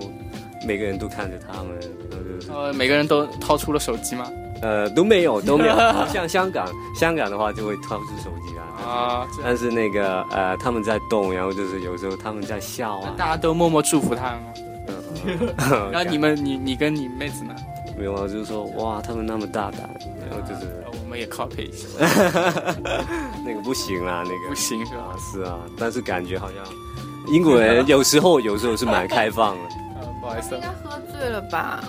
每个人都看着他们，然后就是。
呃，每个人都掏出了手机吗？
呃，都没有，都
<laughs>
没有。像香港，香港的话就会掏出手机来。
啊，这样
但是那个呃，他们在动，然后就是有时候他们在笑啊。
大家都默默祝福他们吗。
嗯
然后你们，你你跟你妹子呢？
没有啊，就是说哇，他们那么大胆，然后就是
呃我们也 copy 一下，
那个不行啦，那个
不行是吧
啊？是啊，但是感觉好像英国人有时候有时候是蛮开放的，
呃，不好意思
<laughs> 应，该喝醉了吧？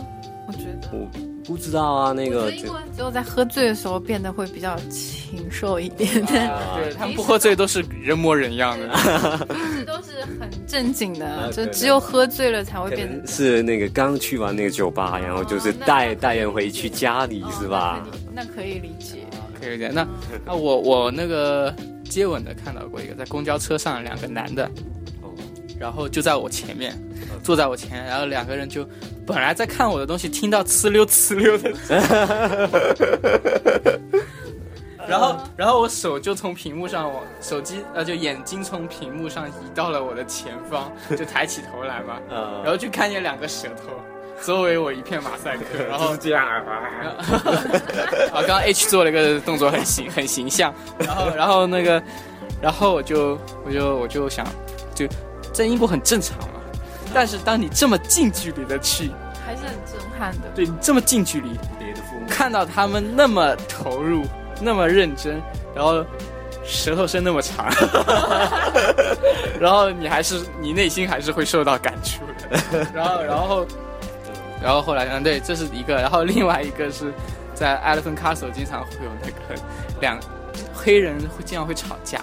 我觉得。
我不知道啊，那
我
个
觉得英
就
国人只有在喝醉的时候变得会比较禽兽一点，但
对他们不喝醉都是人模人样
<laughs>
的。
<laughs>
一直都是很正经的，
啊
就
对
只有喝醉了才会
可
变
能
得
是那个刚去完那个酒吧，然后就是
哦那哦
带带人回去家里是吧？
那可以理解。
可以有点。那那我我那个接吻的看到过一个，在公交车上两个男的，
哦
然后就在我前面，坐在我前面，然后两个人就本来在看我的东西，听到呲溜呲溜的，然后然后我手就从屏幕上往手机呃就眼睛从屏幕上移到了我的前方，就抬起头来嘛，
<laughs> 呃
然后就看见两个舌头。 <laughs> 周围我一片马赛
<laughs>
克，然
就
后
是这样
<laughs>
啊，
啊，刚刚 H 做了一个动作很形很形象，然后 <laughs> 然后那个，然后我就我就我就想，就在英国很正常嘛，但是当你这么近距离的去，
还是很震撼的。
对你这么近距离
别的父母
看到他们那么投入，那么认真，然后舌头伸那么长， <laughs> 然后你还是你内心还是会受到感触的。然后，然后，然后后来，嗯，对，这是一个。然后另外一个是在 Elephant Castle 经常会有那个两黑人会经常会吵架，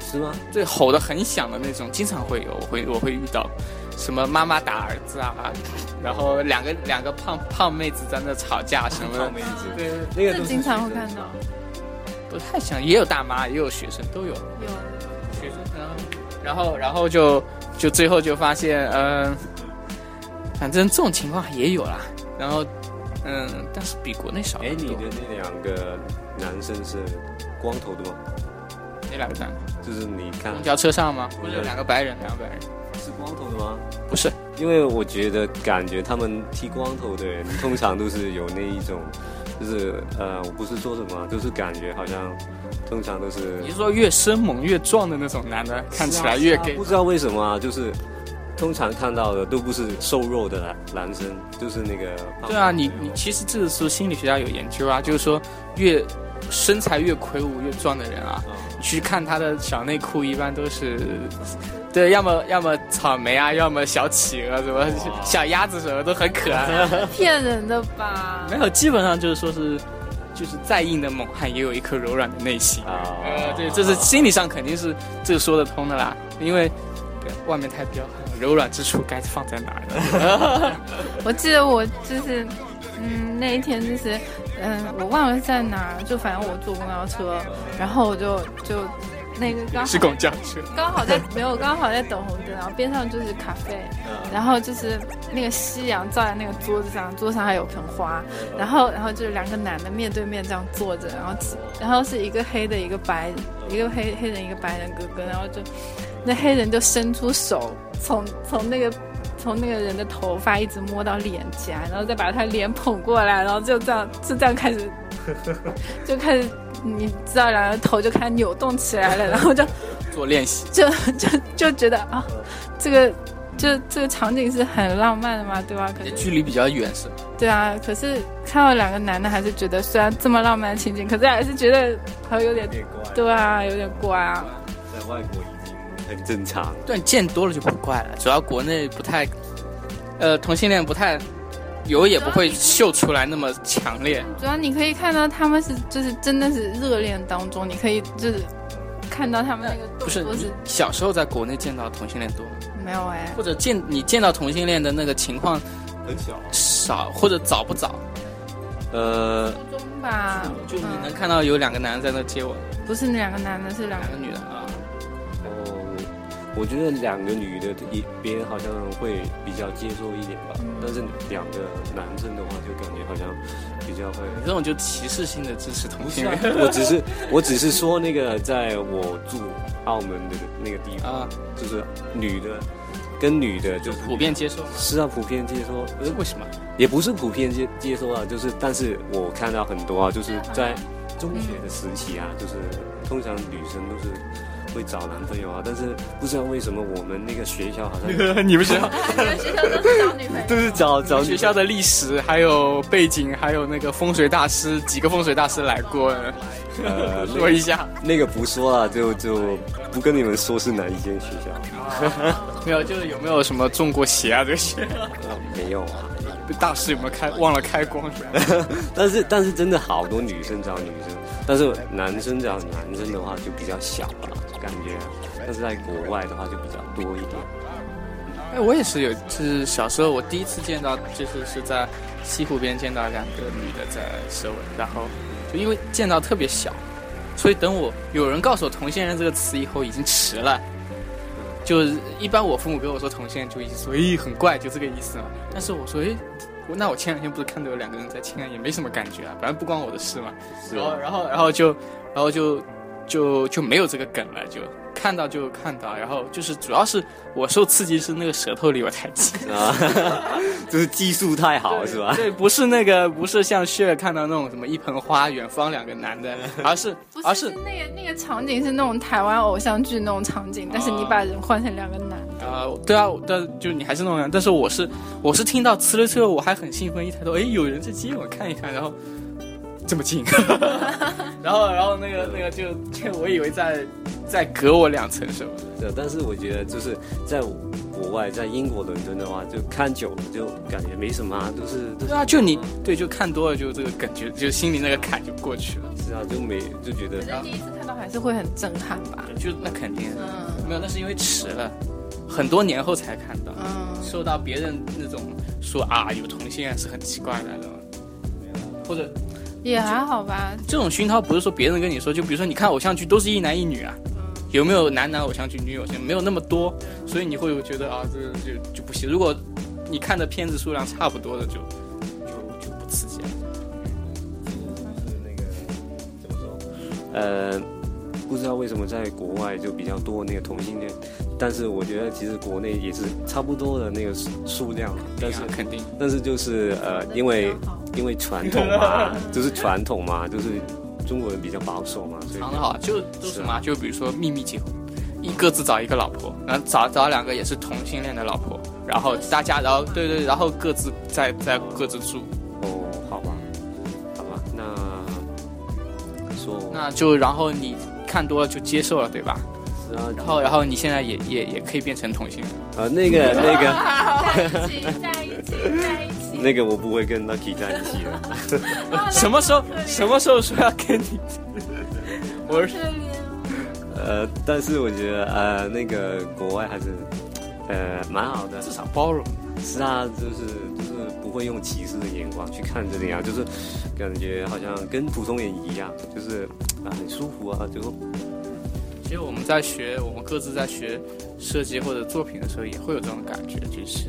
是吗？
对，吼得很响的那种，经常会有，我会我会遇到，什么妈妈打儿子啊，然后两个两个胖胖妹子在那吵架什么的
胖妹，子
对，
那个
这
都是
经常会看到，
不太像，也有大妈，也有学生，都有
有
学生，然后然后然后就就最后就发现，嗯、反正这种情况也有啦，然后嗯、但是比国内少
哎，
很
你
多
的。那两个男生是光头的吗？
那哎两个站
就是你看
公交车上吗？不是两个白人，
啊
两个白人，
是光头的吗？
不是，
因为我觉得感觉他们剃光头的人通常都是有那一种，就是呃，我不是说什么，就是感觉好像通常都是
你是说越生猛越壮的那种男的，看起来越给
不知道为什么啊，就是通常看到的都不是瘦肉的男男生，就是那个
对啊，你你其实这个是心理学家有研究啊，就是说越身材越魁梧越壮的人啊，你去看他的小内裤一般都是，对，要么要么草莓啊，要么小企鹅，什么小鸭子什么都很可爱。
骗人的
<laughs>
吧？
没有，基本上就是说是，就是再硬的猛汉也有一颗柔软的内心。
啊，
呃，对，这是心理上肯定是这个说得通的啦，因为对外面太彪悍了，柔软之处该放在哪儿 <laughs> 呢？
我记得我就是，嗯，那一天就是，嗯，我忘了在哪儿，就反正我坐公交车，然后我就就那个刚好
是公交车。
刚好在没有刚好在等红灯，然后边上就是咖啡，然后就是那个夕阳照在那个桌子上，桌上还有盆花，然后然后就是两个男的面对面这样坐着，然后吃然后是一个黑的一个白一个黑黑人一个白人哥哥，然后就那黑人就伸出手从从那个。从那个人的头发一直摸到脸颊，然后再把他脸捧过来，然后就这样就这样开始，就开始你知道，然后头就开始扭动起来了，然后就
做练习，
就 <laughs> 就就觉得啊，这个就这个场景是很浪漫的嘛，对吧？可是
距离比较远是吧？
对啊，可是看到两个男的，还是觉得虽然这么浪漫的情景，可是还是觉得好像有点
有点怪
对啊，有点怪啊。
在外国已经很正常了。
对，见多了就不怪了，主要国内不太，呃，同性恋不太有，也不会秀出来那么强烈。
主要你可以看到他们是就是真的是热恋当中，你可以就是看到他们那个
不
动
是
作
你
是
小时候在国内见到同性恋多，
没有哎、
或者见你见到同性恋的那个情况
很小，
少，或者早不早，
呃，
初中吧，
就你能
嗯，
看到有两个男人在那接吻，
不是那两个男的，是两
两 <laughs> 个
个 <laughs> 女
女的
的。
啊，
哦，我觉得两个女的一边好像会比较接受一点吧，但是两个男生的话就感觉好像比较会。 <laughs>
你这种就歧视性的支持同
不
性
是、啊
恋，
我只是我只是说那个，在我住澳门的那个地方，
啊，
就是女的跟女的就是
普遍接受吗？
是啊，普遍接受，呃
为什么？
也不是普遍接接受啊，就是但是我看到很多啊，就是在
嗯
中学的时期啊，就是通常女生都是会找男朋友啊，但是不知道为什么我们那个学校
<laughs>
好像
你不知道，
你们学校都是找女朋友
都是找找
学
女
校的历史，还有背景，还有那个风水大师，几个风水大师来过， <laughs>
呃那
说
个
一下。
那个不说了，就就不跟你们说是哪一间学校，
没有，就是有没有什么中过邪啊这些？
呃没有啊。
大师有没有开忘了开光是吧？
但是但是真的好多女生找女生，但是男生找男生的话就比较小了，感觉。啊但是在国外的话就比较多一点。
哎，我也是有，就是小时候我第一次见到，就是是在西湖边见到两个女的在舌吻，然后就因为见到特别小，所以等我有人告诉我“同性恋”这个词以后已经迟了。就是一般我父母跟我说同性恋就已经说，咦，很怪，就这个意思嘛。但是我说，诶，我那我前两天不是看到有两个人在亲啊，也没什么感觉啊，反正不关我的事嘛。
是
然后，
啊，
然后，然后就，然后就就就没有这个梗了，就看到就看到，然后就是主要是我受刺激是那个舌头离我太
<laughs>
近，
啊， <laughs> 就是技术太好是吧？
对，不是那个，不是像雪儿看到那种什么一盆花，远方两个男
<laughs>
的，而是
不
而
是
是
是那个那个场景是那种台湾偶像剧那种场景，但是你把人换成两个男的，
呃，对啊，但就你还是那种人，但是我是我是听到呲溜呲溜，我还很兴奋，一抬头，哎，有人在接我，看一看，然后这么
<laughs>
近，然后然后那个那个就就我以为在在隔我两层什么的，
对，但是我觉得就是在国外，在英国伦敦的话，就看久了就感觉没什么、啊，就是
对啊，就你对就看多了就这个感觉，就心里那个坎就过去了，
是啊，就没就觉得
可能第一次看到还是会很震撼吧。
就那肯定
嗯
没有，那是因为迟了，很多年后才看到。
嗯，
受到别人那种说啊有同性恋是很奇怪的那种，或者
也还好吧。
这种熏陶不是说别人跟你说，就比如说你看偶像剧都是一男一女啊，有没有男男偶像剧、女偶像剧没有那么多，所以你会觉得啊这个就就不行。如果你看的片子数量差不多的就就就不刺激了。
那个怎么说？呃，不知道为什么在国外就比较多那个同性恋，但是我觉得其实国内也是差不多的那个数数量，但是
对啊肯定
但是就是呃，因为因为传统嘛，就是传统嘛，就是中国人比较保守嘛，所以
藏得好，就都什么啊，就比如说秘密结婚，一各自找一个老婆，然后找找两个也是同性恋的老婆，然后大家然后对对，然后各自在在各自住。
哦，好吧，好吧，那说
那就然后你看多了就接受了，对吧？
是啊，
然后然后你现在也也也可以变成同性恋，
呃那个那个
在一起，在一起，在一起。
那个我不会跟 Lucky 在一起的，
什么时候什么时候说要跟你？ <laughs> 我是
哦
呃，但是我觉得呃那个国外还是呃蛮好的，
至少包容，
是啊，就是就是不会用歧视的眼光去看这里啊，就是感觉好像跟普通人一样，就是啊很舒服啊，就
其实我们在学，我们各自在学设计或者作品的时候，也会有这种感觉，就是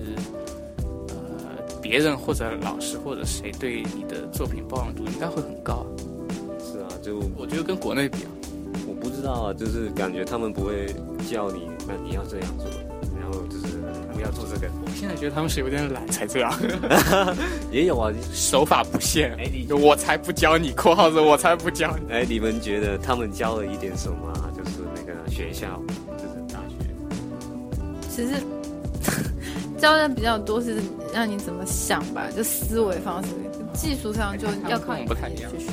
呃，别人或者老师或者谁对你的作品包容度应该会很高。
是啊，就
我觉得跟国内比啊，
我不知道啊，就是感觉他们不会叫你，那你要这样做，然后就是不要做这个，
我现在觉得他们是有点懒才这样，
也有啊。
<laughs> 手法不限
哎你。
我才不教你（括号是我才不教你
哎，你们觉得他们教了一点什么啊？就是那个学校，就是大学，
其实教的比较多是让你怎么想吧，就思维方式，技术上就要靠你自己去学。）。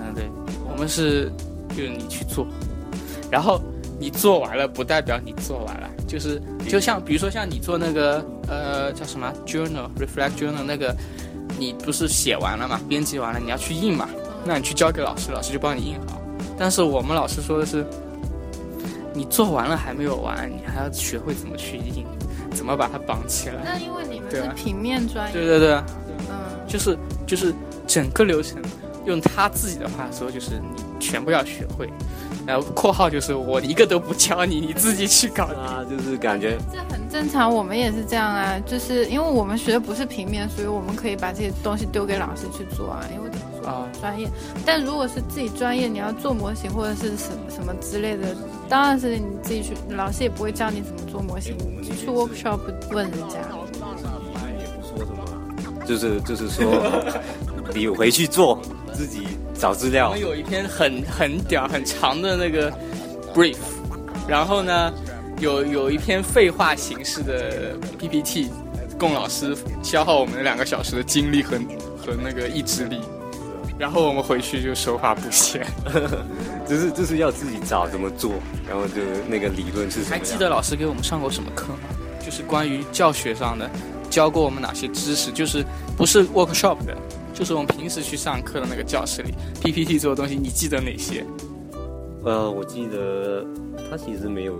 嗯，对，我们是就是你去做，然后你做完了不代表你做完了，就是就像比如说像你做那个呃叫什么 journal reflect journal 那个，你不是写完了嘛，编辑完了你要去印嘛，
嗯
那你去交给老师，老师就帮你印好。但是我们老师说的是，你做完了还没有完，你还要学会怎么去印，怎么把它绑起来。
那因为你们
对
是
啊
平面专
对
业，
对对。
嗯，
就是就是整个流程，用他自己的话说，就是你全部要学会。然后括号就是我一个都不教你，你自己去搞。
啊，就是感觉
这很正常，我们也是这样啊。就是因为我们学的不是平面，所以我们可以把这些东西丢给老师去做啊。因为怎么说
啊
专业，但如果是自己专业，你要做模型或者是什么什么之类的，当然是你自己去，老师也不会教你怎么做模型，你去 workshop 问人家。
也不说什么，就是就是 <laughs> 说，你回去做，自己找资
我
料
们，有一篇很很屌很长的那个 brief，然后呢，有有一篇废话形式的 PPT，供老师消耗我们两个小时的精力和和那个意志力。然后我们回去就手法不写。
就是就是要自己找怎么做，然后就那个理论是什么
还
样。
记得老师给我们上过什么课吗？就是关于教学上的，教过我们哪些知识？就是不是 workshop 的，就是我们平时去上课的那个教室里 PPT 做的东西，你记得哪些？
呃，我记得他其实没有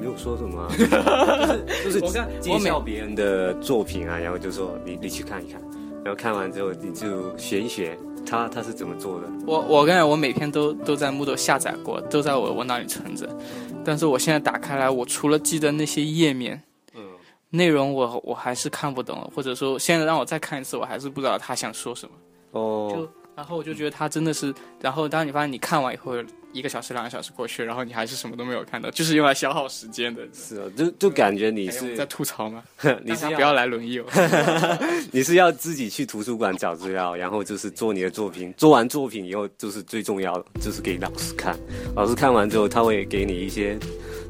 没有说什么 <laughs> 啊、就是
我看
介
我每
绍别人的作品啊，然后就说你你去看一看，然后看完之后你就学一学他他是怎么做的。
我我跟你讲，我每篇都都在 Moodle 下载过，都在我的文档里存着。但是我现在打开来，我除了记得那些页面
嗯，
内容我，我还是看不懂，或者说现在让我再看一次，我还是不知道他想说什么。
哦
就，然后我就觉得它真的是，然后当你发现你看完以后，一个小时、两个小时过去，然后你还是什么都没有看到，就是用来消耗时间的。
是啊，就就感觉你
哎我们
是、
在吐槽吗？
<laughs> 你
大
是
家
要
不要来轮
<laughs>
椅哦。
你是要自己去图书馆找资料，然后就是做你的作品。做完作品以后，就是最重要的，就是给老师看。老师看完之后，他会给你一些，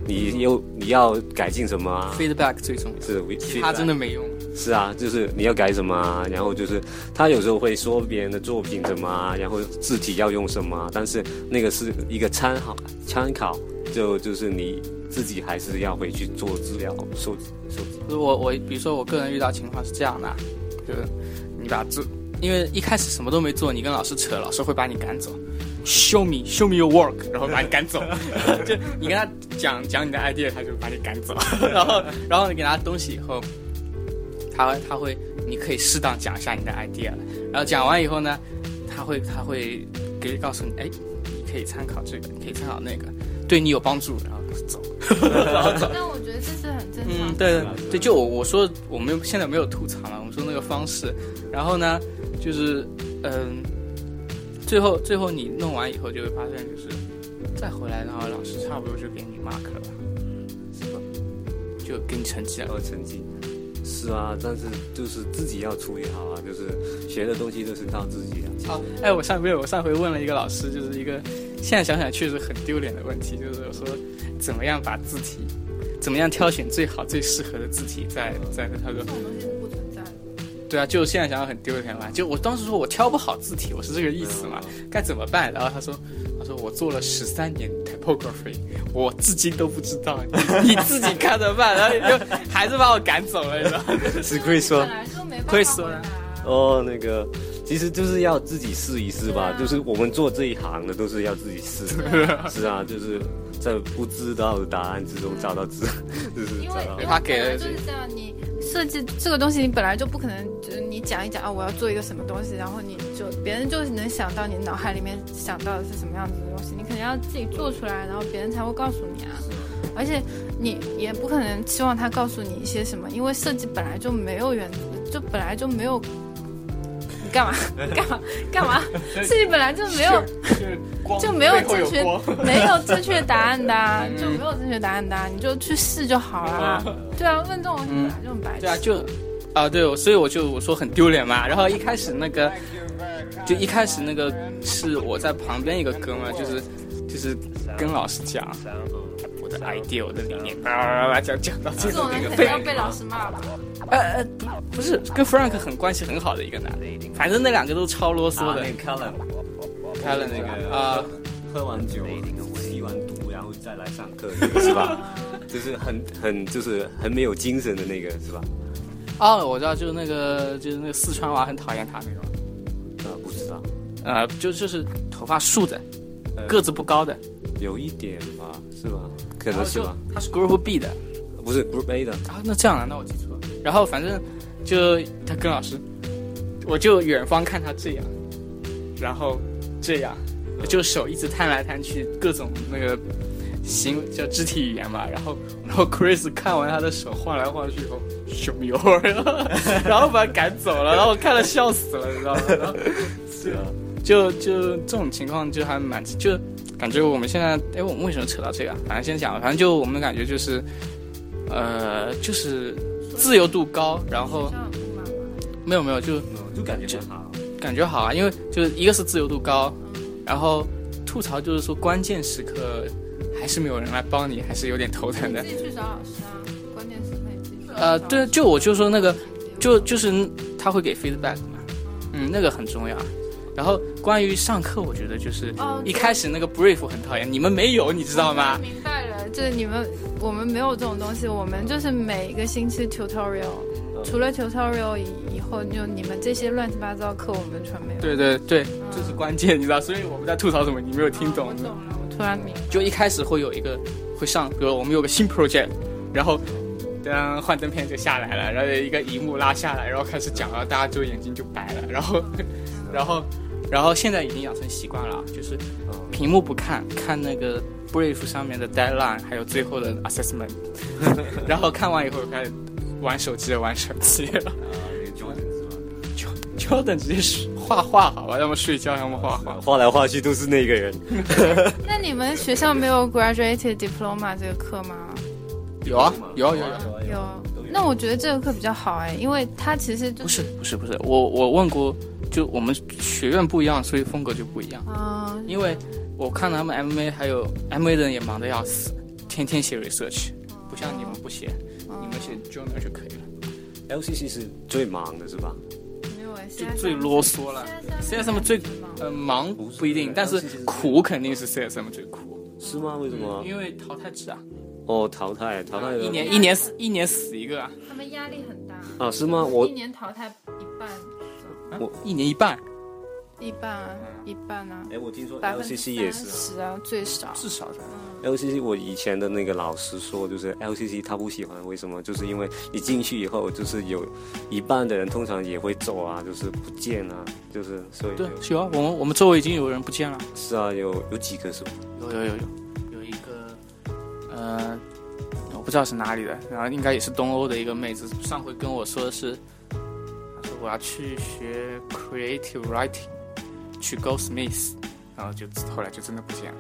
你又你要改进什么啊？
feedback 最重要，
是，
它真的没用。
是啊，就是你要改什么啊，然后就是他有时候会说别人的作品什么啊，然后字体要用什么啊，但是那个是一个参考参考，就就是你自己还是要回去做资料收集收集。
就是我我比如说我个人遇到情况是这样的啊，就是你把这，因为一开始什么都没做，你跟老师扯，老师会把你赶走。Show me, show me your work，然后把你赶走。就你跟他讲讲你的 idea，他就把你赶走。 <laughs> 然后然后你给他东西以后，他他会你可以适当讲一下你的 idea 了。然后讲完以后呢，他会他会给告诉你，哎，你可以参考这个，你可以参考那个，对你有帮助。然后走。
<laughs> 但我觉得这是很正
嗯
常，的。
对对对，就我我说我们现在没有吐槽嘛，我们说那个方式，然后呢，就是嗯，最后最后你弄完以后就会发现，就是再回来，然后老师差不多就给你 mark 了吧，
是吧
就给你成绩
然
了。
后成绩。是啊，但是就是自己要处理好啊，就是学的东西都是靠自己啊。
好，哎，我上没有，我上回问了一个老师，就是一个现在想想确实很丢脸的问题，就是我说怎么样把字体，怎么样挑选最好最适合的字体在在他说
这种东西是不存在的。
对啊，就现在想想很丢脸嘛。就我当时说我挑不好字体，我是这个意思嘛，该怎么办？然后他说，他说我做了十三年 typography，我至今都不知道，你你自己看着办。然后你就还是把我赶走了，你知道吗？
是 Chris <laughs> 说
本来就没办
Chris
法回
说
答啊
呢
哦，那个其实就是要自己试一试吧，
对啊
就是我们做这一行的都是要自己试，是啊，就是在不知道的答案之中找到自， <laughs> 就是
因
找
为
到
因为
他给
本
了
来就是这样，你设计这个东西，你本来就不可能，就是你讲一讲啊，我要做一个什么东西，然后你就别人就能想到你脑海里面想到的是什么样子的东西，你肯定要自己做出来，然后别人才会告诉你啊。而且你也不可能期望他告诉你一些什么，因为设计本来就没有原，就本来就没有。你干嘛？干嘛？干嘛？设计本来就没有就没有正确，没有正确答案的、啊， <laughs> 就没有正确答案的、啊，你就去试就好了、对啊，问这种问题本来就很白痴。
对啊，就啊，对，所以我就我说很丢脸嘛。然后一开始那个，就一开始那个是我在旁边一个哥们儿，就是就是跟老师讲我的 idea，我的理念，叭叭叭叭讲讲到最
这
后
种
那
人
个
肯
被
定要被老师骂吧？
呃呃，不不是，跟 Frank 很关系很好的一个男的，反正那两个都超啰嗦
啊
的
那。个 Colin
开了那个
啊
啊，
喝完酒吸完毒然后再来上课那 <laughs> 个是吧？就是很很就是很没有精神的那个是吧？
哦，我知道，就是那个就是那个四川娃很讨厌他那种，
啊，不知道，
呃，就就是头发竖的
呃，
个子不高的，
有一点吧，是吧？可
然后
能是
就
吧，
他是 Group B 的，
不是 Group A 的，
啊，那这样啊，那我记错了。然后反正就他跟老师，我就远方看他这样，然后这样，就手一直探来探去，各种那个行叫肢体语言嘛。然后然后 Chris 看完他的手晃来晃去以后，熊油，然后 <laughs> 然后把他赶走了，然后我看了笑死了，你知道吗？然后
是啊，
就就这种情况就还蛮就感觉我们现在哎，我们为什么扯到这个啊？反正先讲，反正就我们感觉就是，呃，就是自由度高，然后
这样不骂吗
没有没有就
我就嗯感觉很好。
感觉好啊，因为就是一个是自由度高，然后吐槽就是说关键时刻还是没有人来帮你，还是有点头疼的
你。自己去找老师啊，关键时刻你自己去找老
<laughs>
师。
呃，对，就我就说那个就就是他会给 feedback 嘛，嗯，那个很重要。然后关于上课，我觉得就是
哦
一开始那个 brief 很讨厌，你们没有，你知道吗
我？明白了，就是你们我们没有这种东西，我们就是每一个星期 tutorial，除了 tutorial 以以后，就你们这些乱七八糟课我们全没有。
对对对，
嗯，
这是关键，你知道？所以我们在吐槽什么，你没有听懂
我。懂了，我突然明白。
就一开始会有一个会上，比如我们有个新 project，然后噔幻灯片就下来了，然后有一个荧幕拉下来，然后开始讲了，大家就眼睛就白了，然后然后 <laughs> 然后现在已经养成习惯了啊，就是
嗯
屏幕不看，看那个 brief 上面的 deadline，还有最后的 assessment，然后看完以后开始玩手机了，玩手机了。
啊，那个 Jordan 是吧？
Jordan 直接是画画好吧，要么睡觉，要么画画。
画来画去都是那个人。
那你们学校没有 graduate diploma 这个课吗？
有啊，有啊有啊。有啊
有。那我觉得这个课比较好哎，因为它其实就
不是不是不是，我我问过，就我们学院不一样，所以风格就不一样。
啊、
因为我看他们 MA 还有 MA 的人也忙得要死，天天写 research，不像你们不写，你们写 journal 就可以了，
LCC 是最忙的是吧？
没有哎，
就
现在
最
上
啰嗦了。
现在
CSM 最
忙
呃忙不一定，但是苦肯定是 CSM 最苦，
是吗？嗯为什么？
因为淘汰制啊，
哦，淘汰淘汰了
一年一年死一年死一个啊，
他们压力很大，
啊？是吗？
一
我
年淘汰一半，
啊
我
一年一半
一半啊，一半啊，
哎，我听
呃
说
百分之
LCC 也是啊。
十啊，最少。
至少的。
LCC 我以前的那个老师说，就是 LCC 他不喜欢，为什么？就是因为你进去以后，就是有一半的人通常也会走啊，就是不见啊，就是所以
对，有啊，我们我们周围已经有人不见了。
是啊，有有几个是吧？
有有有有有一个，呃，我不知道是哪里的，然后应该也是东欧的一个妹子，上回跟我说的是，她说我要去学 creative writing，去 Goldsmith，然后就后来就真的不见了，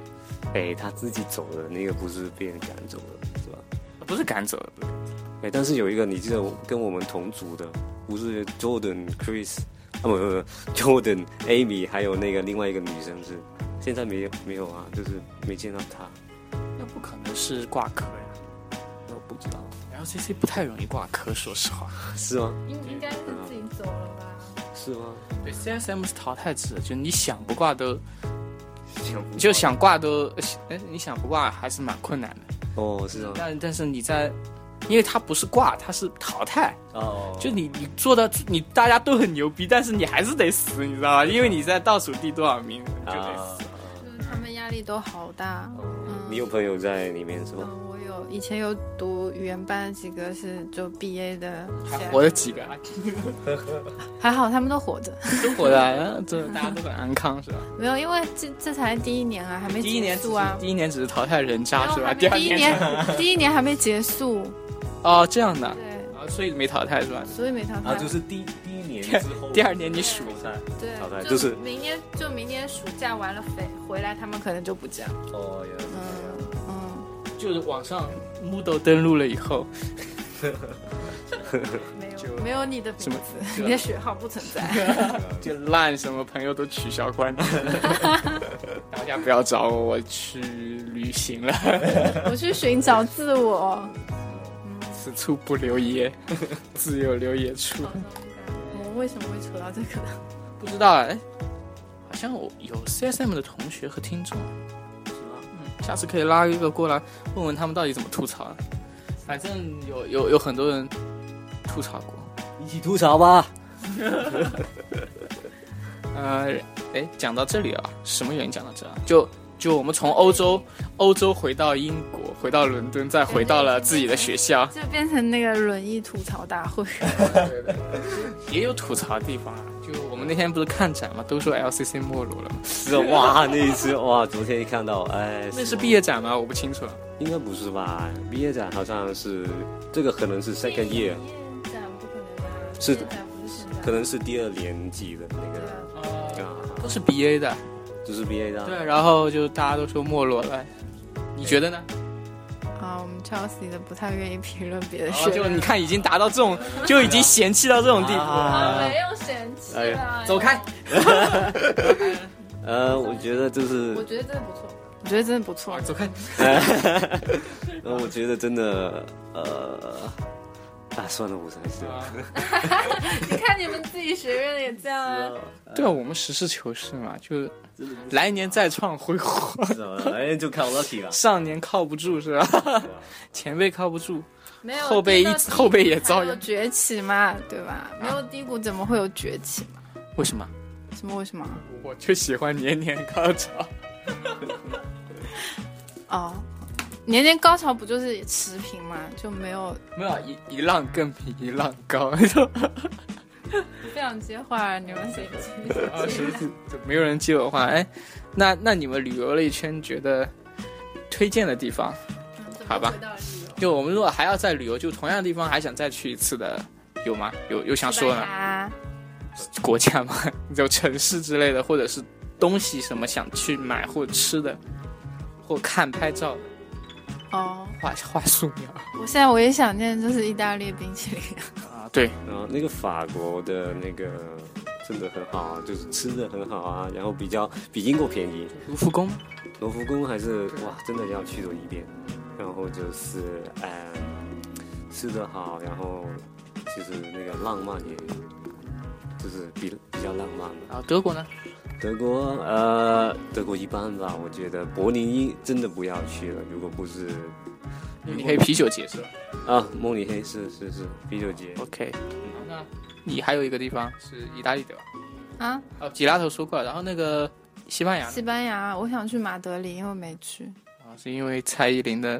哎，他自己走的那个不是被人赶走的，是吧？
不是赶走了，不是
哎，但是有一个你记得我跟我们同组的，不是 Jordan、Chris 啊，不不不，Jordan、Amy 还有那个另外一个女生是，现在没有没有啊，就是没见到她，
那不可能是挂科呀
我不知道
，LCC 不太容易挂科，说实话。
是吗？
应应该是自己走了吧？
是吗？
对，CSM 是淘汰制的，就你想不挂都，
想不到
就想挂都，哎，你想不挂还是蛮困难的。
哦，是吗？
但但是你在，因为它不是挂，它是淘汰，
哦，
就你你做到你大家都很牛逼，但是你还是得死，你知道吧？因为你在倒数第多少名你就得
啊
死。，
就是他们压力都好大。
哦
嗯
你有朋友在里面是吗？
嗯，我有以前有读语言班，几个是就 BA 的，
还活着几个？
还好他们都活着。
都活着，这大家都很安康是吧？
没有，因为这这才第一年啊，还没
第一
结
年只
束
是
啊。
第一年只是淘汰人
然
渣
后
是吧？
还
第
没
二
第一
年
年， <laughs> 第一年还没结束，
哦这样的，
对，
啊所以没淘汰是吧？
所以没淘汰。
啊是第第一年
之
后
<laughs> 第二年你数一下，
对
淘汰，就是
是明年就明年暑假完了回回来，他们可能就不这样。
哦，原来是这样
嗯，
就是网上 Moodle 登录了以后，
没
嗯就
有没有你的名
什么
字，
就
你的学号不存
<laughs>
在。
就烂什么朋友都取消关
<laughs>
注，大家不要找我，我去旅行了，
我去寻找自我。
此处不留爷， <laughs> 自有留爷处。
我为什么会扯到这
<laughs>
个？
不知道哎，好像我有 CSM 的同学和听众，啊嗯，下次可以拉一个过来，问问他们到底怎么吐槽的。反正有有有很多人吐槽过，
一起吐槽吧。
呃，哎，讲到这里啊，什么原因讲到这啊？就就我们从欧洲欧洲回到英国，回到伦敦，再回到了自己的学校，
就变成那个轮椅吐槽大
<laughs>
会。
也有吐槽的地方啊。就我们那天不是看展嘛，都说 LCC 没落了嘛，
是啊哇，那一次哇，昨天一看到，哎，
那是
吗
毕业展吗？我不清楚了。
应该不是吧？毕业展好像是这个，可能是 second year，
不可能吧？
是
毕业展不是现在
可能是第二年级的那
对
个
啊
啊，
都是 BA 的，
就是毕业的。
对，啊然后就大家都说没落了，你觉得呢？
啊，我们 Chelsea 的不太愿意评论别的
然
学
后啊就
院。
你看已经达到这种，
<laughs>
就已经嫌弃到这种地步
啊
了，
啊，没有嫌弃
哎
啦，
走开。
呃，我觉得就是
我觉得真的不错，我觉得真的不错
啊，。走开！
呃，我觉得真的，呃，啊，算了，我才是。
你看你们自己学院也这样啊。 <laughs>
对啊，我们实事求是嘛，就来年再创辉煌， <laughs>
是啊，哎，就看我 lucky 了。
上年靠不住是吧？ <laughs> 前辈靠不住，
没有
后辈一
低到低谷
后辈也遭
才有
殃
崛起嘛，对吧？没有低谷怎么会有崛起嘛？
为什么？
什么为什么？啊
我就喜欢年年高潮。
哦，年年高潮不就是持平嘛，就没有
没有一一浪更比一浪高， <laughs>
不想接话，你们谁
啊
接？ <laughs>
就没有人接我话。哎，那那你们旅游了一圈，觉得推荐的地方？好吧就我们如果还要再旅游，就同样的地方还想再去一次的，有吗？有有想说
西班
的？
牙
国家 <laughs> 嘛，有城市之类的，或者是东西什么想去买或吃的，或看拍照的，
哦，
画画素描
我现在我也想念就是意大利冰淇淋，
啊，对，
然后那个法国的那个真的很好啊，就是吃的很好啊，然后比较比英国便宜。
卢浮宫
罗浮宫还是哇，真的要去走一遍。然后就是嗯，吃的好，然后就是那个浪漫也，就是比比较浪漫吧。
啊，德国呢？
德国呃，德国一般吧，我觉得柏林一真的不要去了，如果不是
慕尼黑啤酒节是吧
啊，慕尼黑是是是啤酒节，
？OK，那嗯你还有一个地方是意大利对吧？
啊，
哦，吉拉头说过了，然后那个西班牙呢
西班牙，我想去马德里，因为我没去。
啊，是因为蔡依林的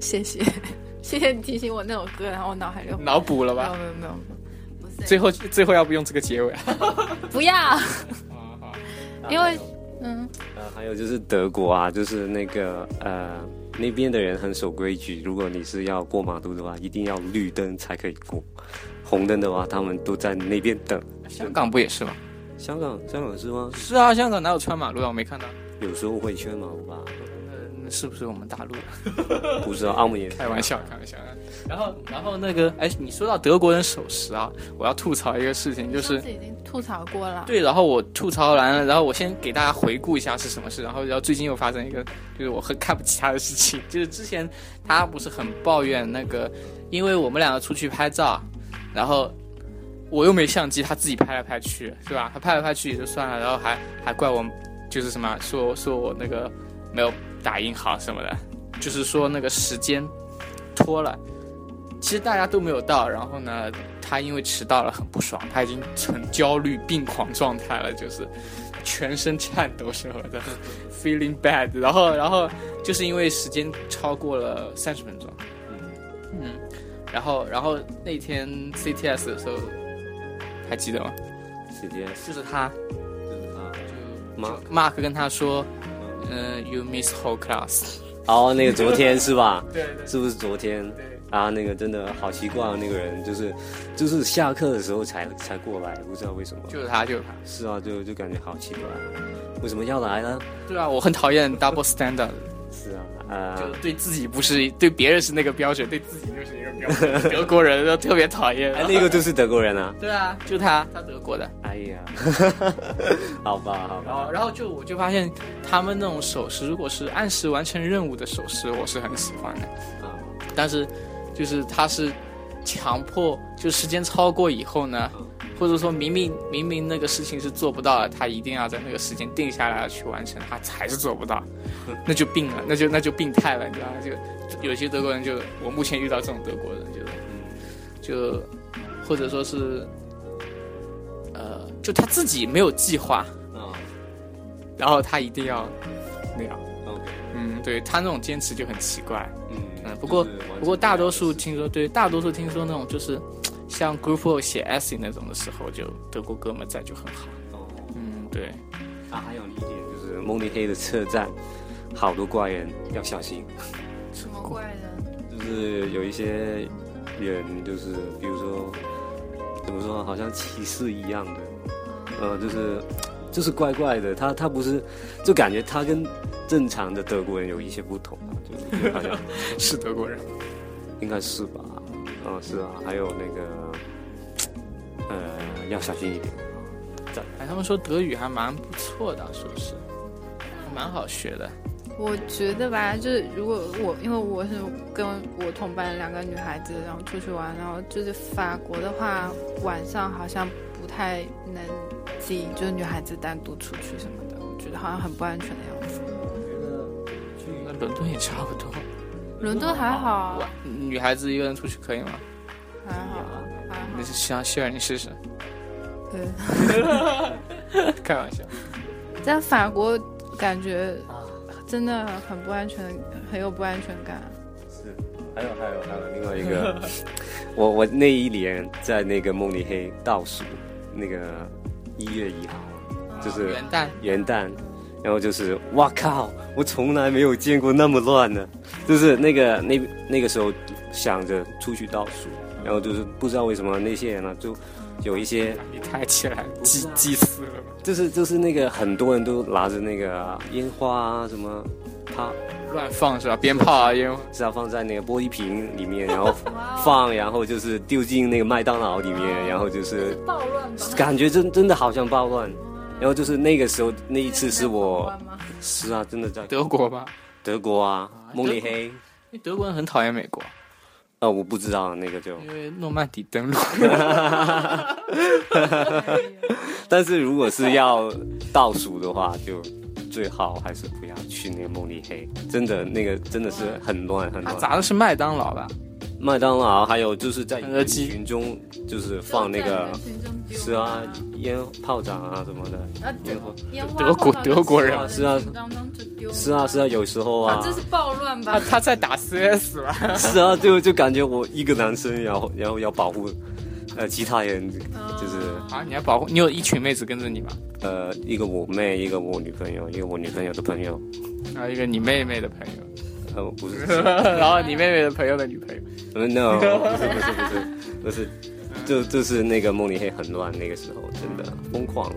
谢谢， <laughs> 谢谢你提醒我那首歌，然后我脑海里有
脑补了
没有
嗯吧？
没有没有，不是
最后最后要不用这个结尾啊？
不要，
好，
因为嗯，
呃，还有就是德国啊，就是那个呃，那边的人很守规矩。如果你是要过马路的话，一定要绿灯才可以过，红灯的话，他们都在那边等。
香港不也是吗？
香港，香港是吗？
是啊，香港哪有穿马路啊？我没看到。
有时候会圈马路吧？
嗯，是不是我们大陆的？
不知道，澳门也
开玩笑，开玩笑。 <laughs> 然后，然后那个，哎，你说到德国人守时啊，我要吐槽一个事情，就
上
是
次已经吐槽过了，
对，然后我吐槽完了，然后我先给大家回顾一下是什么事，然后然后最近又发生一个，就是我很看不起他的事情，就是之前他不是很抱怨那个，因为我们两个出去拍照，然后我又没相机，他自己拍来拍去，是吧？他拍来拍去也就算了，然后还还怪我，就是什么说说我那个没有打印好什么的，就是说那个时间拖了。其实大家都没有到，然后呢，他因为迟到了很不爽，他已经很焦虑病狂状态了，就是全身颤抖什么的，feeling bad。然后，然后就是因为时间超过了三十分钟，嗯，然后，然后那天 CTS 的时候，还记得吗？
时间
就是他
啊。
就
吗？
Mark 跟他说，嗯、y o u miss whole class。
哦，那个昨天是吧？
对对
是不是昨天？
对。
啊，那个真的好奇怪哦，那个人就是，就是下课的时候才才过来，不知道为什么。
就是他，就是他。
是啊，就就感觉好奇怪，哦为什么要来呢？
对啊，我很讨厌 double <laughs> standard，
是啊，呃，
就对自己不是，对别人是那个标准，对自己就是一个标准。 <laughs> 德国人都特别讨厌。
哎，那个就是德国人啊。
对啊，就他，他德国的。
哎 <laughs> 呀，好吧，好
然后，
吧，
然后就我就发现他们那种手势，如果是按时完成任务的手势，我是很喜欢的。
啊，
但是，就是他是强迫，就时间超过以后呢，或者说明明明明那个事情是做不到的，他一定要在那个时间定下来要去完成，他还是做不到，那就病了，那就那就病态了，你知道吗？就有些德国人就，我目前遇到这种德国人，就是
嗯，
就或者说是，呃，就他自己没有计划，
啊
然后他一定要那样。
，OK，
嗯，对他那种坚持就很奇怪。
嗯
嗯，不过不过大多数听说，对大多数听说那种就是像 Group O 写 essay 那种的时候，就德国哥们在就很好。嗯，对，
啊，还有一点就是慕尼黑的车站，好多怪人，要小心，
什么怪人？
就是有一些人，就是比如说怎么说，好像歧视一样的，呃，就是就是怪怪的，他他不是，就感觉他跟正常的德国人有一些不同啊，就是好像。
是德国人。
应该是吧？嗯，是啊，还有那个，呃，要小心一点。
哎，他们说德语还蛮不错的，是不是？蛮好学的。
我觉得吧，就是如果我，因为我是跟我同班两个女孩子，然后出去玩，然后就是法国的话，晚上好像不太能自己，就是女孩子单独出去什么的，我觉得好像很不安全的样子。
那伦敦也差不多。
伦敦还好啊，
女孩子一个人出去可以吗？
还好，啊还好
你。是想希尔，你试试。
对，
<laughs> 开玩笑。
在法国感觉
啊
真的很不安全，很有不安全感。
是，还有还有还有另外一个， <laughs> 我我那一年在那个慕尼黑倒数，那个一月一号，就
啊
是
元旦，
元旦，然后就是哇靠，我从来没有见过那么乱呢。就是那个那那个时候想着出去倒数，然后就是不知道为什么那些人啊就有一些
你太起来 <laughs> 祭祭祀了吧，
就是就是那个很多人都拿着那个烟花啊什么，他
乱放是吧？鞭炮啊，烟花
是要放在那个玻璃瓶里面，
<laughs>
然后
哦
放，然后就是丢进那个麦当劳里面，然后就是
暴乱吧？嗯
感觉真真的好像暴乱。然后就是那个时候，那一次是我是啊，真的在
德国吧？
德国啊，慕尼黑。
因为德国人很讨厌美国，
呃，我不知道那个就，
因为诺曼底 <laughs> 登陆。
但是如果是要倒数的话，就最好还是不要去那个慕尼黑，真的那个真的是很乱很
他
乱。
啊砸的是麦当劳吧？
麦当劳，还有就是在
肯德
人
基
群中就是放那个是啊烟炮仗啊什么的，烟火
德国德国人
是啊是啊是啊，有时候啊 <laughs>
这是暴乱
他
吧？
他在打 CS 吧？
是啊，就就感觉我一个男生，然后然后要保护呃其他人，
哦
就是
啊，你要保护，你有一群妹子跟着你吗？
呃一个我妹，一个我女朋友，一个我女朋友的朋友，
然后一个你妹妹的朋 <laughs> 友，
呃不是。
然后你妹妹的朋友的女朋友。
<laughs>
呃 no，不是不是不是不是，就就是那个慕尼黑很乱，那个时候真的疯狂了，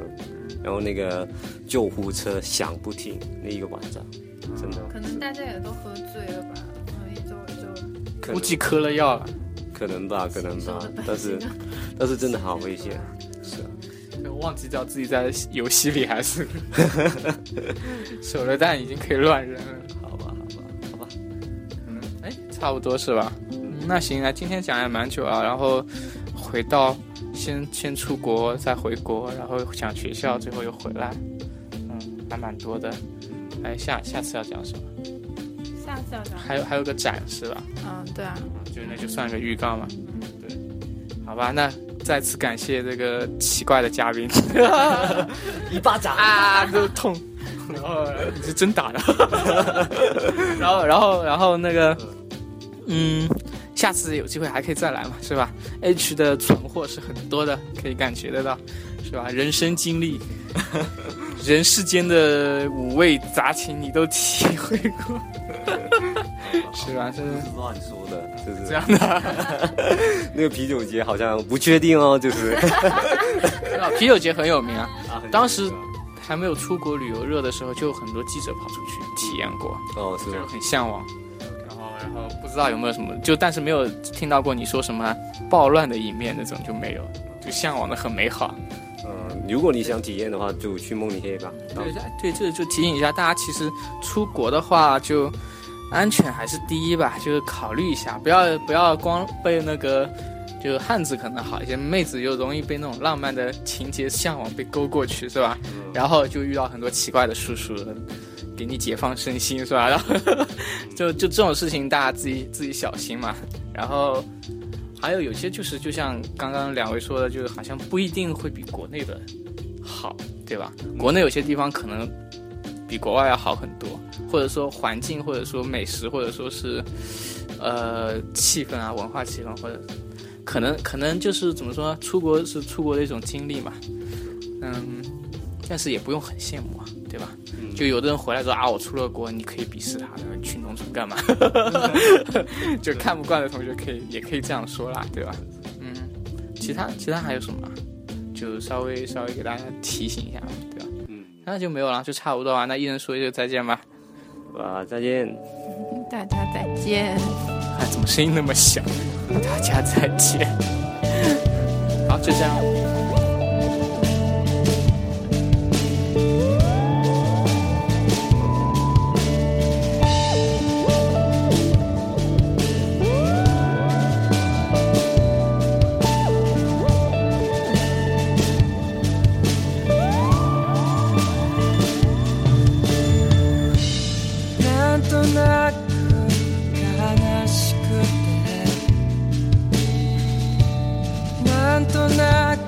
然后那个救护车响不停，那一个晚上，真的
可能大家也都喝醉了吧？然后一周一周
可
估
能
计嗑了药了。
可能吧，可能吧
受的，
但是但是真的好危险，是啊，
我忘记掉自己在游戏里还 <laughs> 是手榴弹已经可以乱扔了。
好吧好吧好吧，
嗯，哎，差不多是吧？嗯那行啊，今天讲也蛮久啊，然后回到先先出国，再回国，然后讲学校，最后又回来，嗯，还蛮多的。哎，下下次要讲什么？
下次要讲。
还有还有个展是吧？
嗯，对啊，
就那就算个预告嘛。对，好吧，那再次感谢这个奇怪的嘉宾
<laughs> 一巴
<laughs>
掌
啊，就痛。然后你是真打的， <laughs> 然后然后然后那个，嗯，下次有机会还可以再来嘛，是吧？H 的存货是很多的，可以感觉得到，是吧？人生经
<laughs>
历，人世间的五味杂陈，你都体会过， <laughs> 是吧？真
就
的
是乱说的，就是
这样的。
<laughs> 那个啤酒节好像不确定哦，就是
啊，啤酒节很有 <laughs> 名啊，
<laughs>
当时
啊
还没有出国旅游热的时候，就有很多记者跑出去体验过，
哦是
就
吗
很向往。然后，然后不知道有没有什么，就但是没有听到过你说什么暴乱的一面那种就没有，就向往的很美好。
嗯，如果你想体验的话，就去慕尼黑吧，
对，对，这就提醒一下大家，其实出国的话就安全还是第一吧，就是考虑一下，不要不要光被那个。就汉子可能好一些，妹子又容易被那种浪漫的情节向往被勾过去，是吧？然后就遇到很多奇怪的叔叔，给你解放身心，是吧？然后就就这种事情，大家自己自己小心嘛。然后还有有些就是，就像刚刚两位说的，就是好像不一定会比国内的好，对吧？国内有些地方可能比国外要好很多，或者说环境，或者说美食，或者说是呃气氛啊，文化气氛，或者可能可能就是怎么说呢？出国是出国的一种经历嘛，嗯，但是也不用很羡慕啊，对吧？就有的人回来说啊，我出了国，你可以鄙视他的，去农村干嘛？ <laughs> 就看不惯的同学可以也可以这样说啦，对吧？嗯，其他其他还有什么啊？就稍微稍微给大家提醒一下，对吧？
嗯，
那就没有了，就差不多啊了。那一人说一句再见吧。
啊再见。
大家再见。
啊，怎么声音那么小？大家再见。好，就这样。
なんとなく悲しくてなんとなく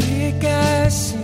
し